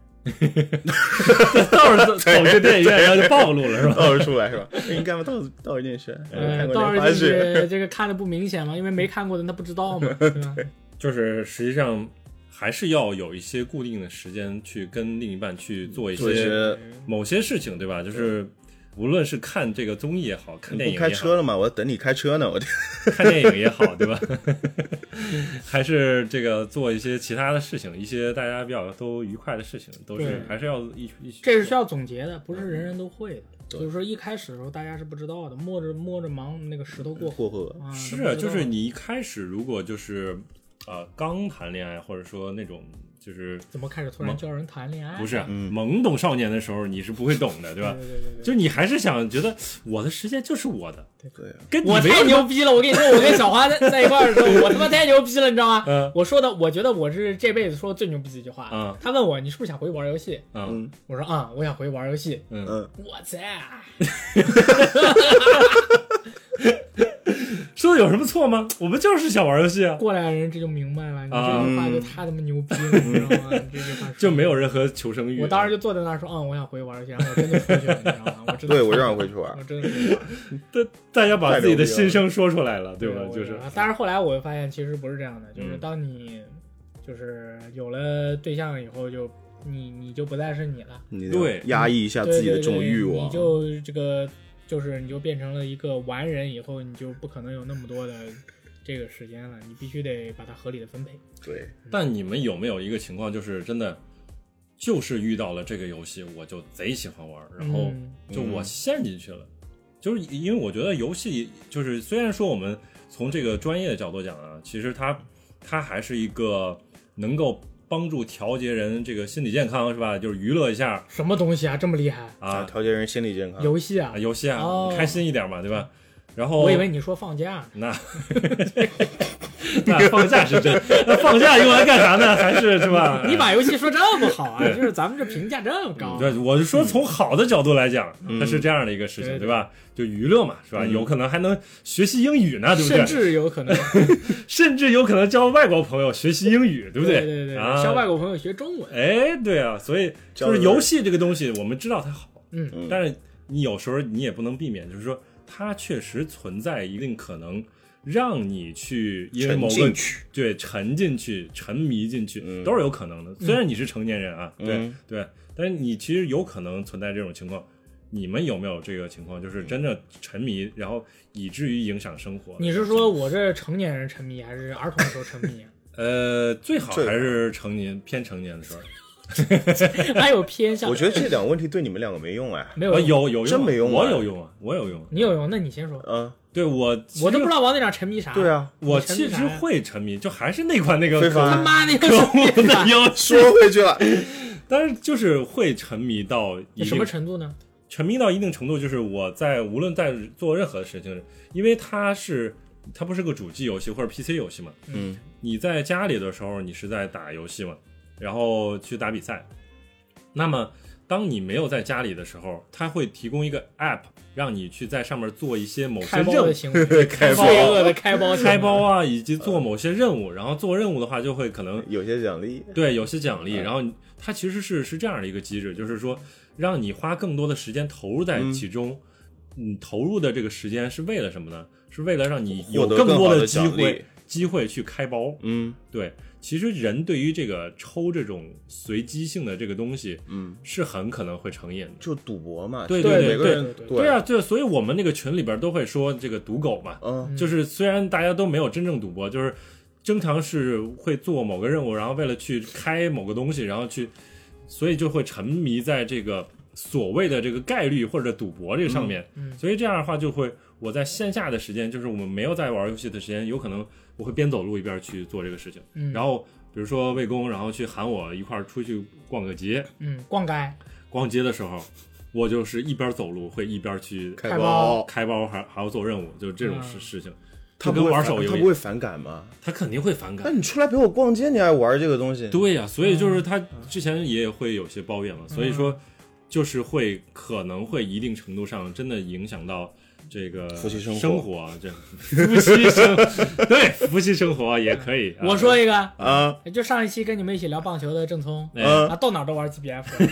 Speaker 1: 到 *laughs* 时候走去电影院，然后就暴露了，是吧？
Speaker 2: 倒着出来是吧？你干嘛倒倒一点血？
Speaker 3: 呃
Speaker 1: 哎
Speaker 2: 看，过
Speaker 3: 到
Speaker 2: 莲
Speaker 3: 时候
Speaker 2: 花
Speaker 3: 就
Speaker 2: 血。
Speaker 1: *laughs*
Speaker 3: 是这个看的不明显嘛，因为没看过的他不知道嘛，对吧？
Speaker 1: *laughs* 就是实际上还是要有一些固定的时间去跟另一半去做一
Speaker 2: 做一
Speaker 1: 些
Speaker 2: 些
Speaker 1: 某些事情，对吧？就是无论是看这个综艺也好看电
Speaker 2: 你
Speaker 1: 影
Speaker 2: 不
Speaker 1: 也好，
Speaker 2: 开车了吗？我等你开车呢，我得
Speaker 1: *laughs* 看电影也好，对吧？ *laughs* 还是这个做一些其他的事情，一些大家比较都愉快的事情，都
Speaker 3: 对
Speaker 1: 是还是要一起一起。
Speaker 3: 这是需要总结的，不是人人都会的。
Speaker 2: 对
Speaker 3: 就是说一开始的时候大家是不知道的，摸着摸着忙那个石头过河。
Speaker 2: 过河。
Speaker 3: 啊、
Speaker 1: 是
Speaker 3: 都不
Speaker 1: 啊，
Speaker 3: 知
Speaker 1: 就是
Speaker 3: 道
Speaker 1: 你一开始如果就是呃刚谈恋爱，或者说那种就是
Speaker 3: 怎么开始突然教人谈恋爱？
Speaker 1: 不是啊、
Speaker 2: 嗯
Speaker 1: 懵懂少年的时候，你是不会懂的，对
Speaker 3: 对
Speaker 1: 吧？
Speaker 3: 对对对对
Speaker 1: 就你还是想觉得我的世界就是我的，
Speaker 2: 对，
Speaker 1: 跟你
Speaker 3: 我
Speaker 1: 没
Speaker 3: 太
Speaker 1: 有什
Speaker 3: 牛
Speaker 1: 么
Speaker 3: 逼了！我跟你说，我跟小花在在一块儿的
Speaker 1: *laughs*
Speaker 3: 时候，我他妈太牛逼了，你知道吗？
Speaker 1: 嗯
Speaker 3: 我说的，我觉得我是这辈子说的最牛逼的一句话。
Speaker 1: 嗯
Speaker 3: 他问我你是不是想回去玩游戏？
Speaker 1: 嗯
Speaker 2: 嗯
Speaker 3: 我说啊、我想回去玩游戏。
Speaker 1: 嗯，
Speaker 2: 嗯，
Speaker 3: 我操！
Speaker 1: 说的有什么错吗？我们就是想玩游戏啊，
Speaker 3: *laughs* 过来人这就明白了，你
Speaker 1: 啊
Speaker 3: 这句话就太他妈牛逼了，你知道
Speaker 1: *laughs*
Speaker 3: 吗？你这句话说
Speaker 1: 就没有任何求生欲。
Speaker 3: 我当时就坐在那儿说，嗯，我想回去玩游戏，然后我真的出去了，你知道吗？我真的，
Speaker 2: 对我让我回去玩
Speaker 3: 我。真的出去玩，
Speaker 1: 大大家把自己的
Speaker 2: 太牛逼了
Speaker 1: 心声说出来了，对吧？
Speaker 3: 我
Speaker 1: 就是
Speaker 3: 但是后来我发现其实不是这样的，就是
Speaker 1: 嗯
Speaker 3: 当你就是有了对象以后就。你你就不再是你了，
Speaker 2: 你
Speaker 1: 对
Speaker 2: 压抑一下自己的这种欲
Speaker 3: 对对对
Speaker 2: 望
Speaker 3: 你，就这个就是你就变成了一个完人，以后你就不可能有那么多的这个时间了，你必须得把它合理的分配。
Speaker 2: 对，
Speaker 1: 但你们有没有一个情况，就是真的，就是遇到了这个游戏，我就贼喜欢玩，然后
Speaker 3: 嗯
Speaker 1: 就我陷进去了。就是因为我觉得游戏，就是虽然说我们从这个专业的角度讲啊，其实它它还是一个能够帮助调节人这个心理健康，是吧？就是娱乐一下
Speaker 3: 什么东西啊，这么厉害？
Speaker 2: 啊，
Speaker 1: 啊，
Speaker 2: 调节人心理健康。
Speaker 3: 游戏啊
Speaker 1: 啊，游戏啊，
Speaker 3: 哦
Speaker 1: 开心一点嘛，对吧？然后
Speaker 3: 我以为你说放假呢。
Speaker 1: 那 *laughs* 那放假是真，那放假用来干啥呢？还是是吧？
Speaker 3: 你把游戏说这么好啊，就是咱们这评价这么高，
Speaker 1: 嗯对，哎我是说从好的角度来讲，它是这样的一个事情，
Speaker 3: 对
Speaker 1: 对吧？就娱乐嘛，是吧？有可能还能学习英语呢，对不
Speaker 3: 甚
Speaker 1: 对？
Speaker 3: 至有可能，
Speaker 1: 甚至有可能教外国朋友学习英语，对不
Speaker 3: 对
Speaker 1: 对
Speaker 3: 对，
Speaker 1: 啊，
Speaker 3: 向外国朋友学中文，
Speaker 1: 哎，对啊，所以就是游戏这个东西，我们知道它好，
Speaker 3: 嗯，
Speaker 2: 嗯
Speaker 1: 但是你有时候你也不能避免，就是说它确实存在一定可能让你去因为
Speaker 2: 沉
Speaker 1: 某个
Speaker 2: 进去
Speaker 1: 对沉进去、沉迷进去、
Speaker 2: 嗯
Speaker 1: 都是有可能的。虽然你是成年人啊，
Speaker 2: 嗯
Speaker 1: 对对，但是你其实有可能存在这种情况。你们有没有这个情况，
Speaker 2: 嗯
Speaker 1: 就是真的沉迷，然后以至于影响生活？
Speaker 3: 你是说我这成年人沉迷还是儿童的时候沉迷啊？ *laughs*
Speaker 1: 呃，最好
Speaker 2: 最好
Speaker 1: 还是成年偏成年的时候，
Speaker 3: 还有偏向？
Speaker 2: 我觉得这两个问题对你们两个没用哎，
Speaker 3: 没
Speaker 1: 啊
Speaker 3: 有，
Speaker 1: 有有用啊，
Speaker 2: 真没用啊
Speaker 1: 我有用啊，我有用啊。
Speaker 3: 你有用？那你先说，
Speaker 2: 嗯，
Speaker 1: 对我，
Speaker 3: 我都不知道王队长沉迷啥。
Speaker 2: 对，啊。
Speaker 1: 我
Speaker 3: 你沉迷
Speaker 1: 其实
Speaker 3: 啥呀
Speaker 1: 会沉迷，就还是那款那个
Speaker 2: 非法
Speaker 3: 他妈的，又是
Speaker 1: 可恶的游戏，
Speaker 2: 说回去了，
Speaker 1: 但是就是会沉迷到一定
Speaker 3: 什么程度呢？
Speaker 1: 沉迷到一定程度，就是我在无论在做任何事情，因为它是它不是个主机游戏或者 PC 游戏嘛，
Speaker 2: 嗯，
Speaker 1: 你在家里的时候你是在打游戏嘛，然后去打比赛，那么当你没有在家里的时候，它会提供一个 App 让你去在上面做一些某些
Speaker 3: 开包
Speaker 1: 任务
Speaker 3: 的，行为，
Speaker 1: 开包
Speaker 3: 罪恶的开包行为，
Speaker 1: 开包啊，以及做某些任务，然后做任务的话就会可能
Speaker 2: 有些奖励，
Speaker 1: 对，有些奖励。
Speaker 2: 嗯
Speaker 1: 然后你它其实是是这样的一个机制，就是说让你花更多的时间投入
Speaker 2: 嗯
Speaker 1: 在其中。你投入的这个时间是为了什么呢？是为了让你有
Speaker 2: 获得
Speaker 1: 更
Speaker 2: 更
Speaker 1: 多
Speaker 2: 好
Speaker 1: 的
Speaker 2: 的
Speaker 1: 机
Speaker 2: 奖
Speaker 1: 会
Speaker 2: 励，
Speaker 1: 机会去开包。
Speaker 2: 嗯
Speaker 1: 对，其实人对于这个抽这种随机性的这个东西
Speaker 2: 嗯，
Speaker 1: 是很可能会成瘾的。
Speaker 2: 就赌博嘛，
Speaker 1: 对
Speaker 3: 对
Speaker 2: 每个
Speaker 1: 对
Speaker 2: 人
Speaker 3: 对
Speaker 1: 对啊，对，所以我们那个群里边都会说这个赌狗嘛，
Speaker 2: 嗯，
Speaker 1: 就是虽然大家都没有真正赌博，就是经常是会做某个任务，然后为了去开某个东西，然后去，所以就会沉迷在这个所谓的这个概率或者赌博这个上面。
Speaker 3: 嗯嗯
Speaker 1: 所以这样的话，就会我在线下的时间，就是我们没有在玩游戏的时间，有可能我会边走路一边去做这个事情。
Speaker 3: 嗯
Speaker 1: 然后比如说魏工，然后去喊我一块儿出去逛个街，
Speaker 3: 嗯，逛
Speaker 1: 啊
Speaker 3: 街
Speaker 1: 逛街的时候，我就是一边走路会一边去。
Speaker 2: 开
Speaker 3: 开
Speaker 2: 包
Speaker 3: 包，
Speaker 1: 开包还还要做任务，就是这种事
Speaker 3: 嗯
Speaker 1: 事情，
Speaker 2: 他
Speaker 1: 就
Speaker 2: 不
Speaker 1: 跟
Speaker 2: 会
Speaker 1: 玩
Speaker 2: 反
Speaker 1: 手游一
Speaker 2: 他不
Speaker 1: 样，
Speaker 2: 会反感吗？
Speaker 1: 他肯定会反
Speaker 2: 那
Speaker 1: 感。
Speaker 2: 你出来陪我逛街，你还玩这个东西？
Speaker 3: 嗯
Speaker 1: 对呀、所以就是他之前也会有些抱怨嘛，所以说就是会可能会一定程度上真的影响到这个
Speaker 2: 夫妻生活
Speaker 1: 生活，啊这 *laughs* 夫妻生对夫妻生活也可以。啊
Speaker 3: 我说一个，
Speaker 2: 啊，
Speaker 3: 就上一期跟你们一起聊棒球的郑聪，
Speaker 1: 哎
Speaker 2: 嗯
Speaker 3: 啊，到哪儿都玩 GBF，every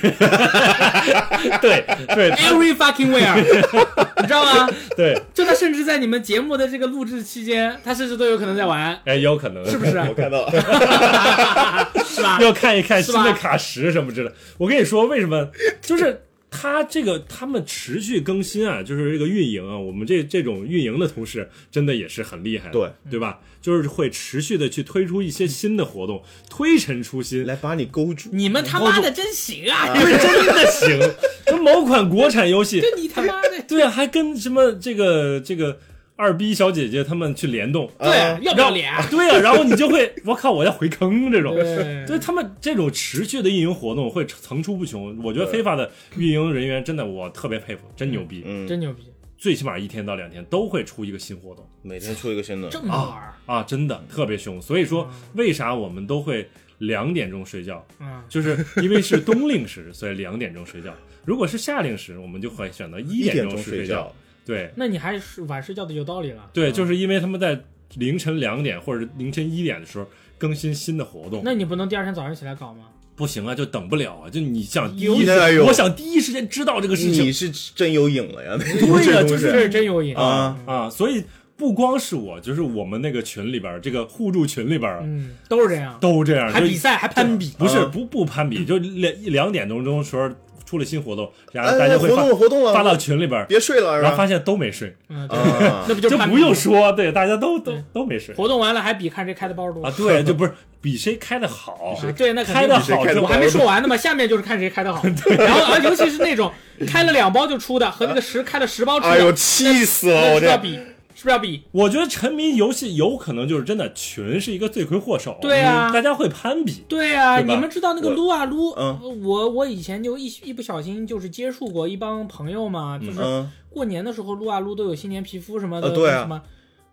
Speaker 1: 对对
Speaker 3: fucking where，你知道吗？
Speaker 1: 对，
Speaker 3: 就他甚至在你们节目的这个录制期间，他甚至都有可能在玩，
Speaker 1: 哎，有可能
Speaker 3: 是不是？
Speaker 2: 我看到了。
Speaker 3: 是吧？
Speaker 1: 要看一看
Speaker 3: 是
Speaker 1: 新
Speaker 3: 吧
Speaker 1: 的卡池什么之类的。我跟你说，为什么？就是他这个他们持续更新啊，就是这个运营啊，我们这这种运营的同事真的也是很厉害的，
Speaker 2: 对
Speaker 1: 对吧？就是会持续的去推出一些新的活动，推陈出新，
Speaker 2: 来把你勾住。
Speaker 3: 你们他妈的真行啊！
Speaker 1: 不是真的行。就某款国产游戏，
Speaker 3: 就你他妈的，
Speaker 1: 对啊，还跟什么这个这个二逼小姐姐他们去联动，
Speaker 3: 对，要不要脸？
Speaker 1: 对啊，然后你就会，我靠，我要回坑这种。
Speaker 2: 嗯
Speaker 3: 对
Speaker 1: 对他们这种持续的运营活动会层出不穷，我觉得非
Speaker 2: 对
Speaker 1: 法的运营人员真的我特别佩服，真牛逼，
Speaker 2: 嗯，
Speaker 3: 真牛逼，
Speaker 1: 最起码一天到两天都会出一个新活动
Speaker 2: 每天出一个新的
Speaker 3: 这，么玩儿，
Speaker 1: 啊，真的
Speaker 2: 嗯
Speaker 1: 特别凶。所以说，为啥我们都会两点钟睡觉？
Speaker 3: 嗯，
Speaker 1: 就是因为是冬令时，所以两点钟睡
Speaker 2: *laughs*
Speaker 1: 觉；如果是夏令时，我们就会选择一
Speaker 2: 嗯一
Speaker 1: 点
Speaker 2: 钟
Speaker 1: 睡
Speaker 2: 睡觉。。嗯
Speaker 1: 对
Speaker 3: 那你还是晚睡觉的有道理了。
Speaker 1: 对，
Speaker 3: 嗯
Speaker 1: 就是因为他们在凌晨两点或者是凌晨一点的时候更新新的活动，
Speaker 3: 那你不能第二天早上起来搞吗？
Speaker 1: 不行啊，就等不了啊！就你想第
Speaker 2: 有
Speaker 1: 一
Speaker 2: 哎呦，
Speaker 1: 我想第一时间知道这个事情
Speaker 2: 你是真有瘾了呀？
Speaker 1: 对呀
Speaker 2: 这东西
Speaker 1: 就是
Speaker 3: 这是真有瘾
Speaker 2: 啊！
Speaker 1: 啊，所以不光是我，就是我们那个群里边儿这个互助群里边儿啊
Speaker 3: 嗯，都是这样，
Speaker 1: 都这样，
Speaker 3: 还
Speaker 1: 就
Speaker 3: 比赛还嗯攀比，
Speaker 1: 不是
Speaker 2: 啊
Speaker 1: 不不攀比，就两一两点钟钟时候出了新活动，然后大
Speaker 2: 哎，
Speaker 1: 家
Speaker 2: 活
Speaker 1: 会发
Speaker 2: 动了活动了，
Speaker 1: 发到群里边儿，
Speaker 2: 别睡了，
Speaker 1: 然后发现都没睡，
Speaker 3: 嗯，对，
Speaker 2: 啊
Speaker 3: 那不啊就
Speaker 1: 就
Speaker 3: 攀比
Speaker 1: 不用说，对，大家都都
Speaker 3: 对
Speaker 1: 都没睡
Speaker 3: 活动完了还比看谁开的包多
Speaker 1: 啊，对，就不是比谁开的好，
Speaker 3: 啊对，那肯定
Speaker 1: 开的
Speaker 3: 比谁
Speaker 1: 好
Speaker 2: 开
Speaker 1: 就
Speaker 2: 得
Speaker 3: 我还没说完呢嘛，下面就是看谁开
Speaker 2: *laughs*
Speaker 3: 的好。然后啊，尤其是那种开了两包就出的，和那个十开了十包出
Speaker 2: 哎呦，
Speaker 3: 的，
Speaker 2: 气死
Speaker 3: 那
Speaker 2: 了
Speaker 3: 是
Speaker 2: 我
Speaker 3: 不是要
Speaker 2: 这！
Speaker 3: 比？是不是要比？
Speaker 1: 我觉得沉迷游戏有可能就是真的群是一个罪魁祸首，
Speaker 3: 对啊
Speaker 1: 嗯大家会攀比，
Speaker 3: 对呀，
Speaker 1: 对
Speaker 3: 你
Speaker 1: 吧
Speaker 3: 们知道那个
Speaker 2: 我
Speaker 3: 撸啊撸，
Speaker 2: 嗯
Speaker 3: 我我以前就一一不小心就是接触过一帮朋友嘛，就是
Speaker 2: 嗯，
Speaker 3: 过年的时候撸啊撸都有新年皮肤什么的，
Speaker 2: 呃对啊
Speaker 3: 什么，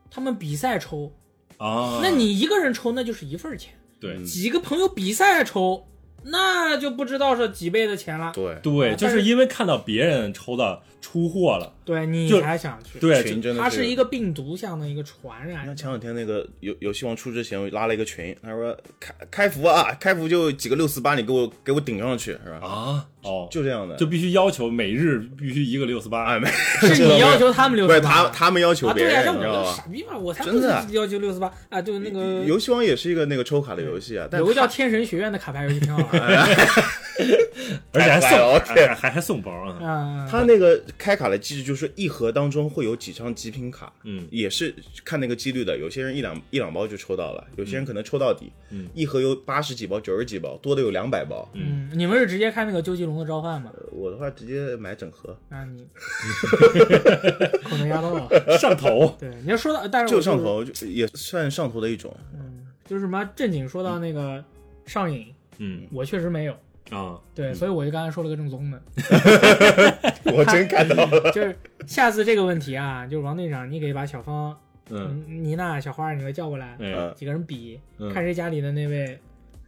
Speaker 3: 他们比赛抽，
Speaker 1: 啊，
Speaker 3: 那嗯你一个人抽那就是一份儿钱，
Speaker 2: 嗯
Speaker 1: 对
Speaker 3: 几个朋友比赛抽，那就不知道是几倍的钱了。
Speaker 2: 对，
Speaker 1: 对，
Speaker 3: 啊
Speaker 1: 就
Speaker 3: 但是
Speaker 1: 是因为看到别人抽到出货了，
Speaker 3: 对你
Speaker 1: 就
Speaker 3: 才想去，
Speaker 1: 对，
Speaker 2: 群
Speaker 1: 就
Speaker 2: 真的
Speaker 3: 它是一
Speaker 2: 个。
Speaker 3: 个病毒像的一个传
Speaker 2: 你看
Speaker 3: 染。
Speaker 2: 前两天那个游游戏王出之前，我拉了一个群，他说开开服啊，开服就几个六四八，你给我给我顶上去是吧？
Speaker 1: 啊，哦，
Speaker 2: 就这样的，
Speaker 1: 就必须要求每日必须一个六四八
Speaker 2: 哎，没，
Speaker 3: 是你要求他们六
Speaker 2: 不
Speaker 3: 十
Speaker 2: 是
Speaker 3: 八
Speaker 2: 他，他们要求
Speaker 3: 啊，
Speaker 2: 别
Speaker 3: 对呀、
Speaker 2: 人，
Speaker 3: 让
Speaker 2: 你
Speaker 3: 我
Speaker 2: 知
Speaker 3: 这
Speaker 2: 道
Speaker 3: 个
Speaker 2: 吧
Speaker 3: 傻？逼嘛，我才不
Speaker 2: 真的
Speaker 3: 是要求六十八啊，对那个
Speaker 2: 游戏王也是一个那个抽卡的游戏啊，但哎
Speaker 3: 有个叫天神学院的卡牌游戏挺好玩的，
Speaker 1: 而且还
Speaker 2: 太烦了我
Speaker 1: 送哎
Speaker 2: 天
Speaker 1: 还还还送包啊，
Speaker 3: 嗯，
Speaker 2: 它那个开卡的机制就是一盒当中会有几张极品卡，
Speaker 1: 嗯，
Speaker 2: 也是看那个几率的。有些人一两一两包就抽到了，有些人可能抽到底，
Speaker 1: 嗯
Speaker 2: 一盒有八十几包、九十几包，多的有两百包。
Speaker 3: 嗯，你们是直接开那个究极龙的召唤吗？
Speaker 2: 呃我的话直接买整盒，
Speaker 3: 啊，
Speaker 2: *laughs*
Speaker 3: 你口能压到我。
Speaker 1: 上
Speaker 3: *laughs*
Speaker 1: 头
Speaker 3: 对，你要说到，但是
Speaker 2: 就
Speaker 3: 我
Speaker 2: 上
Speaker 3: 是，
Speaker 2: 头就也算上头的
Speaker 3: *laughs*
Speaker 2: 一种。
Speaker 3: 嗯，就是什么正经说到那个上瘾，
Speaker 1: 嗯
Speaker 3: 我确实没有。
Speaker 1: 啊，
Speaker 3: 对，
Speaker 2: 嗯
Speaker 3: 所以我就刚才说了个正宗的，
Speaker 2: 我真看到了，
Speaker 3: 就是下次这个问题啊，就是王队长，你给把小芳、
Speaker 1: 嗯，
Speaker 3: 嗯妮娜、小花，你给叫过来，
Speaker 1: 哎，
Speaker 2: 嗯
Speaker 3: 几个人比，
Speaker 1: 嗯
Speaker 3: 看谁家里的那位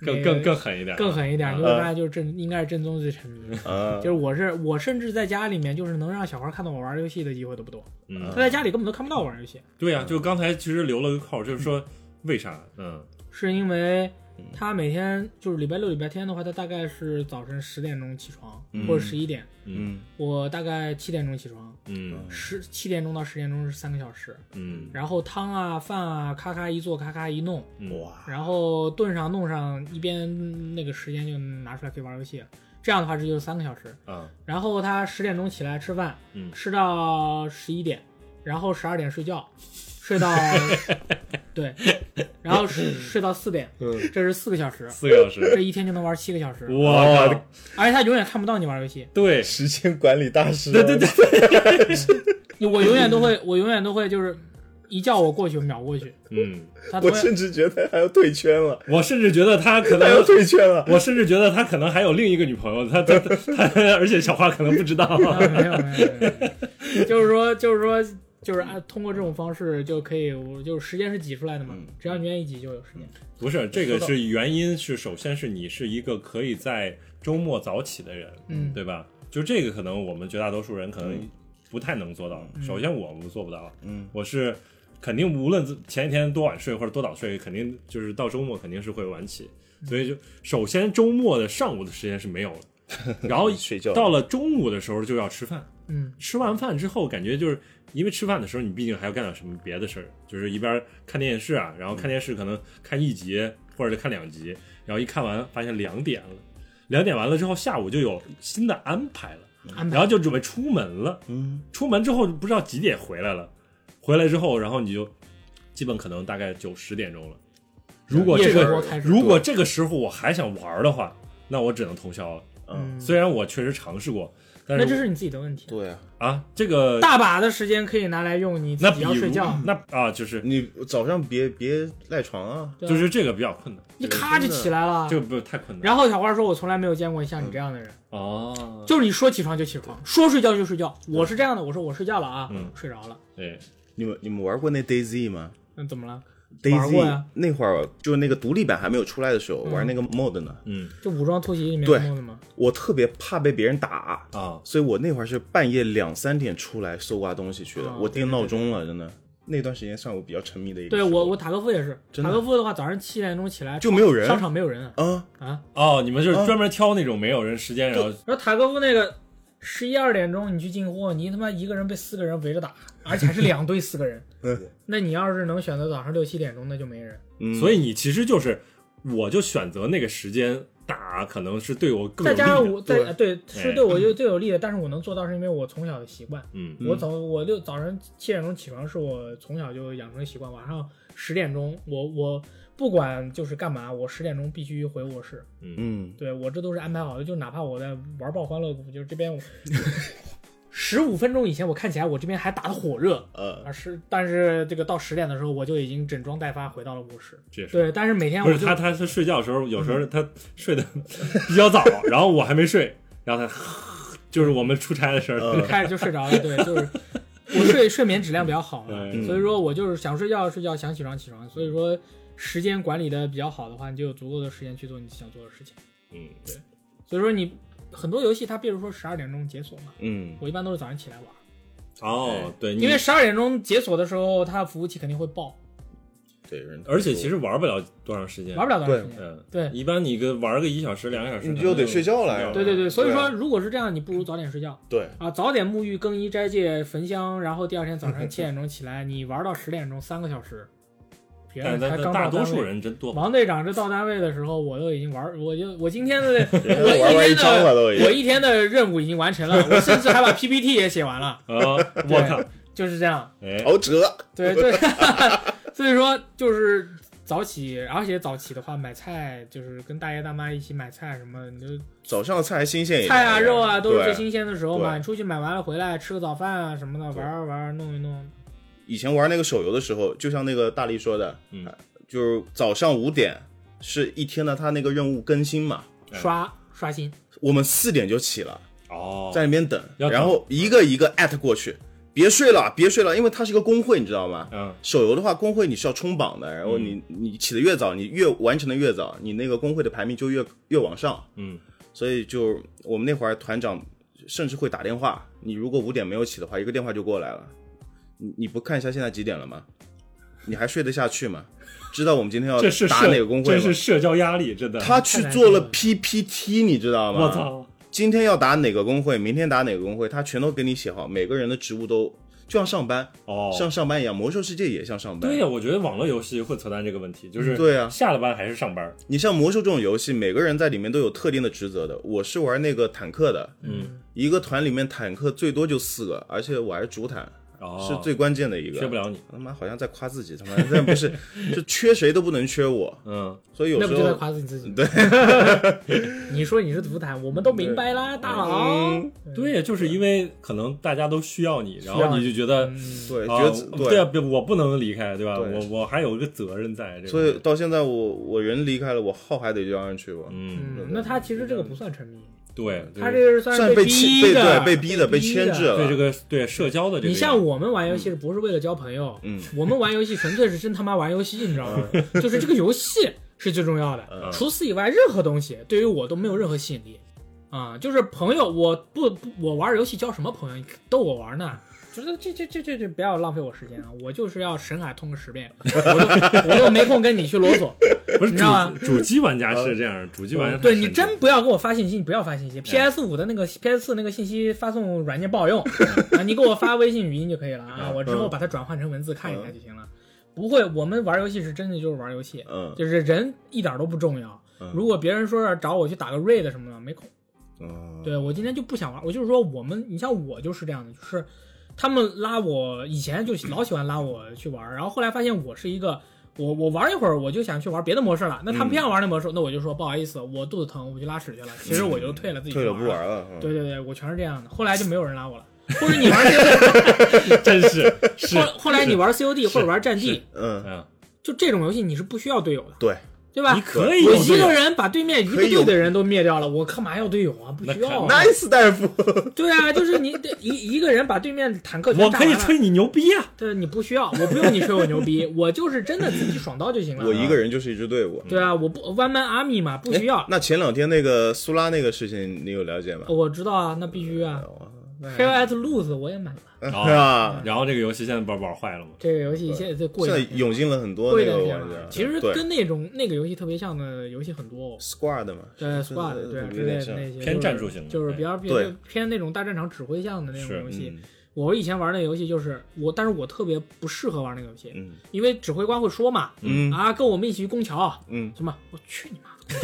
Speaker 1: 更
Speaker 3: 那个
Speaker 1: 更更狠一点，
Speaker 3: 更狠一点，
Speaker 1: 啊
Speaker 3: 你会发现就是正应该是正宗最沉
Speaker 1: 嗯
Speaker 3: 迷。
Speaker 2: 啊
Speaker 3: 就，是我是我，甚至在家里面就是能让小孩看到我玩游戏的机会都不多，
Speaker 1: 嗯
Speaker 3: 他，在家里根本都看不到我玩游戏，
Speaker 1: 对呀，就刚才其实留了个扣，就是说为啥？嗯
Speaker 3: 是因为他每天就是礼拜六、礼拜天的话，他大概是早晨十点钟起床
Speaker 2: 嗯
Speaker 3: 或者十一点，
Speaker 1: 嗯
Speaker 2: 嗯
Speaker 3: 我大概七点钟起床，
Speaker 1: 嗯
Speaker 3: 十七点钟到十点钟是三个小时，
Speaker 1: 嗯
Speaker 3: 然后汤啊饭啊咔咔一做咔咔一弄，
Speaker 1: 嗯，
Speaker 2: 哇，
Speaker 3: 然后炖上弄上，一边那个时间就拿出来可以玩游戏。这样的话，这就是三个小时。
Speaker 1: 啊，
Speaker 3: 然后他十点钟起来吃饭，
Speaker 1: 嗯
Speaker 3: 吃到十一点，然后十二点睡觉，睡到对，然后睡睡到四点，这是四个小时，
Speaker 1: 四个小
Speaker 3: *laughs*
Speaker 1: 时，
Speaker 3: 这一天就能玩七个小时，
Speaker 1: 哇，
Speaker 2: 哇
Speaker 3: 而且他永远看不到你玩游戏，
Speaker 1: 对
Speaker 2: 时间管理大师，啊
Speaker 1: 对对对，
Speaker 3: 我永远都会，我永远都会就是一叫我过去秒过去，
Speaker 1: 嗯，
Speaker 3: 他
Speaker 2: 我
Speaker 3: 永远
Speaker 2: 甚至觉得还要退圈了，
Speaker 1: 我甚至觉得他可
Speaker 2: 还要
Speaker 1: 能。
Speaker 2: 退圈了。
Speaker 1: 我甚至觉得他可能还有另一个女朋友，他他他， *laughs* 他而且小花可能不知道。 *laughs*
Speaker 3: 啊没有没有，没有 *laughs* 就是说就是说。就是按通过这种方式就可以，我就是时间是挤出来的嘛，只要你愿意挤就有时间。
Speaker 1: 不是，这个是原因是，首先是你是一个可以在周末早起的人，
Speaker 3: 嗯
Speaker 1: 对吧？就这个可能我们绝大多数人可能不太能做到。首先我们做不到，
Speaker 2: 嗯，
Speaker 1: 我是肯定无论自前一天多晚睡或者多早睡，肯定就是到周末肯定是会晚起，所以就首先周末的上午的时间是没有了，然后
Speaker 2: 睡觉
Speaker 1: 到了中午的时候就要吃饭，
Speaker 3: 嗯，
Speaker 1: 吃完饭之后，感觉就是因为吃饭的时候，你毕竟还要干点什么别的事儿，就是一边看电视啊，然后
Speaker 3: 嗯
Speaker 1: 看电视可能看一集或者看两集，然后一看完发现两点了，两点完了之后，下午就有新的安排了，
Speaker 3: 嗯安
Speaker 1: 然
Speaker 3: 排
Speaker 1: 后就准备出门了。
Speaker 2: 嗯，
Speaker 1: 出门之后不知道几点回来了，回来之后，然后你就基本可能大概九十点钟了。如果这
Speaker 3: 夜生
Speaker 1: 个
Speaker 3: 活开始，
Speaker 1: 如果这个时候我还想玩的话，那我只能通宵了。
Speaker 2: 嗯，
Speaker 1: 虽然我确实尝试过，但
Speaker 3: 那
Speaker 1: 是
Speaker 3: 这是你自己的问题，
Speaker 2: 对啊，
Speaker 1: 啊，这个
Speaker 3: 大把的时间可以拿来用你自
Speaker 1: 那
Speaker 3: 己
Speaker 1: 比如
Speaker 3: 要睡觉，
Speaker 1: 那啊，就是
Speaker 2: 你早上别别赖床啊，
Speaker 3: 对啊
Speaker 1: 就是这个比较困难，
Speaker 3: 你咔就起来了。
Speaker 1: 这个不太困难。
Speaker 3: 然后小花说：“我从来没有见过像你这样的人，
Speaker 1: 哦，
Speaker 3: 就是你说起床就起床，说睡觉就睡觉。我是这样的，我说我睡觉了啊，
Speaker 1: 嗯
Speaker 3: 睡着了。
Speaker 1: 对，
Speaker 2: 你们你们玩过那 DayZ 吗
Speaker 3: 那怎么了？玩过
Speaker 2: ？DayZ
Speaker 3: 呀
Speaker 2: 那会儿就是那个独立版还没有出来的时候，
Speaker 3: 嗯
Speaker 2: 玩那个 mod 呢，
Speaker 1: 嗯
Speaker 3: 就武装突袭里面
Speaker 2: 对
Speaker 3: 弄的吗？
Speaker 2: 我特别怕被别人打。
Speaker 1: 啊，
Speaker 2: 所以我那会儿是半夜两三点出来搜刮东西去的，
Speaker 3: 啊
Speaker 2: 我定闹钟了，真的。那段时间算我比较沉迷的一个时
Speaker 3: 对
Speaker 2: 候。
Speaker 3: 我，我塔科夫也是。
Speaker 2: 真的
Speaker 3: 塔科夫的话，早上七点钟起来
Speaker 2: 就没有人
Speaker 3: 商场没有人啊
Speaker 2: 啊，
Speaker 3: 啊。
Speaker 1: 哦，你们
Speaker 2: 嗯
Speaker 1: 就是专门挑那种没有人时间，然后
Speaker 3: 然后塔科夫那个十一二点钟你去进货，你他妈一个人被四个人围着打，而且还是两队四个人。
Speaker 2: 嗯
Speaker 3: 那你要是能选择早上六七点钟，那就没人。
Speaker 2: 嗯，
Speaker 1: 所以你其实就是，我就选择那个时间打，可能是对我更有
Speaker 3: 再
Speaker 1: 利的
Speaker 3: 加上我
Speaker 2: 对
Speaker 3: 在对是对我就最有利的，但是我能做到是因为我从小的习惯。
Speaker 1: 嗯
Speaker 3: 我早我六早上七点钟起床是我从小就养成的习惯，晚上十点钟我我不管就是干嘛，我十点钟必须回卧室。
Speaker 2: 嗯，
Speaker 3: 对我这都是安排好的，就哪怕我在玩爆欢乐谷，就是这边我十五分钟以前我看起来我这边还打得火热。
Speaker 2: 呃，
Speaker 3: 啊是，但是这个到十点的时候，我就已经整装待发回到了卧室。
Speaker 1: 这也是。
Speaker 3: 对，但是每天
Speaker 1: 不
Speaker 3: 我
Speaker 1: 是
Speaker 3: 就嗯
Speaker 1: 他，他是睡觉的时候，有时候他睡得比较早，然后我还没睡，然后他就是我们出差的时候，
Speaker 2: 嗯
Speaker 3: *laughs* 开始就睡着了，对，就是我睡睡眠质量比较好嘛，
Speaker 1: 嗯
Speaker 3: 所以说我就是想睡觉睡觉，想起床起床，所以说时间管理的比较好的话，你就有足够的时间去做你想做的事情。
Speaker 1: 嗯，对，
Speaker 3: 所以说你很多游戏它比如说十二点钟解锁嘛，
Speaker 2: 嗯，
Speaker 3: 我一般都是早上起来玩，
Speaker 1: 哦，对，你
Speaker 3: 因为十二点钟解锁的时候，它服务器肯定会爆，
Speaker 2: 对，人
Speaker 1: 而且其实玩不了多长时间，
Speaker 3: 玩不了多长时间。
Speaker 1: 嗯，
Speaker 3: 对
Speaker 1: 一般你个玩个一小时、两个小时，
Speaker 2: 你就得睡觉了呀
Speaker 3: 对对对，所以
Speaker 2: 对
Speaker 3: 说
Speaker 2: 啊
Speaker 3: 如果是这样，你不如早点睡觉
Speaker 2: 对，
Speaker 3: 啊，早点沐浴、更衣、斋戒、焚香，然后第二天早
Speaker 1: *laughs*
Speaker 3: 上七点钟起来，你玩到十点钟，三个小时。别
Speaker 1: 但
Speaker 3: 人才
Speaker 1: 但但
Speaker 3: 刚到
Speaker 1: 大多
Speaker 3: 单位
Speaker 1: 数人真多，
Speaker 3: 王队长这到单位的时候，我都已经玩儿，我就我今天的
Speaker 1: *laughs*
Speaker 3: 我
Speaker 2: 人家 *laughs* 玩完
Speaker 3: 一
Speaker 2: 一张
Speaker 3: 天
Speaker 2: 了
Speaker 3: 的
Speaker 2: 都已
Speaker 3: 我
Speaker 2: 经。
Speaker 3: 一天的任务已经完成了，我甚至还把 PPT 也写完了，
Speaker 1: 啊， *laughs* 我靠，
Speaker 3: 就是这样。
Speaker 1: 哎，
Speaker 2: 陶喆，
Speaker 3: 对对， *laughs* 所以说就是早起，而且早起的话，买菜就是跟大爷大妈一起买菜什么的，你就
Speaker 2: 早上的菜还新鲜一点。
Speaker 3: 菜啊肉啊都是最
Speaker 2: 对
Speaker 3: 新鲜的时候嘛。
Speaker 2: 对
Speaker 3: 你出去买完了回来吃个早饭啊什么的，玩儿玩儿弄一弄。
Speaker 2: 以前玩那个手游的时候，就像那个大力说的，呃
Speaker 1: 嗯，
Speaker 2: 就是早上五点是一天的他那个任务更新嘛，
Speaker 1: 哎
Speaker 3: 刷刷新，
Speaker 2: 我们四点就起了，
Speaker 1: 哦，
Speaker 2: 在那边等，
Speaker 1: 要等
Speaker 2: 然后一个一个艾特过去，别睡了，别睡了，因为它是一个工会，你知道吗？
Speaker 1: 嗯，
Speaker 2: 手游的话，工会你是要冲榜的，然后你、你起的越早，你越完成的越早，你那个工会的排名就越越往上。
Speaker 1: 嗯，
Speaker 2: 所以就我们那会儿团长甚至会打电话，你如果五点没有起的话，一个电话就过来了。你你不看一下现在几点了吗？你还睡得下去吗？知道我们今天要
Speaker 1: 这是
Speaker 2: 打
Speaker 1: 社
Speaker 2: 哪个工会
Speaker 1: 这
Speaker 2: 吗？
Speaker 1: 是社交压力，真的，
Speaker 2: 他去做了 PPT，你知道吗？
Speaker 1: 我！操，
Speaker 2: 今天要打哪个工会，明天打哪个工会，他全都给你写好，每个人的职务都就像上班，
Speaker 1: 哦，
Speaker 2: 像上班一样，魔兽世界也像上班。
Speaker 1: 对呀，我觉得网络游戏会存在这个问题，就是
Speaker 2: 对啊
Speaker 1: 下了班还是上班，
Speaker 2: 你像魔兽这种游戏，每个人在里面都有特定的职责的。我是玩那个坦克的，
Speaker 1: 嗯，
Speaker 2: 一个团里面坦克最多就四个，而且我还是主坦，
Speaker 1: 哦，
Speaker 2: 是最关键的一个。
Speaker 1: 缺不了你，
Speaker 2: 他妈好像在夸自己，他妈但不是，就缺谁都不能缺我，
Speaker 1: 嗯，
Speaker 2: 所以有
Speaker 3: 那
Speaker 2: 时
Speaker 3: 不就在
Speaker 2: 候
Speaker 3: 夸自己自己？对， *laughs* 你说你是独坦，我们都明白啦，大佬。
Speaker 1: 对呀，就是因为可能大家都需要你，然
Speaker 3: 需要
Speaker 1: 后
Speaker 3: 你
Speaker 1: 你就觉得。
Speaker 2: 对
Speaker 1: 啊
Speaker 2: 觉得
Speaker 1: 对啊，别我不能离开，对吧？
Speaker 2: 对
Speaker 1: 我我还有一个责任在这个，
Speaker 2: 所以到现在我我人离开了，我号还得让人去吧，
Speaker 1: 嗯，
Speaker 3: 嗯，那他其实这个不算沉迷，
Speaker 1: 对，对
Speaker 3: 他这个是算
Speaker 2: 嗯算
Speaker 3: 是
Speaker 2: 被
Speaker 3: 逼
Speaker 2: 牵被
Speaker 3: 的，
Speaker 2: 对被逼的被
Speaker 3: 逼
Speaker 2: 牵制
Speaker 3: 的。
Speaker 1: 对这
Speaker 2: 了，
Speaker 1: 个对社交的这个，嗯
Speaker 3: 你像我们玩游戏是不是为了交朋友？
Speaker 2: 嗯，
Speaker 3: 我们玩游戏纯粹是真他妈玩游戏，你知道吗？
Speaker 1: 嗯
Speaker 3: *laughs* 就是这个游戏是最重要的，除此以外任何东西对于我都没有任何吸引力。啊、就是朋友，我不不我玩游戏交什么朋友？你逗我玩呢？就是这这这这这不要浪费我时间啊！我就是要神海通个十遍，我都我都没空跟你去啰嗦。
Speaker 1: 不是主
Speaker 3: 你知道吗
Speaker 1: 主机玩家是这样，主机玩家
Speaker 3: 嗯对
Speaker 1: 他
Speaker 3: 你
Speaker 1: 是
Speaker 3: 真不要给我发信息，你不要发
Speaker 2: 嗯
Speaker 3: 信息。PS 五的那个 PS 四那个信息发送软件不
Speaker 2: *laughs*
Speaker 3: 好用啊，你给我发微信语音就可以了
Speaker 2: 嗯
Speaker 3: 啊，我之后把它转换成文字看一下就行了。不会，我们玩游戏是真的就是玩游戏，
Speaker 2: 嗯
Speaker 3: 就是人一点都不重要。
Speaker 2: 嗯
Speaker 3: 如果别人说要找我去打个 raid 什么的，没空。
Speaker 2: 嗯，
Speaker 3: 对我今天就不想玩，我就是说我们，你像我就是这样的，就是他们拉我以前就老喜欢拉我去玩，然后后来发现我是一个。我我玩一会儿，我就想去玩别的模式了。那
Speaker 1: 嗯
Speaker 3: 他们偏要玩那模式，那我就说不好意思，我肚子疼，我去拉屎去了。其实我就退了，自己去
Speaker 2: 退了不
Speaker 3: 玩了。
Speaker 2: 玩了。嗯
Speaker 3: 对对对，我全是这样的。后来就没有人拉我了。或者你
Speaker 1: *laughs*
Speaker 3: 玩 COD，
Speaker 1: 真是是
Speaker 3: 后后来你玩 COD 或者玩战地，
Speaker 2: 嗯，
Speaker 1: 嗯，
Speaker 3: 就这种游戏你是不需要队友的，
Speaker 2: 对，
Speaker 3: 对吧
Speaker 1: 你？可以
Speaker 3: 我
Speaker 1: 有
Speaker 3: 一
Speaker 1: 队友
Speaker 3: 个人把对面一个
Speaker 2: 可以有
Speaker 3: 队的人都灭掉了，我干嘛要队友啊？不需要
Speaker 1: 那
Speaker 3: 啊。
Speaker 2: nice 大夫， *laughs*
Speaker 3: 对啊，就是你得一一个人把对面坦克全
Speaker 1: 我
Speaker 3: 炸
Speaker 1: 可
Speaker 3: 完
Speaker 1: 以
Speaker 3: 了，
Speaker 1: 吹你牛逼啊！
Speaker 3: 对，你不需要，我不用你吹我牛逼，我就是真的自己爽刀就行
Speaker 2: 我
Speaker 3: 了。
Speaker 2: 一个人就是一支队伍。
Speaker 3: 对啊，我不 one man army 嘛，不需要。
Speaker 2: 哎那前两天那个苏拉那个事情，你有了解吗？
Speaker 3: 我知道啊，那必须啊。Hell at Loose 我也买了，
Speaker 2: 是吧？
Speaker 1: 然后这个游戏现在不是玩坏了吗？
Speaker 3: 这个游戏现在过
Speaker 2: 现在
Speaker 3: 一段时间
Speaker 2: 涌进了很多
Speaker 3: 过一
Speaker 2: 那
Speaker 3: 段
Speaker 2: 个
Speaker 3: 时间
Speaker 2: 玩
Speaker 3: 吧
Speaker 2: 家，
Speaker 3: 其实
Speaker 2: 对
Speaker 3: 跟那种那个游戏特别像的游戏很多哦。
Speaker 2: squad 嘛，
Speaker 3: 对 squad 对啊之
Speaker 2: 有
Speaker 3: 类
Speaker 2: 点
Speaker 3: 的
Speaker 2: 像
Speaker 3: 那些
Speaker 1: 偏
Speaker 3: 就是
Speaker 1: 战术型的
Speaker 3: 就是比较
Speaker 2: 对
Speaker 3: 偏偏那种大战场指挥项的那种
Speaker 1: 是
Speaker 3: 游戏。
Speaker 2: 嗯
Speaker 3: 我以前玩那游戏就是我，但是我特别不适合玩那个游戏，
Speaker 2: 嗯
Speaker 3: 因为指挥官会说嘛，
Speaker 2: 嗯
Speaker 3: 啊，跟我们一起去攻桥，
Speaker 2: 嗯，
Speaker 3: 什么？我去你妈！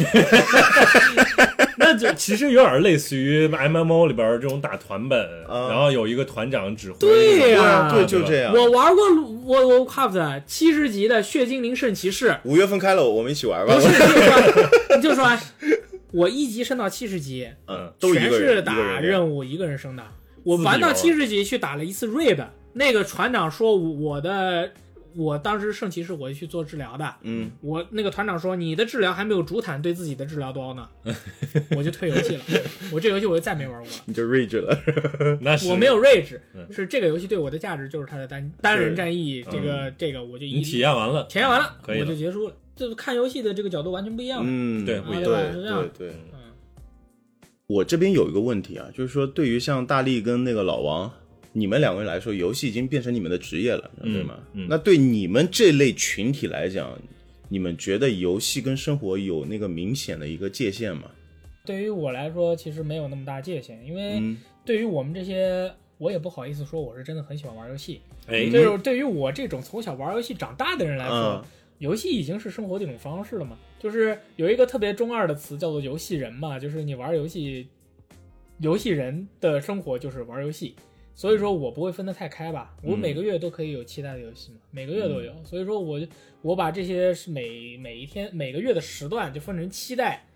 Speaker 1: *laughs* 那就其实有点类似于 MMO 里边这种打团本，
Speaker 2: 啊
Speaker 1: 然后有一个团长指挥。
Speaker 3: 对呀啊
Speaker 2: 对，就这样。
Speaker 3: 我玩过我 Warcraft 七十级的血精灵圣
Speaker 2: *laughs*
Speaker 3: 骑士，
Speaker 2: 五月份开了，我们一起玩吧
Speaker 3: 不。是你就说你就说，我一级升到七十级，
Speaker 2: 嗯，都是一
Speaker 3: 全
Speaker 2: 个人
Speaker 3: 是
Speaker 2: 一个
Speaker 3: 打
Speaker 2: 人
Speaker 3: 任务一个人升的。我玩到
Speaker 1: 自
Speaker 3: 七
Speaker 1: 己
Speaker 3: 十级去打了一次 raid，那个船长说我我的我当时圣骑士我去做治疗的，
Speaker 2: 嗯，
Speaker 3: 我那个团长说你的治疗还没有主坦对自己的治疗多
Speaker 2: *laughs*
Speaker 3: 呢，我就退游戏了，我这游戏我就再没玩过了。
Speaker 2: 你就 rage 了。
Speaker 1: 那是
Speaker 3: 我没有 rage，
Speaker 1: 嗯
Speaker 3: 是这个游戏对我的价值就是它的单单人战役，这个这个我就
Speaker 1: 嗯
Speaker 3: 一
Speaker 1: 你体验完了，
Speaker 3: 体验完了，
Speaker 1: 可以
Speaker 3: 我
Speaker 1: 了
Speaker 3: 就结束了。这看游戏的这个角度完全不一样了。
Speaker 2: 嗯，
Speaker 1: 对不一
Speaker 2: 对
Speaker 1: 样
Speaker 3: 是这样
Speaker 2: 对对。
Speaker 3: 嗯，
Speaker 2: 我这边有一个问题啊，就是说对于像大力跟那个老王。你们两位来说，游戏已经变成你们的职业了，对吗？
Speaker 1: 嗯
Speaker 2: 那对你们这类群体来讲，你们觉得游戏跟生活有那个明显的一个界限吗？
Speaker 3: 对于我来说其实没有那么大界限，因为
Speaker 2: 嗯
Speaker 3: 对于我们这些。我也不好意思说我是真的很喜欢玩游戏，
Speaker 1: 哎，
Speaker 3: 就是对于我这种从小玩游戏长大的人来说，
Speaker 2: 嗯
Speaker 3: 游戏已经是生活的一种方式了嘛。就是有一个特别中二的词叫做“游戏人”嘛，就是你玩游戏，游戏人的生活就是玩游戏。所以说我不会分得太开吧，我每个月都可以有期待的游戏嘛，
Speaker 1: 嗯
Speaker 3: 每个月都有。所以说我就我把这些是每每一天每个月的时段就分成期待。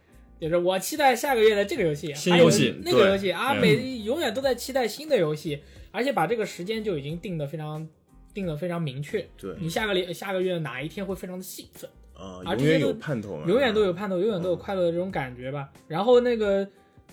Speaker 3: 就是我期待下个月的这个游戏，
Speaker 1: 新
Speaker 3: 还有
Speaker 1: 游戏
Speaker 3: 那个
Speaker 2: 对
Speaker 3: 游戏啊，
Speaker 1: 嗯
Speaker 3: 每永远都在期待新的游戏，而且把这个时间就已经定得非常定得非常明确。
Speaker 2: 对
Speaker 3: 你下个礼下个月哪一天会非常的兴奋，
Speaker 2: 啊
Speaker 3: 啊
Speaker 2: 永
Speaker 3: 这些
Speaker 2: 远
Speaker 3: 都
Speaker 2: 有盼头嘛，嗯
Speaker 3: 永远都有盼头，永远都有快乐的这种感觉吧。然后那个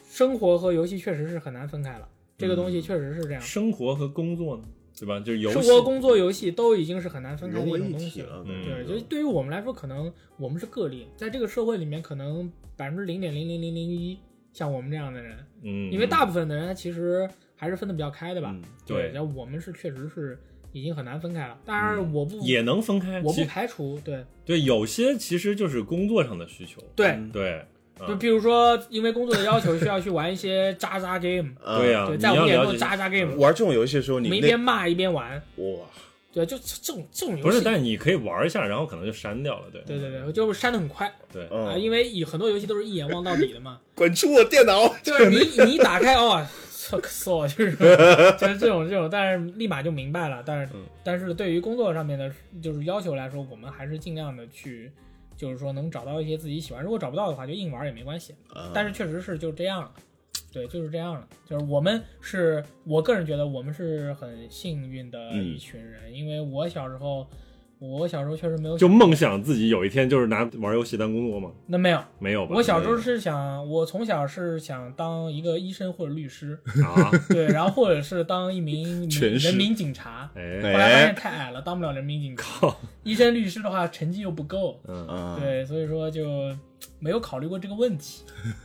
Speaker 3: 生活和游戏确实是很难分开了，这个东西确实是这样。
Speaker 1: 生活和工作呢，对吧？嗯就是游戏
Speaker 3: 生活、工作、游戏都已经是很难分开的
Speaker 2: 融
Speaker 3: 一
Speaker 2: 为
Speaker 3: 种
Speaker 2: 一
Speaker 3: 东
Speaker 2: 体
Speaker 3: 西
Speaker 2: 了。
Speaker 1: 嗯
Speaker 3: 对，就是对于我们来说，可能我们是个例，在这个社会里面，可能百分之零点零零零零一像我们这样的人，
Speaker 1: 嗯，
Speaker 3: 因为大部分的人他其实还是分得比较开的吧。
Speaker 2: 嗯
Speaker 1: 对嗯
Speaker 3: 然后我们是确实是已经很难分开了。当然，我不、
Speaker 1: 也能分开。
Speaker 3: 我
Speaker 1: 其
Speaker 3: 不排除对
Speaker 1: 对，有些其实就是工作上的需求。
Speaker 3: 对。
Speaker 2: 嗯
Speaker 1: 对，啊
Speaker 3: 就比如说，因为工作的要求，需要去玩一些渣渣 game，
Speaker 2: 啊
Speaker 1: 对呀
Speaker 3: 对，
Speaker 1: 嗯你嗯
Speaker 3: 在我们
Speaker 1: 要
Speaker 3: 眼
Speaker 1: 了
Speaker 3: 中
Speaker 1: 解
Speaker 3: 渣渣 game，
Speaker 2: 玩这种游戏的时候，
Speaker 3: 我
Speaker 2: 你
Speaker 3: 们一
Speaker 2: 那
Speaker 3: 边骂一边玩，
Speaker 2: 哇，
Speaker 3: 对，就这种这种游戏，
Speaker 1: 不是，但你可以玩一下，然后可能就删掉了。对，
Speaker 3: 对对对，就是删的很快
Speaker 1: 对，
Speaker 2: 嗯
Speaker 3: 啊，因为有很多游戏都是一眼望到底的嘛，
Speaker 2: 滚出我电脑！
Speaker 3: 就是你你打开哦，操，可嗽，就是就是这种这种，但是立马就明白了，但是
Speaker 1: 嗯
Speaker 3: 但是对于工作上面的就是要求来说，我们还是尽量的去，就是说能找到一些自己喜欢，如果找不到的话，就硬玩也没关系。 *laughs*
Speaker 1: 嗯
Speaker 3: 但是确实是就这样了，对，就是这样了。就是我们是我个人觉得我们是很幸运的一群人，因为我小时候我小时候确实没有，
Speaker 1: 嗯就梦想自己有一天就是拿玩游戏当工作吗？
Speaker 3: 那没有。
Speaker 1: 没有吧？
Speaker 3: 我小时候是想，我从小是想当一个医生或者
Speaker 1: *laughs*
Speaker 3: 律师，
Speaker 1: 啊，
Speaker 3: 对，然后或者是当一名
Speaker 2: 全是
Speaker 3: 人民警察。后
Speaker 1: 哎，
Speaker 3: 来发现太矮了，当不了人民警察。
Speaker 1: 靠，
Speaker 3: 医生、律师的话，成绩又不够，
Speaker 1: 嗯，
Speaker 2: 嗯，
Speaker 3: 对，所以说就没有考虑过这个问
Speaker 1: *laughs*
Speaker 3: 题。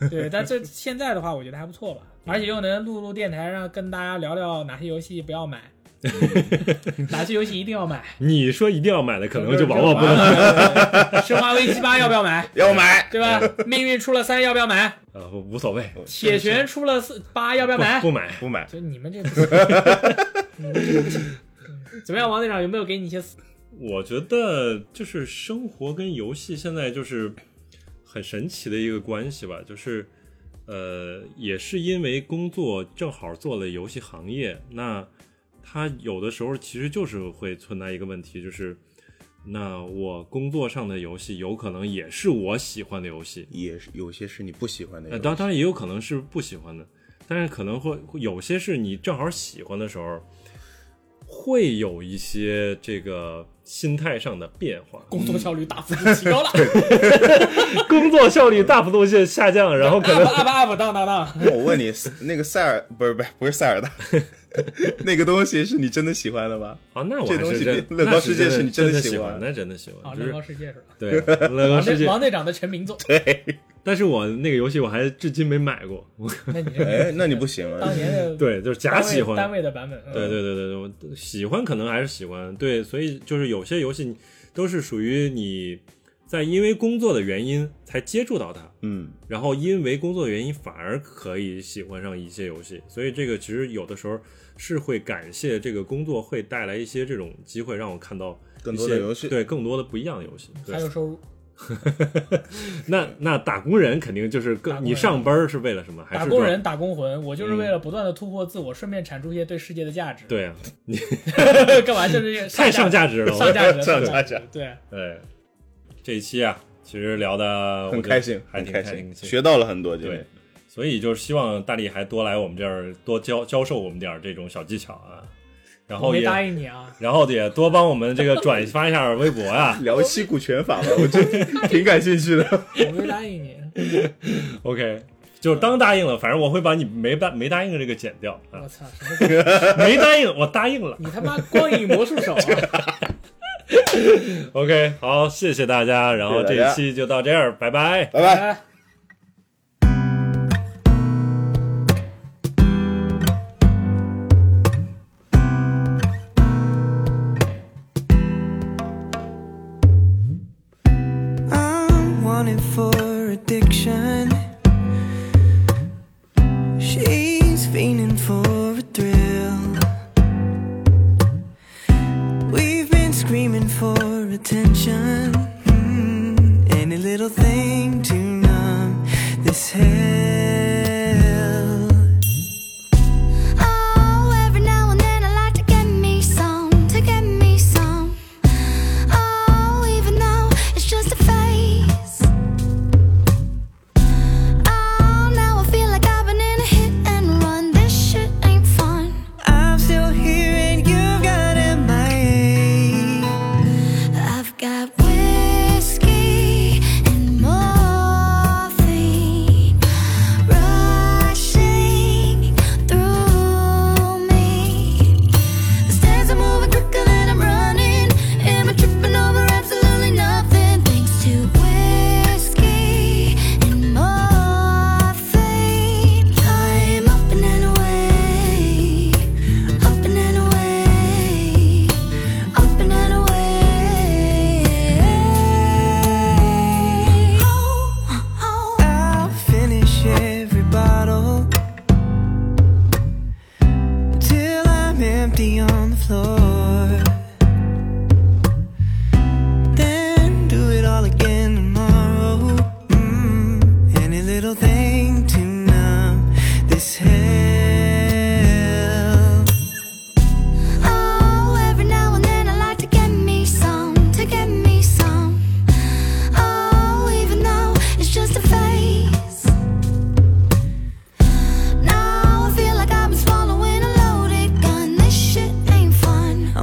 Speaker 3: 对，但这现在的话，我觉得还不错吧，而且又能录录电台，让跟大家聊聊哪些游戏不
Speaker 1: *laughs*
Speaker 3: 要买，哪些游戏一定要买。
Speaker 1: 你说一定要买的，可能就往往不能。
Speaker 3: 能。 *laughs* 生化危机八要不要买？
Speaker 2: 要买，
Speaker 1: *laughs*
Speaker 3: 对吧？命运出了三要不要买？
Speaker 1: 啊，我无所谓，
Speaker 3: 铁拳出了四八要不要买
Speaker 1: 不？不买，
Speaker 2: 不买？
Speaker 3: 就你们这，你们这不行 *laughs* 怎么样？王队长有没有给你一些思？，
Speaker 1: 我觉得就是生活跟游戏现在就是很神奇的一个关系吧，就是呃，也是因为工作正好做了游戏行业，那它有的时候其实就是会存在一个问题，就是那我工作上的游戏有可能也是我喜欢的游戏，
Speaker 2: 也是有些是你不喜欢的
Speaker 1: 呃，
Speaker 2: 游戏，
Speaker 1: 当当然也有可能是不喜欢的，但是可能会会有些是你正好喜欢的时候，会有一些这个心态上的变化
Speaker 3: 工作效率大幅度提高了
Speaker 1: *laughs* 工作效率大幅度下下降，然后可
Speaker 3: ，up
Speaker 1: 能
Speaker 3: up up，当当当！
Speaker 2: 那我问你， *laughs* 那个塞尔不是不是不是塞 *laughs* 尔达，那个东西是你真的喜欢的吗？
Speaker 1: *laughs* 啊，那我
Speaker 2: 这
Speaker 1: 还
Speaker 2: 东
Speaker 1: 是
Speaker 2: 西
Speaker 1: 真
Speaker 2: 乐高
Speaker 1: 那
Speaker 2: 世界
Speaker 1: 真
Speaker 2: 是
Speaker 1: 的
Speaker 2: 你真
Speaker 1: 真
Speaker 2: 的喜
Speaker 1: 喜
Speaker 2: 欢
Speaker 1: 那真的喜
Speaker 3: 啊，
Speaker 1: 欢，就
Speaker 3: 乐高
Speaker 1: 是
Speaker 3: 世界是吧？
Speaker 1: 对乐高
Speaker 3: 王
Speaker 1: 哦世
Speaker 3: 队
Speaker 1: *laughs* 界。
Speaker 3: 王队长的成名作，
Speaker 1: 但是我那个游戏我还至今没买过，
Speaker 3: 那你这
Speaker 2: 哎，那你不行
Speaker 3: 当
Speaker 2: 了。
Speaker 3: 年的
Speaker 1: 对，就是假
Speaker 3: 单位
Speaker 1: 喜欢，
Speaker 3: 单位的版本，嗯
Speaker 1: 对对对对对我，喜欢可能还是喜欢，对，所以就是有些游戏你都是属于你在因为工作的原因才接触到它，
Speaker 2: 嗯，
Speaker 1: 然后因为工作的原因反而可以喜欢上一些游戏，所以这个其实有的时候是会感谢这个工作会带来一些这种机会，让我看到
Speaker 2: 更
Speaker 1: 一
Speaker 2: 多的
Speaker 1: 些
Speaker 2: 游戏
Speaker 1: 对更多的不一样的游戏。对
Speaker 3: 还有收入，
Speaker 1: 那那打工人肯定就是
Speaker 3: 打
Speaker 1: 更
Speaker 3: 工
Speaker 1: 你
Speaker 3: 人
Speaker 1: 上班是为了什么？还是
Speaker 3: 打
Speaker 1: 说嗯
Speaker 3: 工人打工魂，我就是为了不断的突破自我，顺便产出一些对世界的价值。
Speaker 1: 对啊，
Speaker 3: *laughs* 干嘛？就是
Speaker 1: 太上
Speaker 3: 价
Speaker 1: 价值了，
Speaker 3: 上
Speaker 1: 我
Speaker 3: 价值了，
Speaker 2: 上
Speaker 3: 价
Speaker 2: 价值
Speaker 3: 了对。
Speaker 1: 对，这一期啊，其实聊的
Speaker 2: 很开心，
Speaker 1: 还
Speaker 2: 很
Speaker 1: 挺
Speaker 2: 开
Speaker 1: 心
Speaker 2: 心，。学到了很多。今
Speaker 1: 对
Speaker 2: 天，
Speaker 1: 所以就是希望大力还多来我们这儿多教教授我们点儿这种小技巧啊，然
Speaker 3: 我
Speaker 1: 后
Speaker 3: 没
Speaker 1: 也
Speaker 3: 答应你啊，
Speaker 1: 然后也多帮我们这个转发一下微博啊呀、
Speaker 3: *laughs*
Speaker 2: 聊七股权法吧，我真挺感兴趣的。
Speaker 3: 我没答应你，
Speaker 1: OK，就是当答应了，反正我会把你没答没答应的这个剪掉啊
Speaker 3: 我，操，什么鬼？
Speaker 1: 没答应我答应了。
Speaker 3: 你他妈光影魔术手
Speaker 1: *laughs*
Speaker 3: 啊！
Speaker 1: OK，好，谢谢大家，然后这
Speaker 2: 谢谢大
Speaker 1: 一
Speaker 2: 家
Speaker 1: 期就到这儿，拜拜。
Speaker 2: 拜拜。
Speaker 3: 哎
Speaker 4: I'm wanted for addiction. She's fiending for a thrill. We've been screaming for attention. Mm, Any little thing to numb this hell.
Speaker 5: Oh, every now and then I like to get me some, to get me some. Oh, even though it's just a phase. Oh, now I feel like I've been in a hit and run. This shit ain't fun.
Speaker 4: I'm still here and you've got MIA.
Speaker 5: I've got whiskey and morphine rushing through me. The stairs are moving quicker than I'm running. Am I tripping over absolutely nothing? Thanks to whiskey and morphine, I'm up and away, up and away, up and away. Oh, oh.
Speaker 4: I'll finish every bottle till I'm empty on the floor. Then do it all again tomorrow. Mm, any little thing to numb this hell.
Speaker 5: Oh, every now and then I like to get me some, to get me some. Oh, even though it's just a phase. Now I feel like I've been swallowing a loaded gun. This shit ain't fun.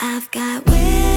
Speaker 5: I will.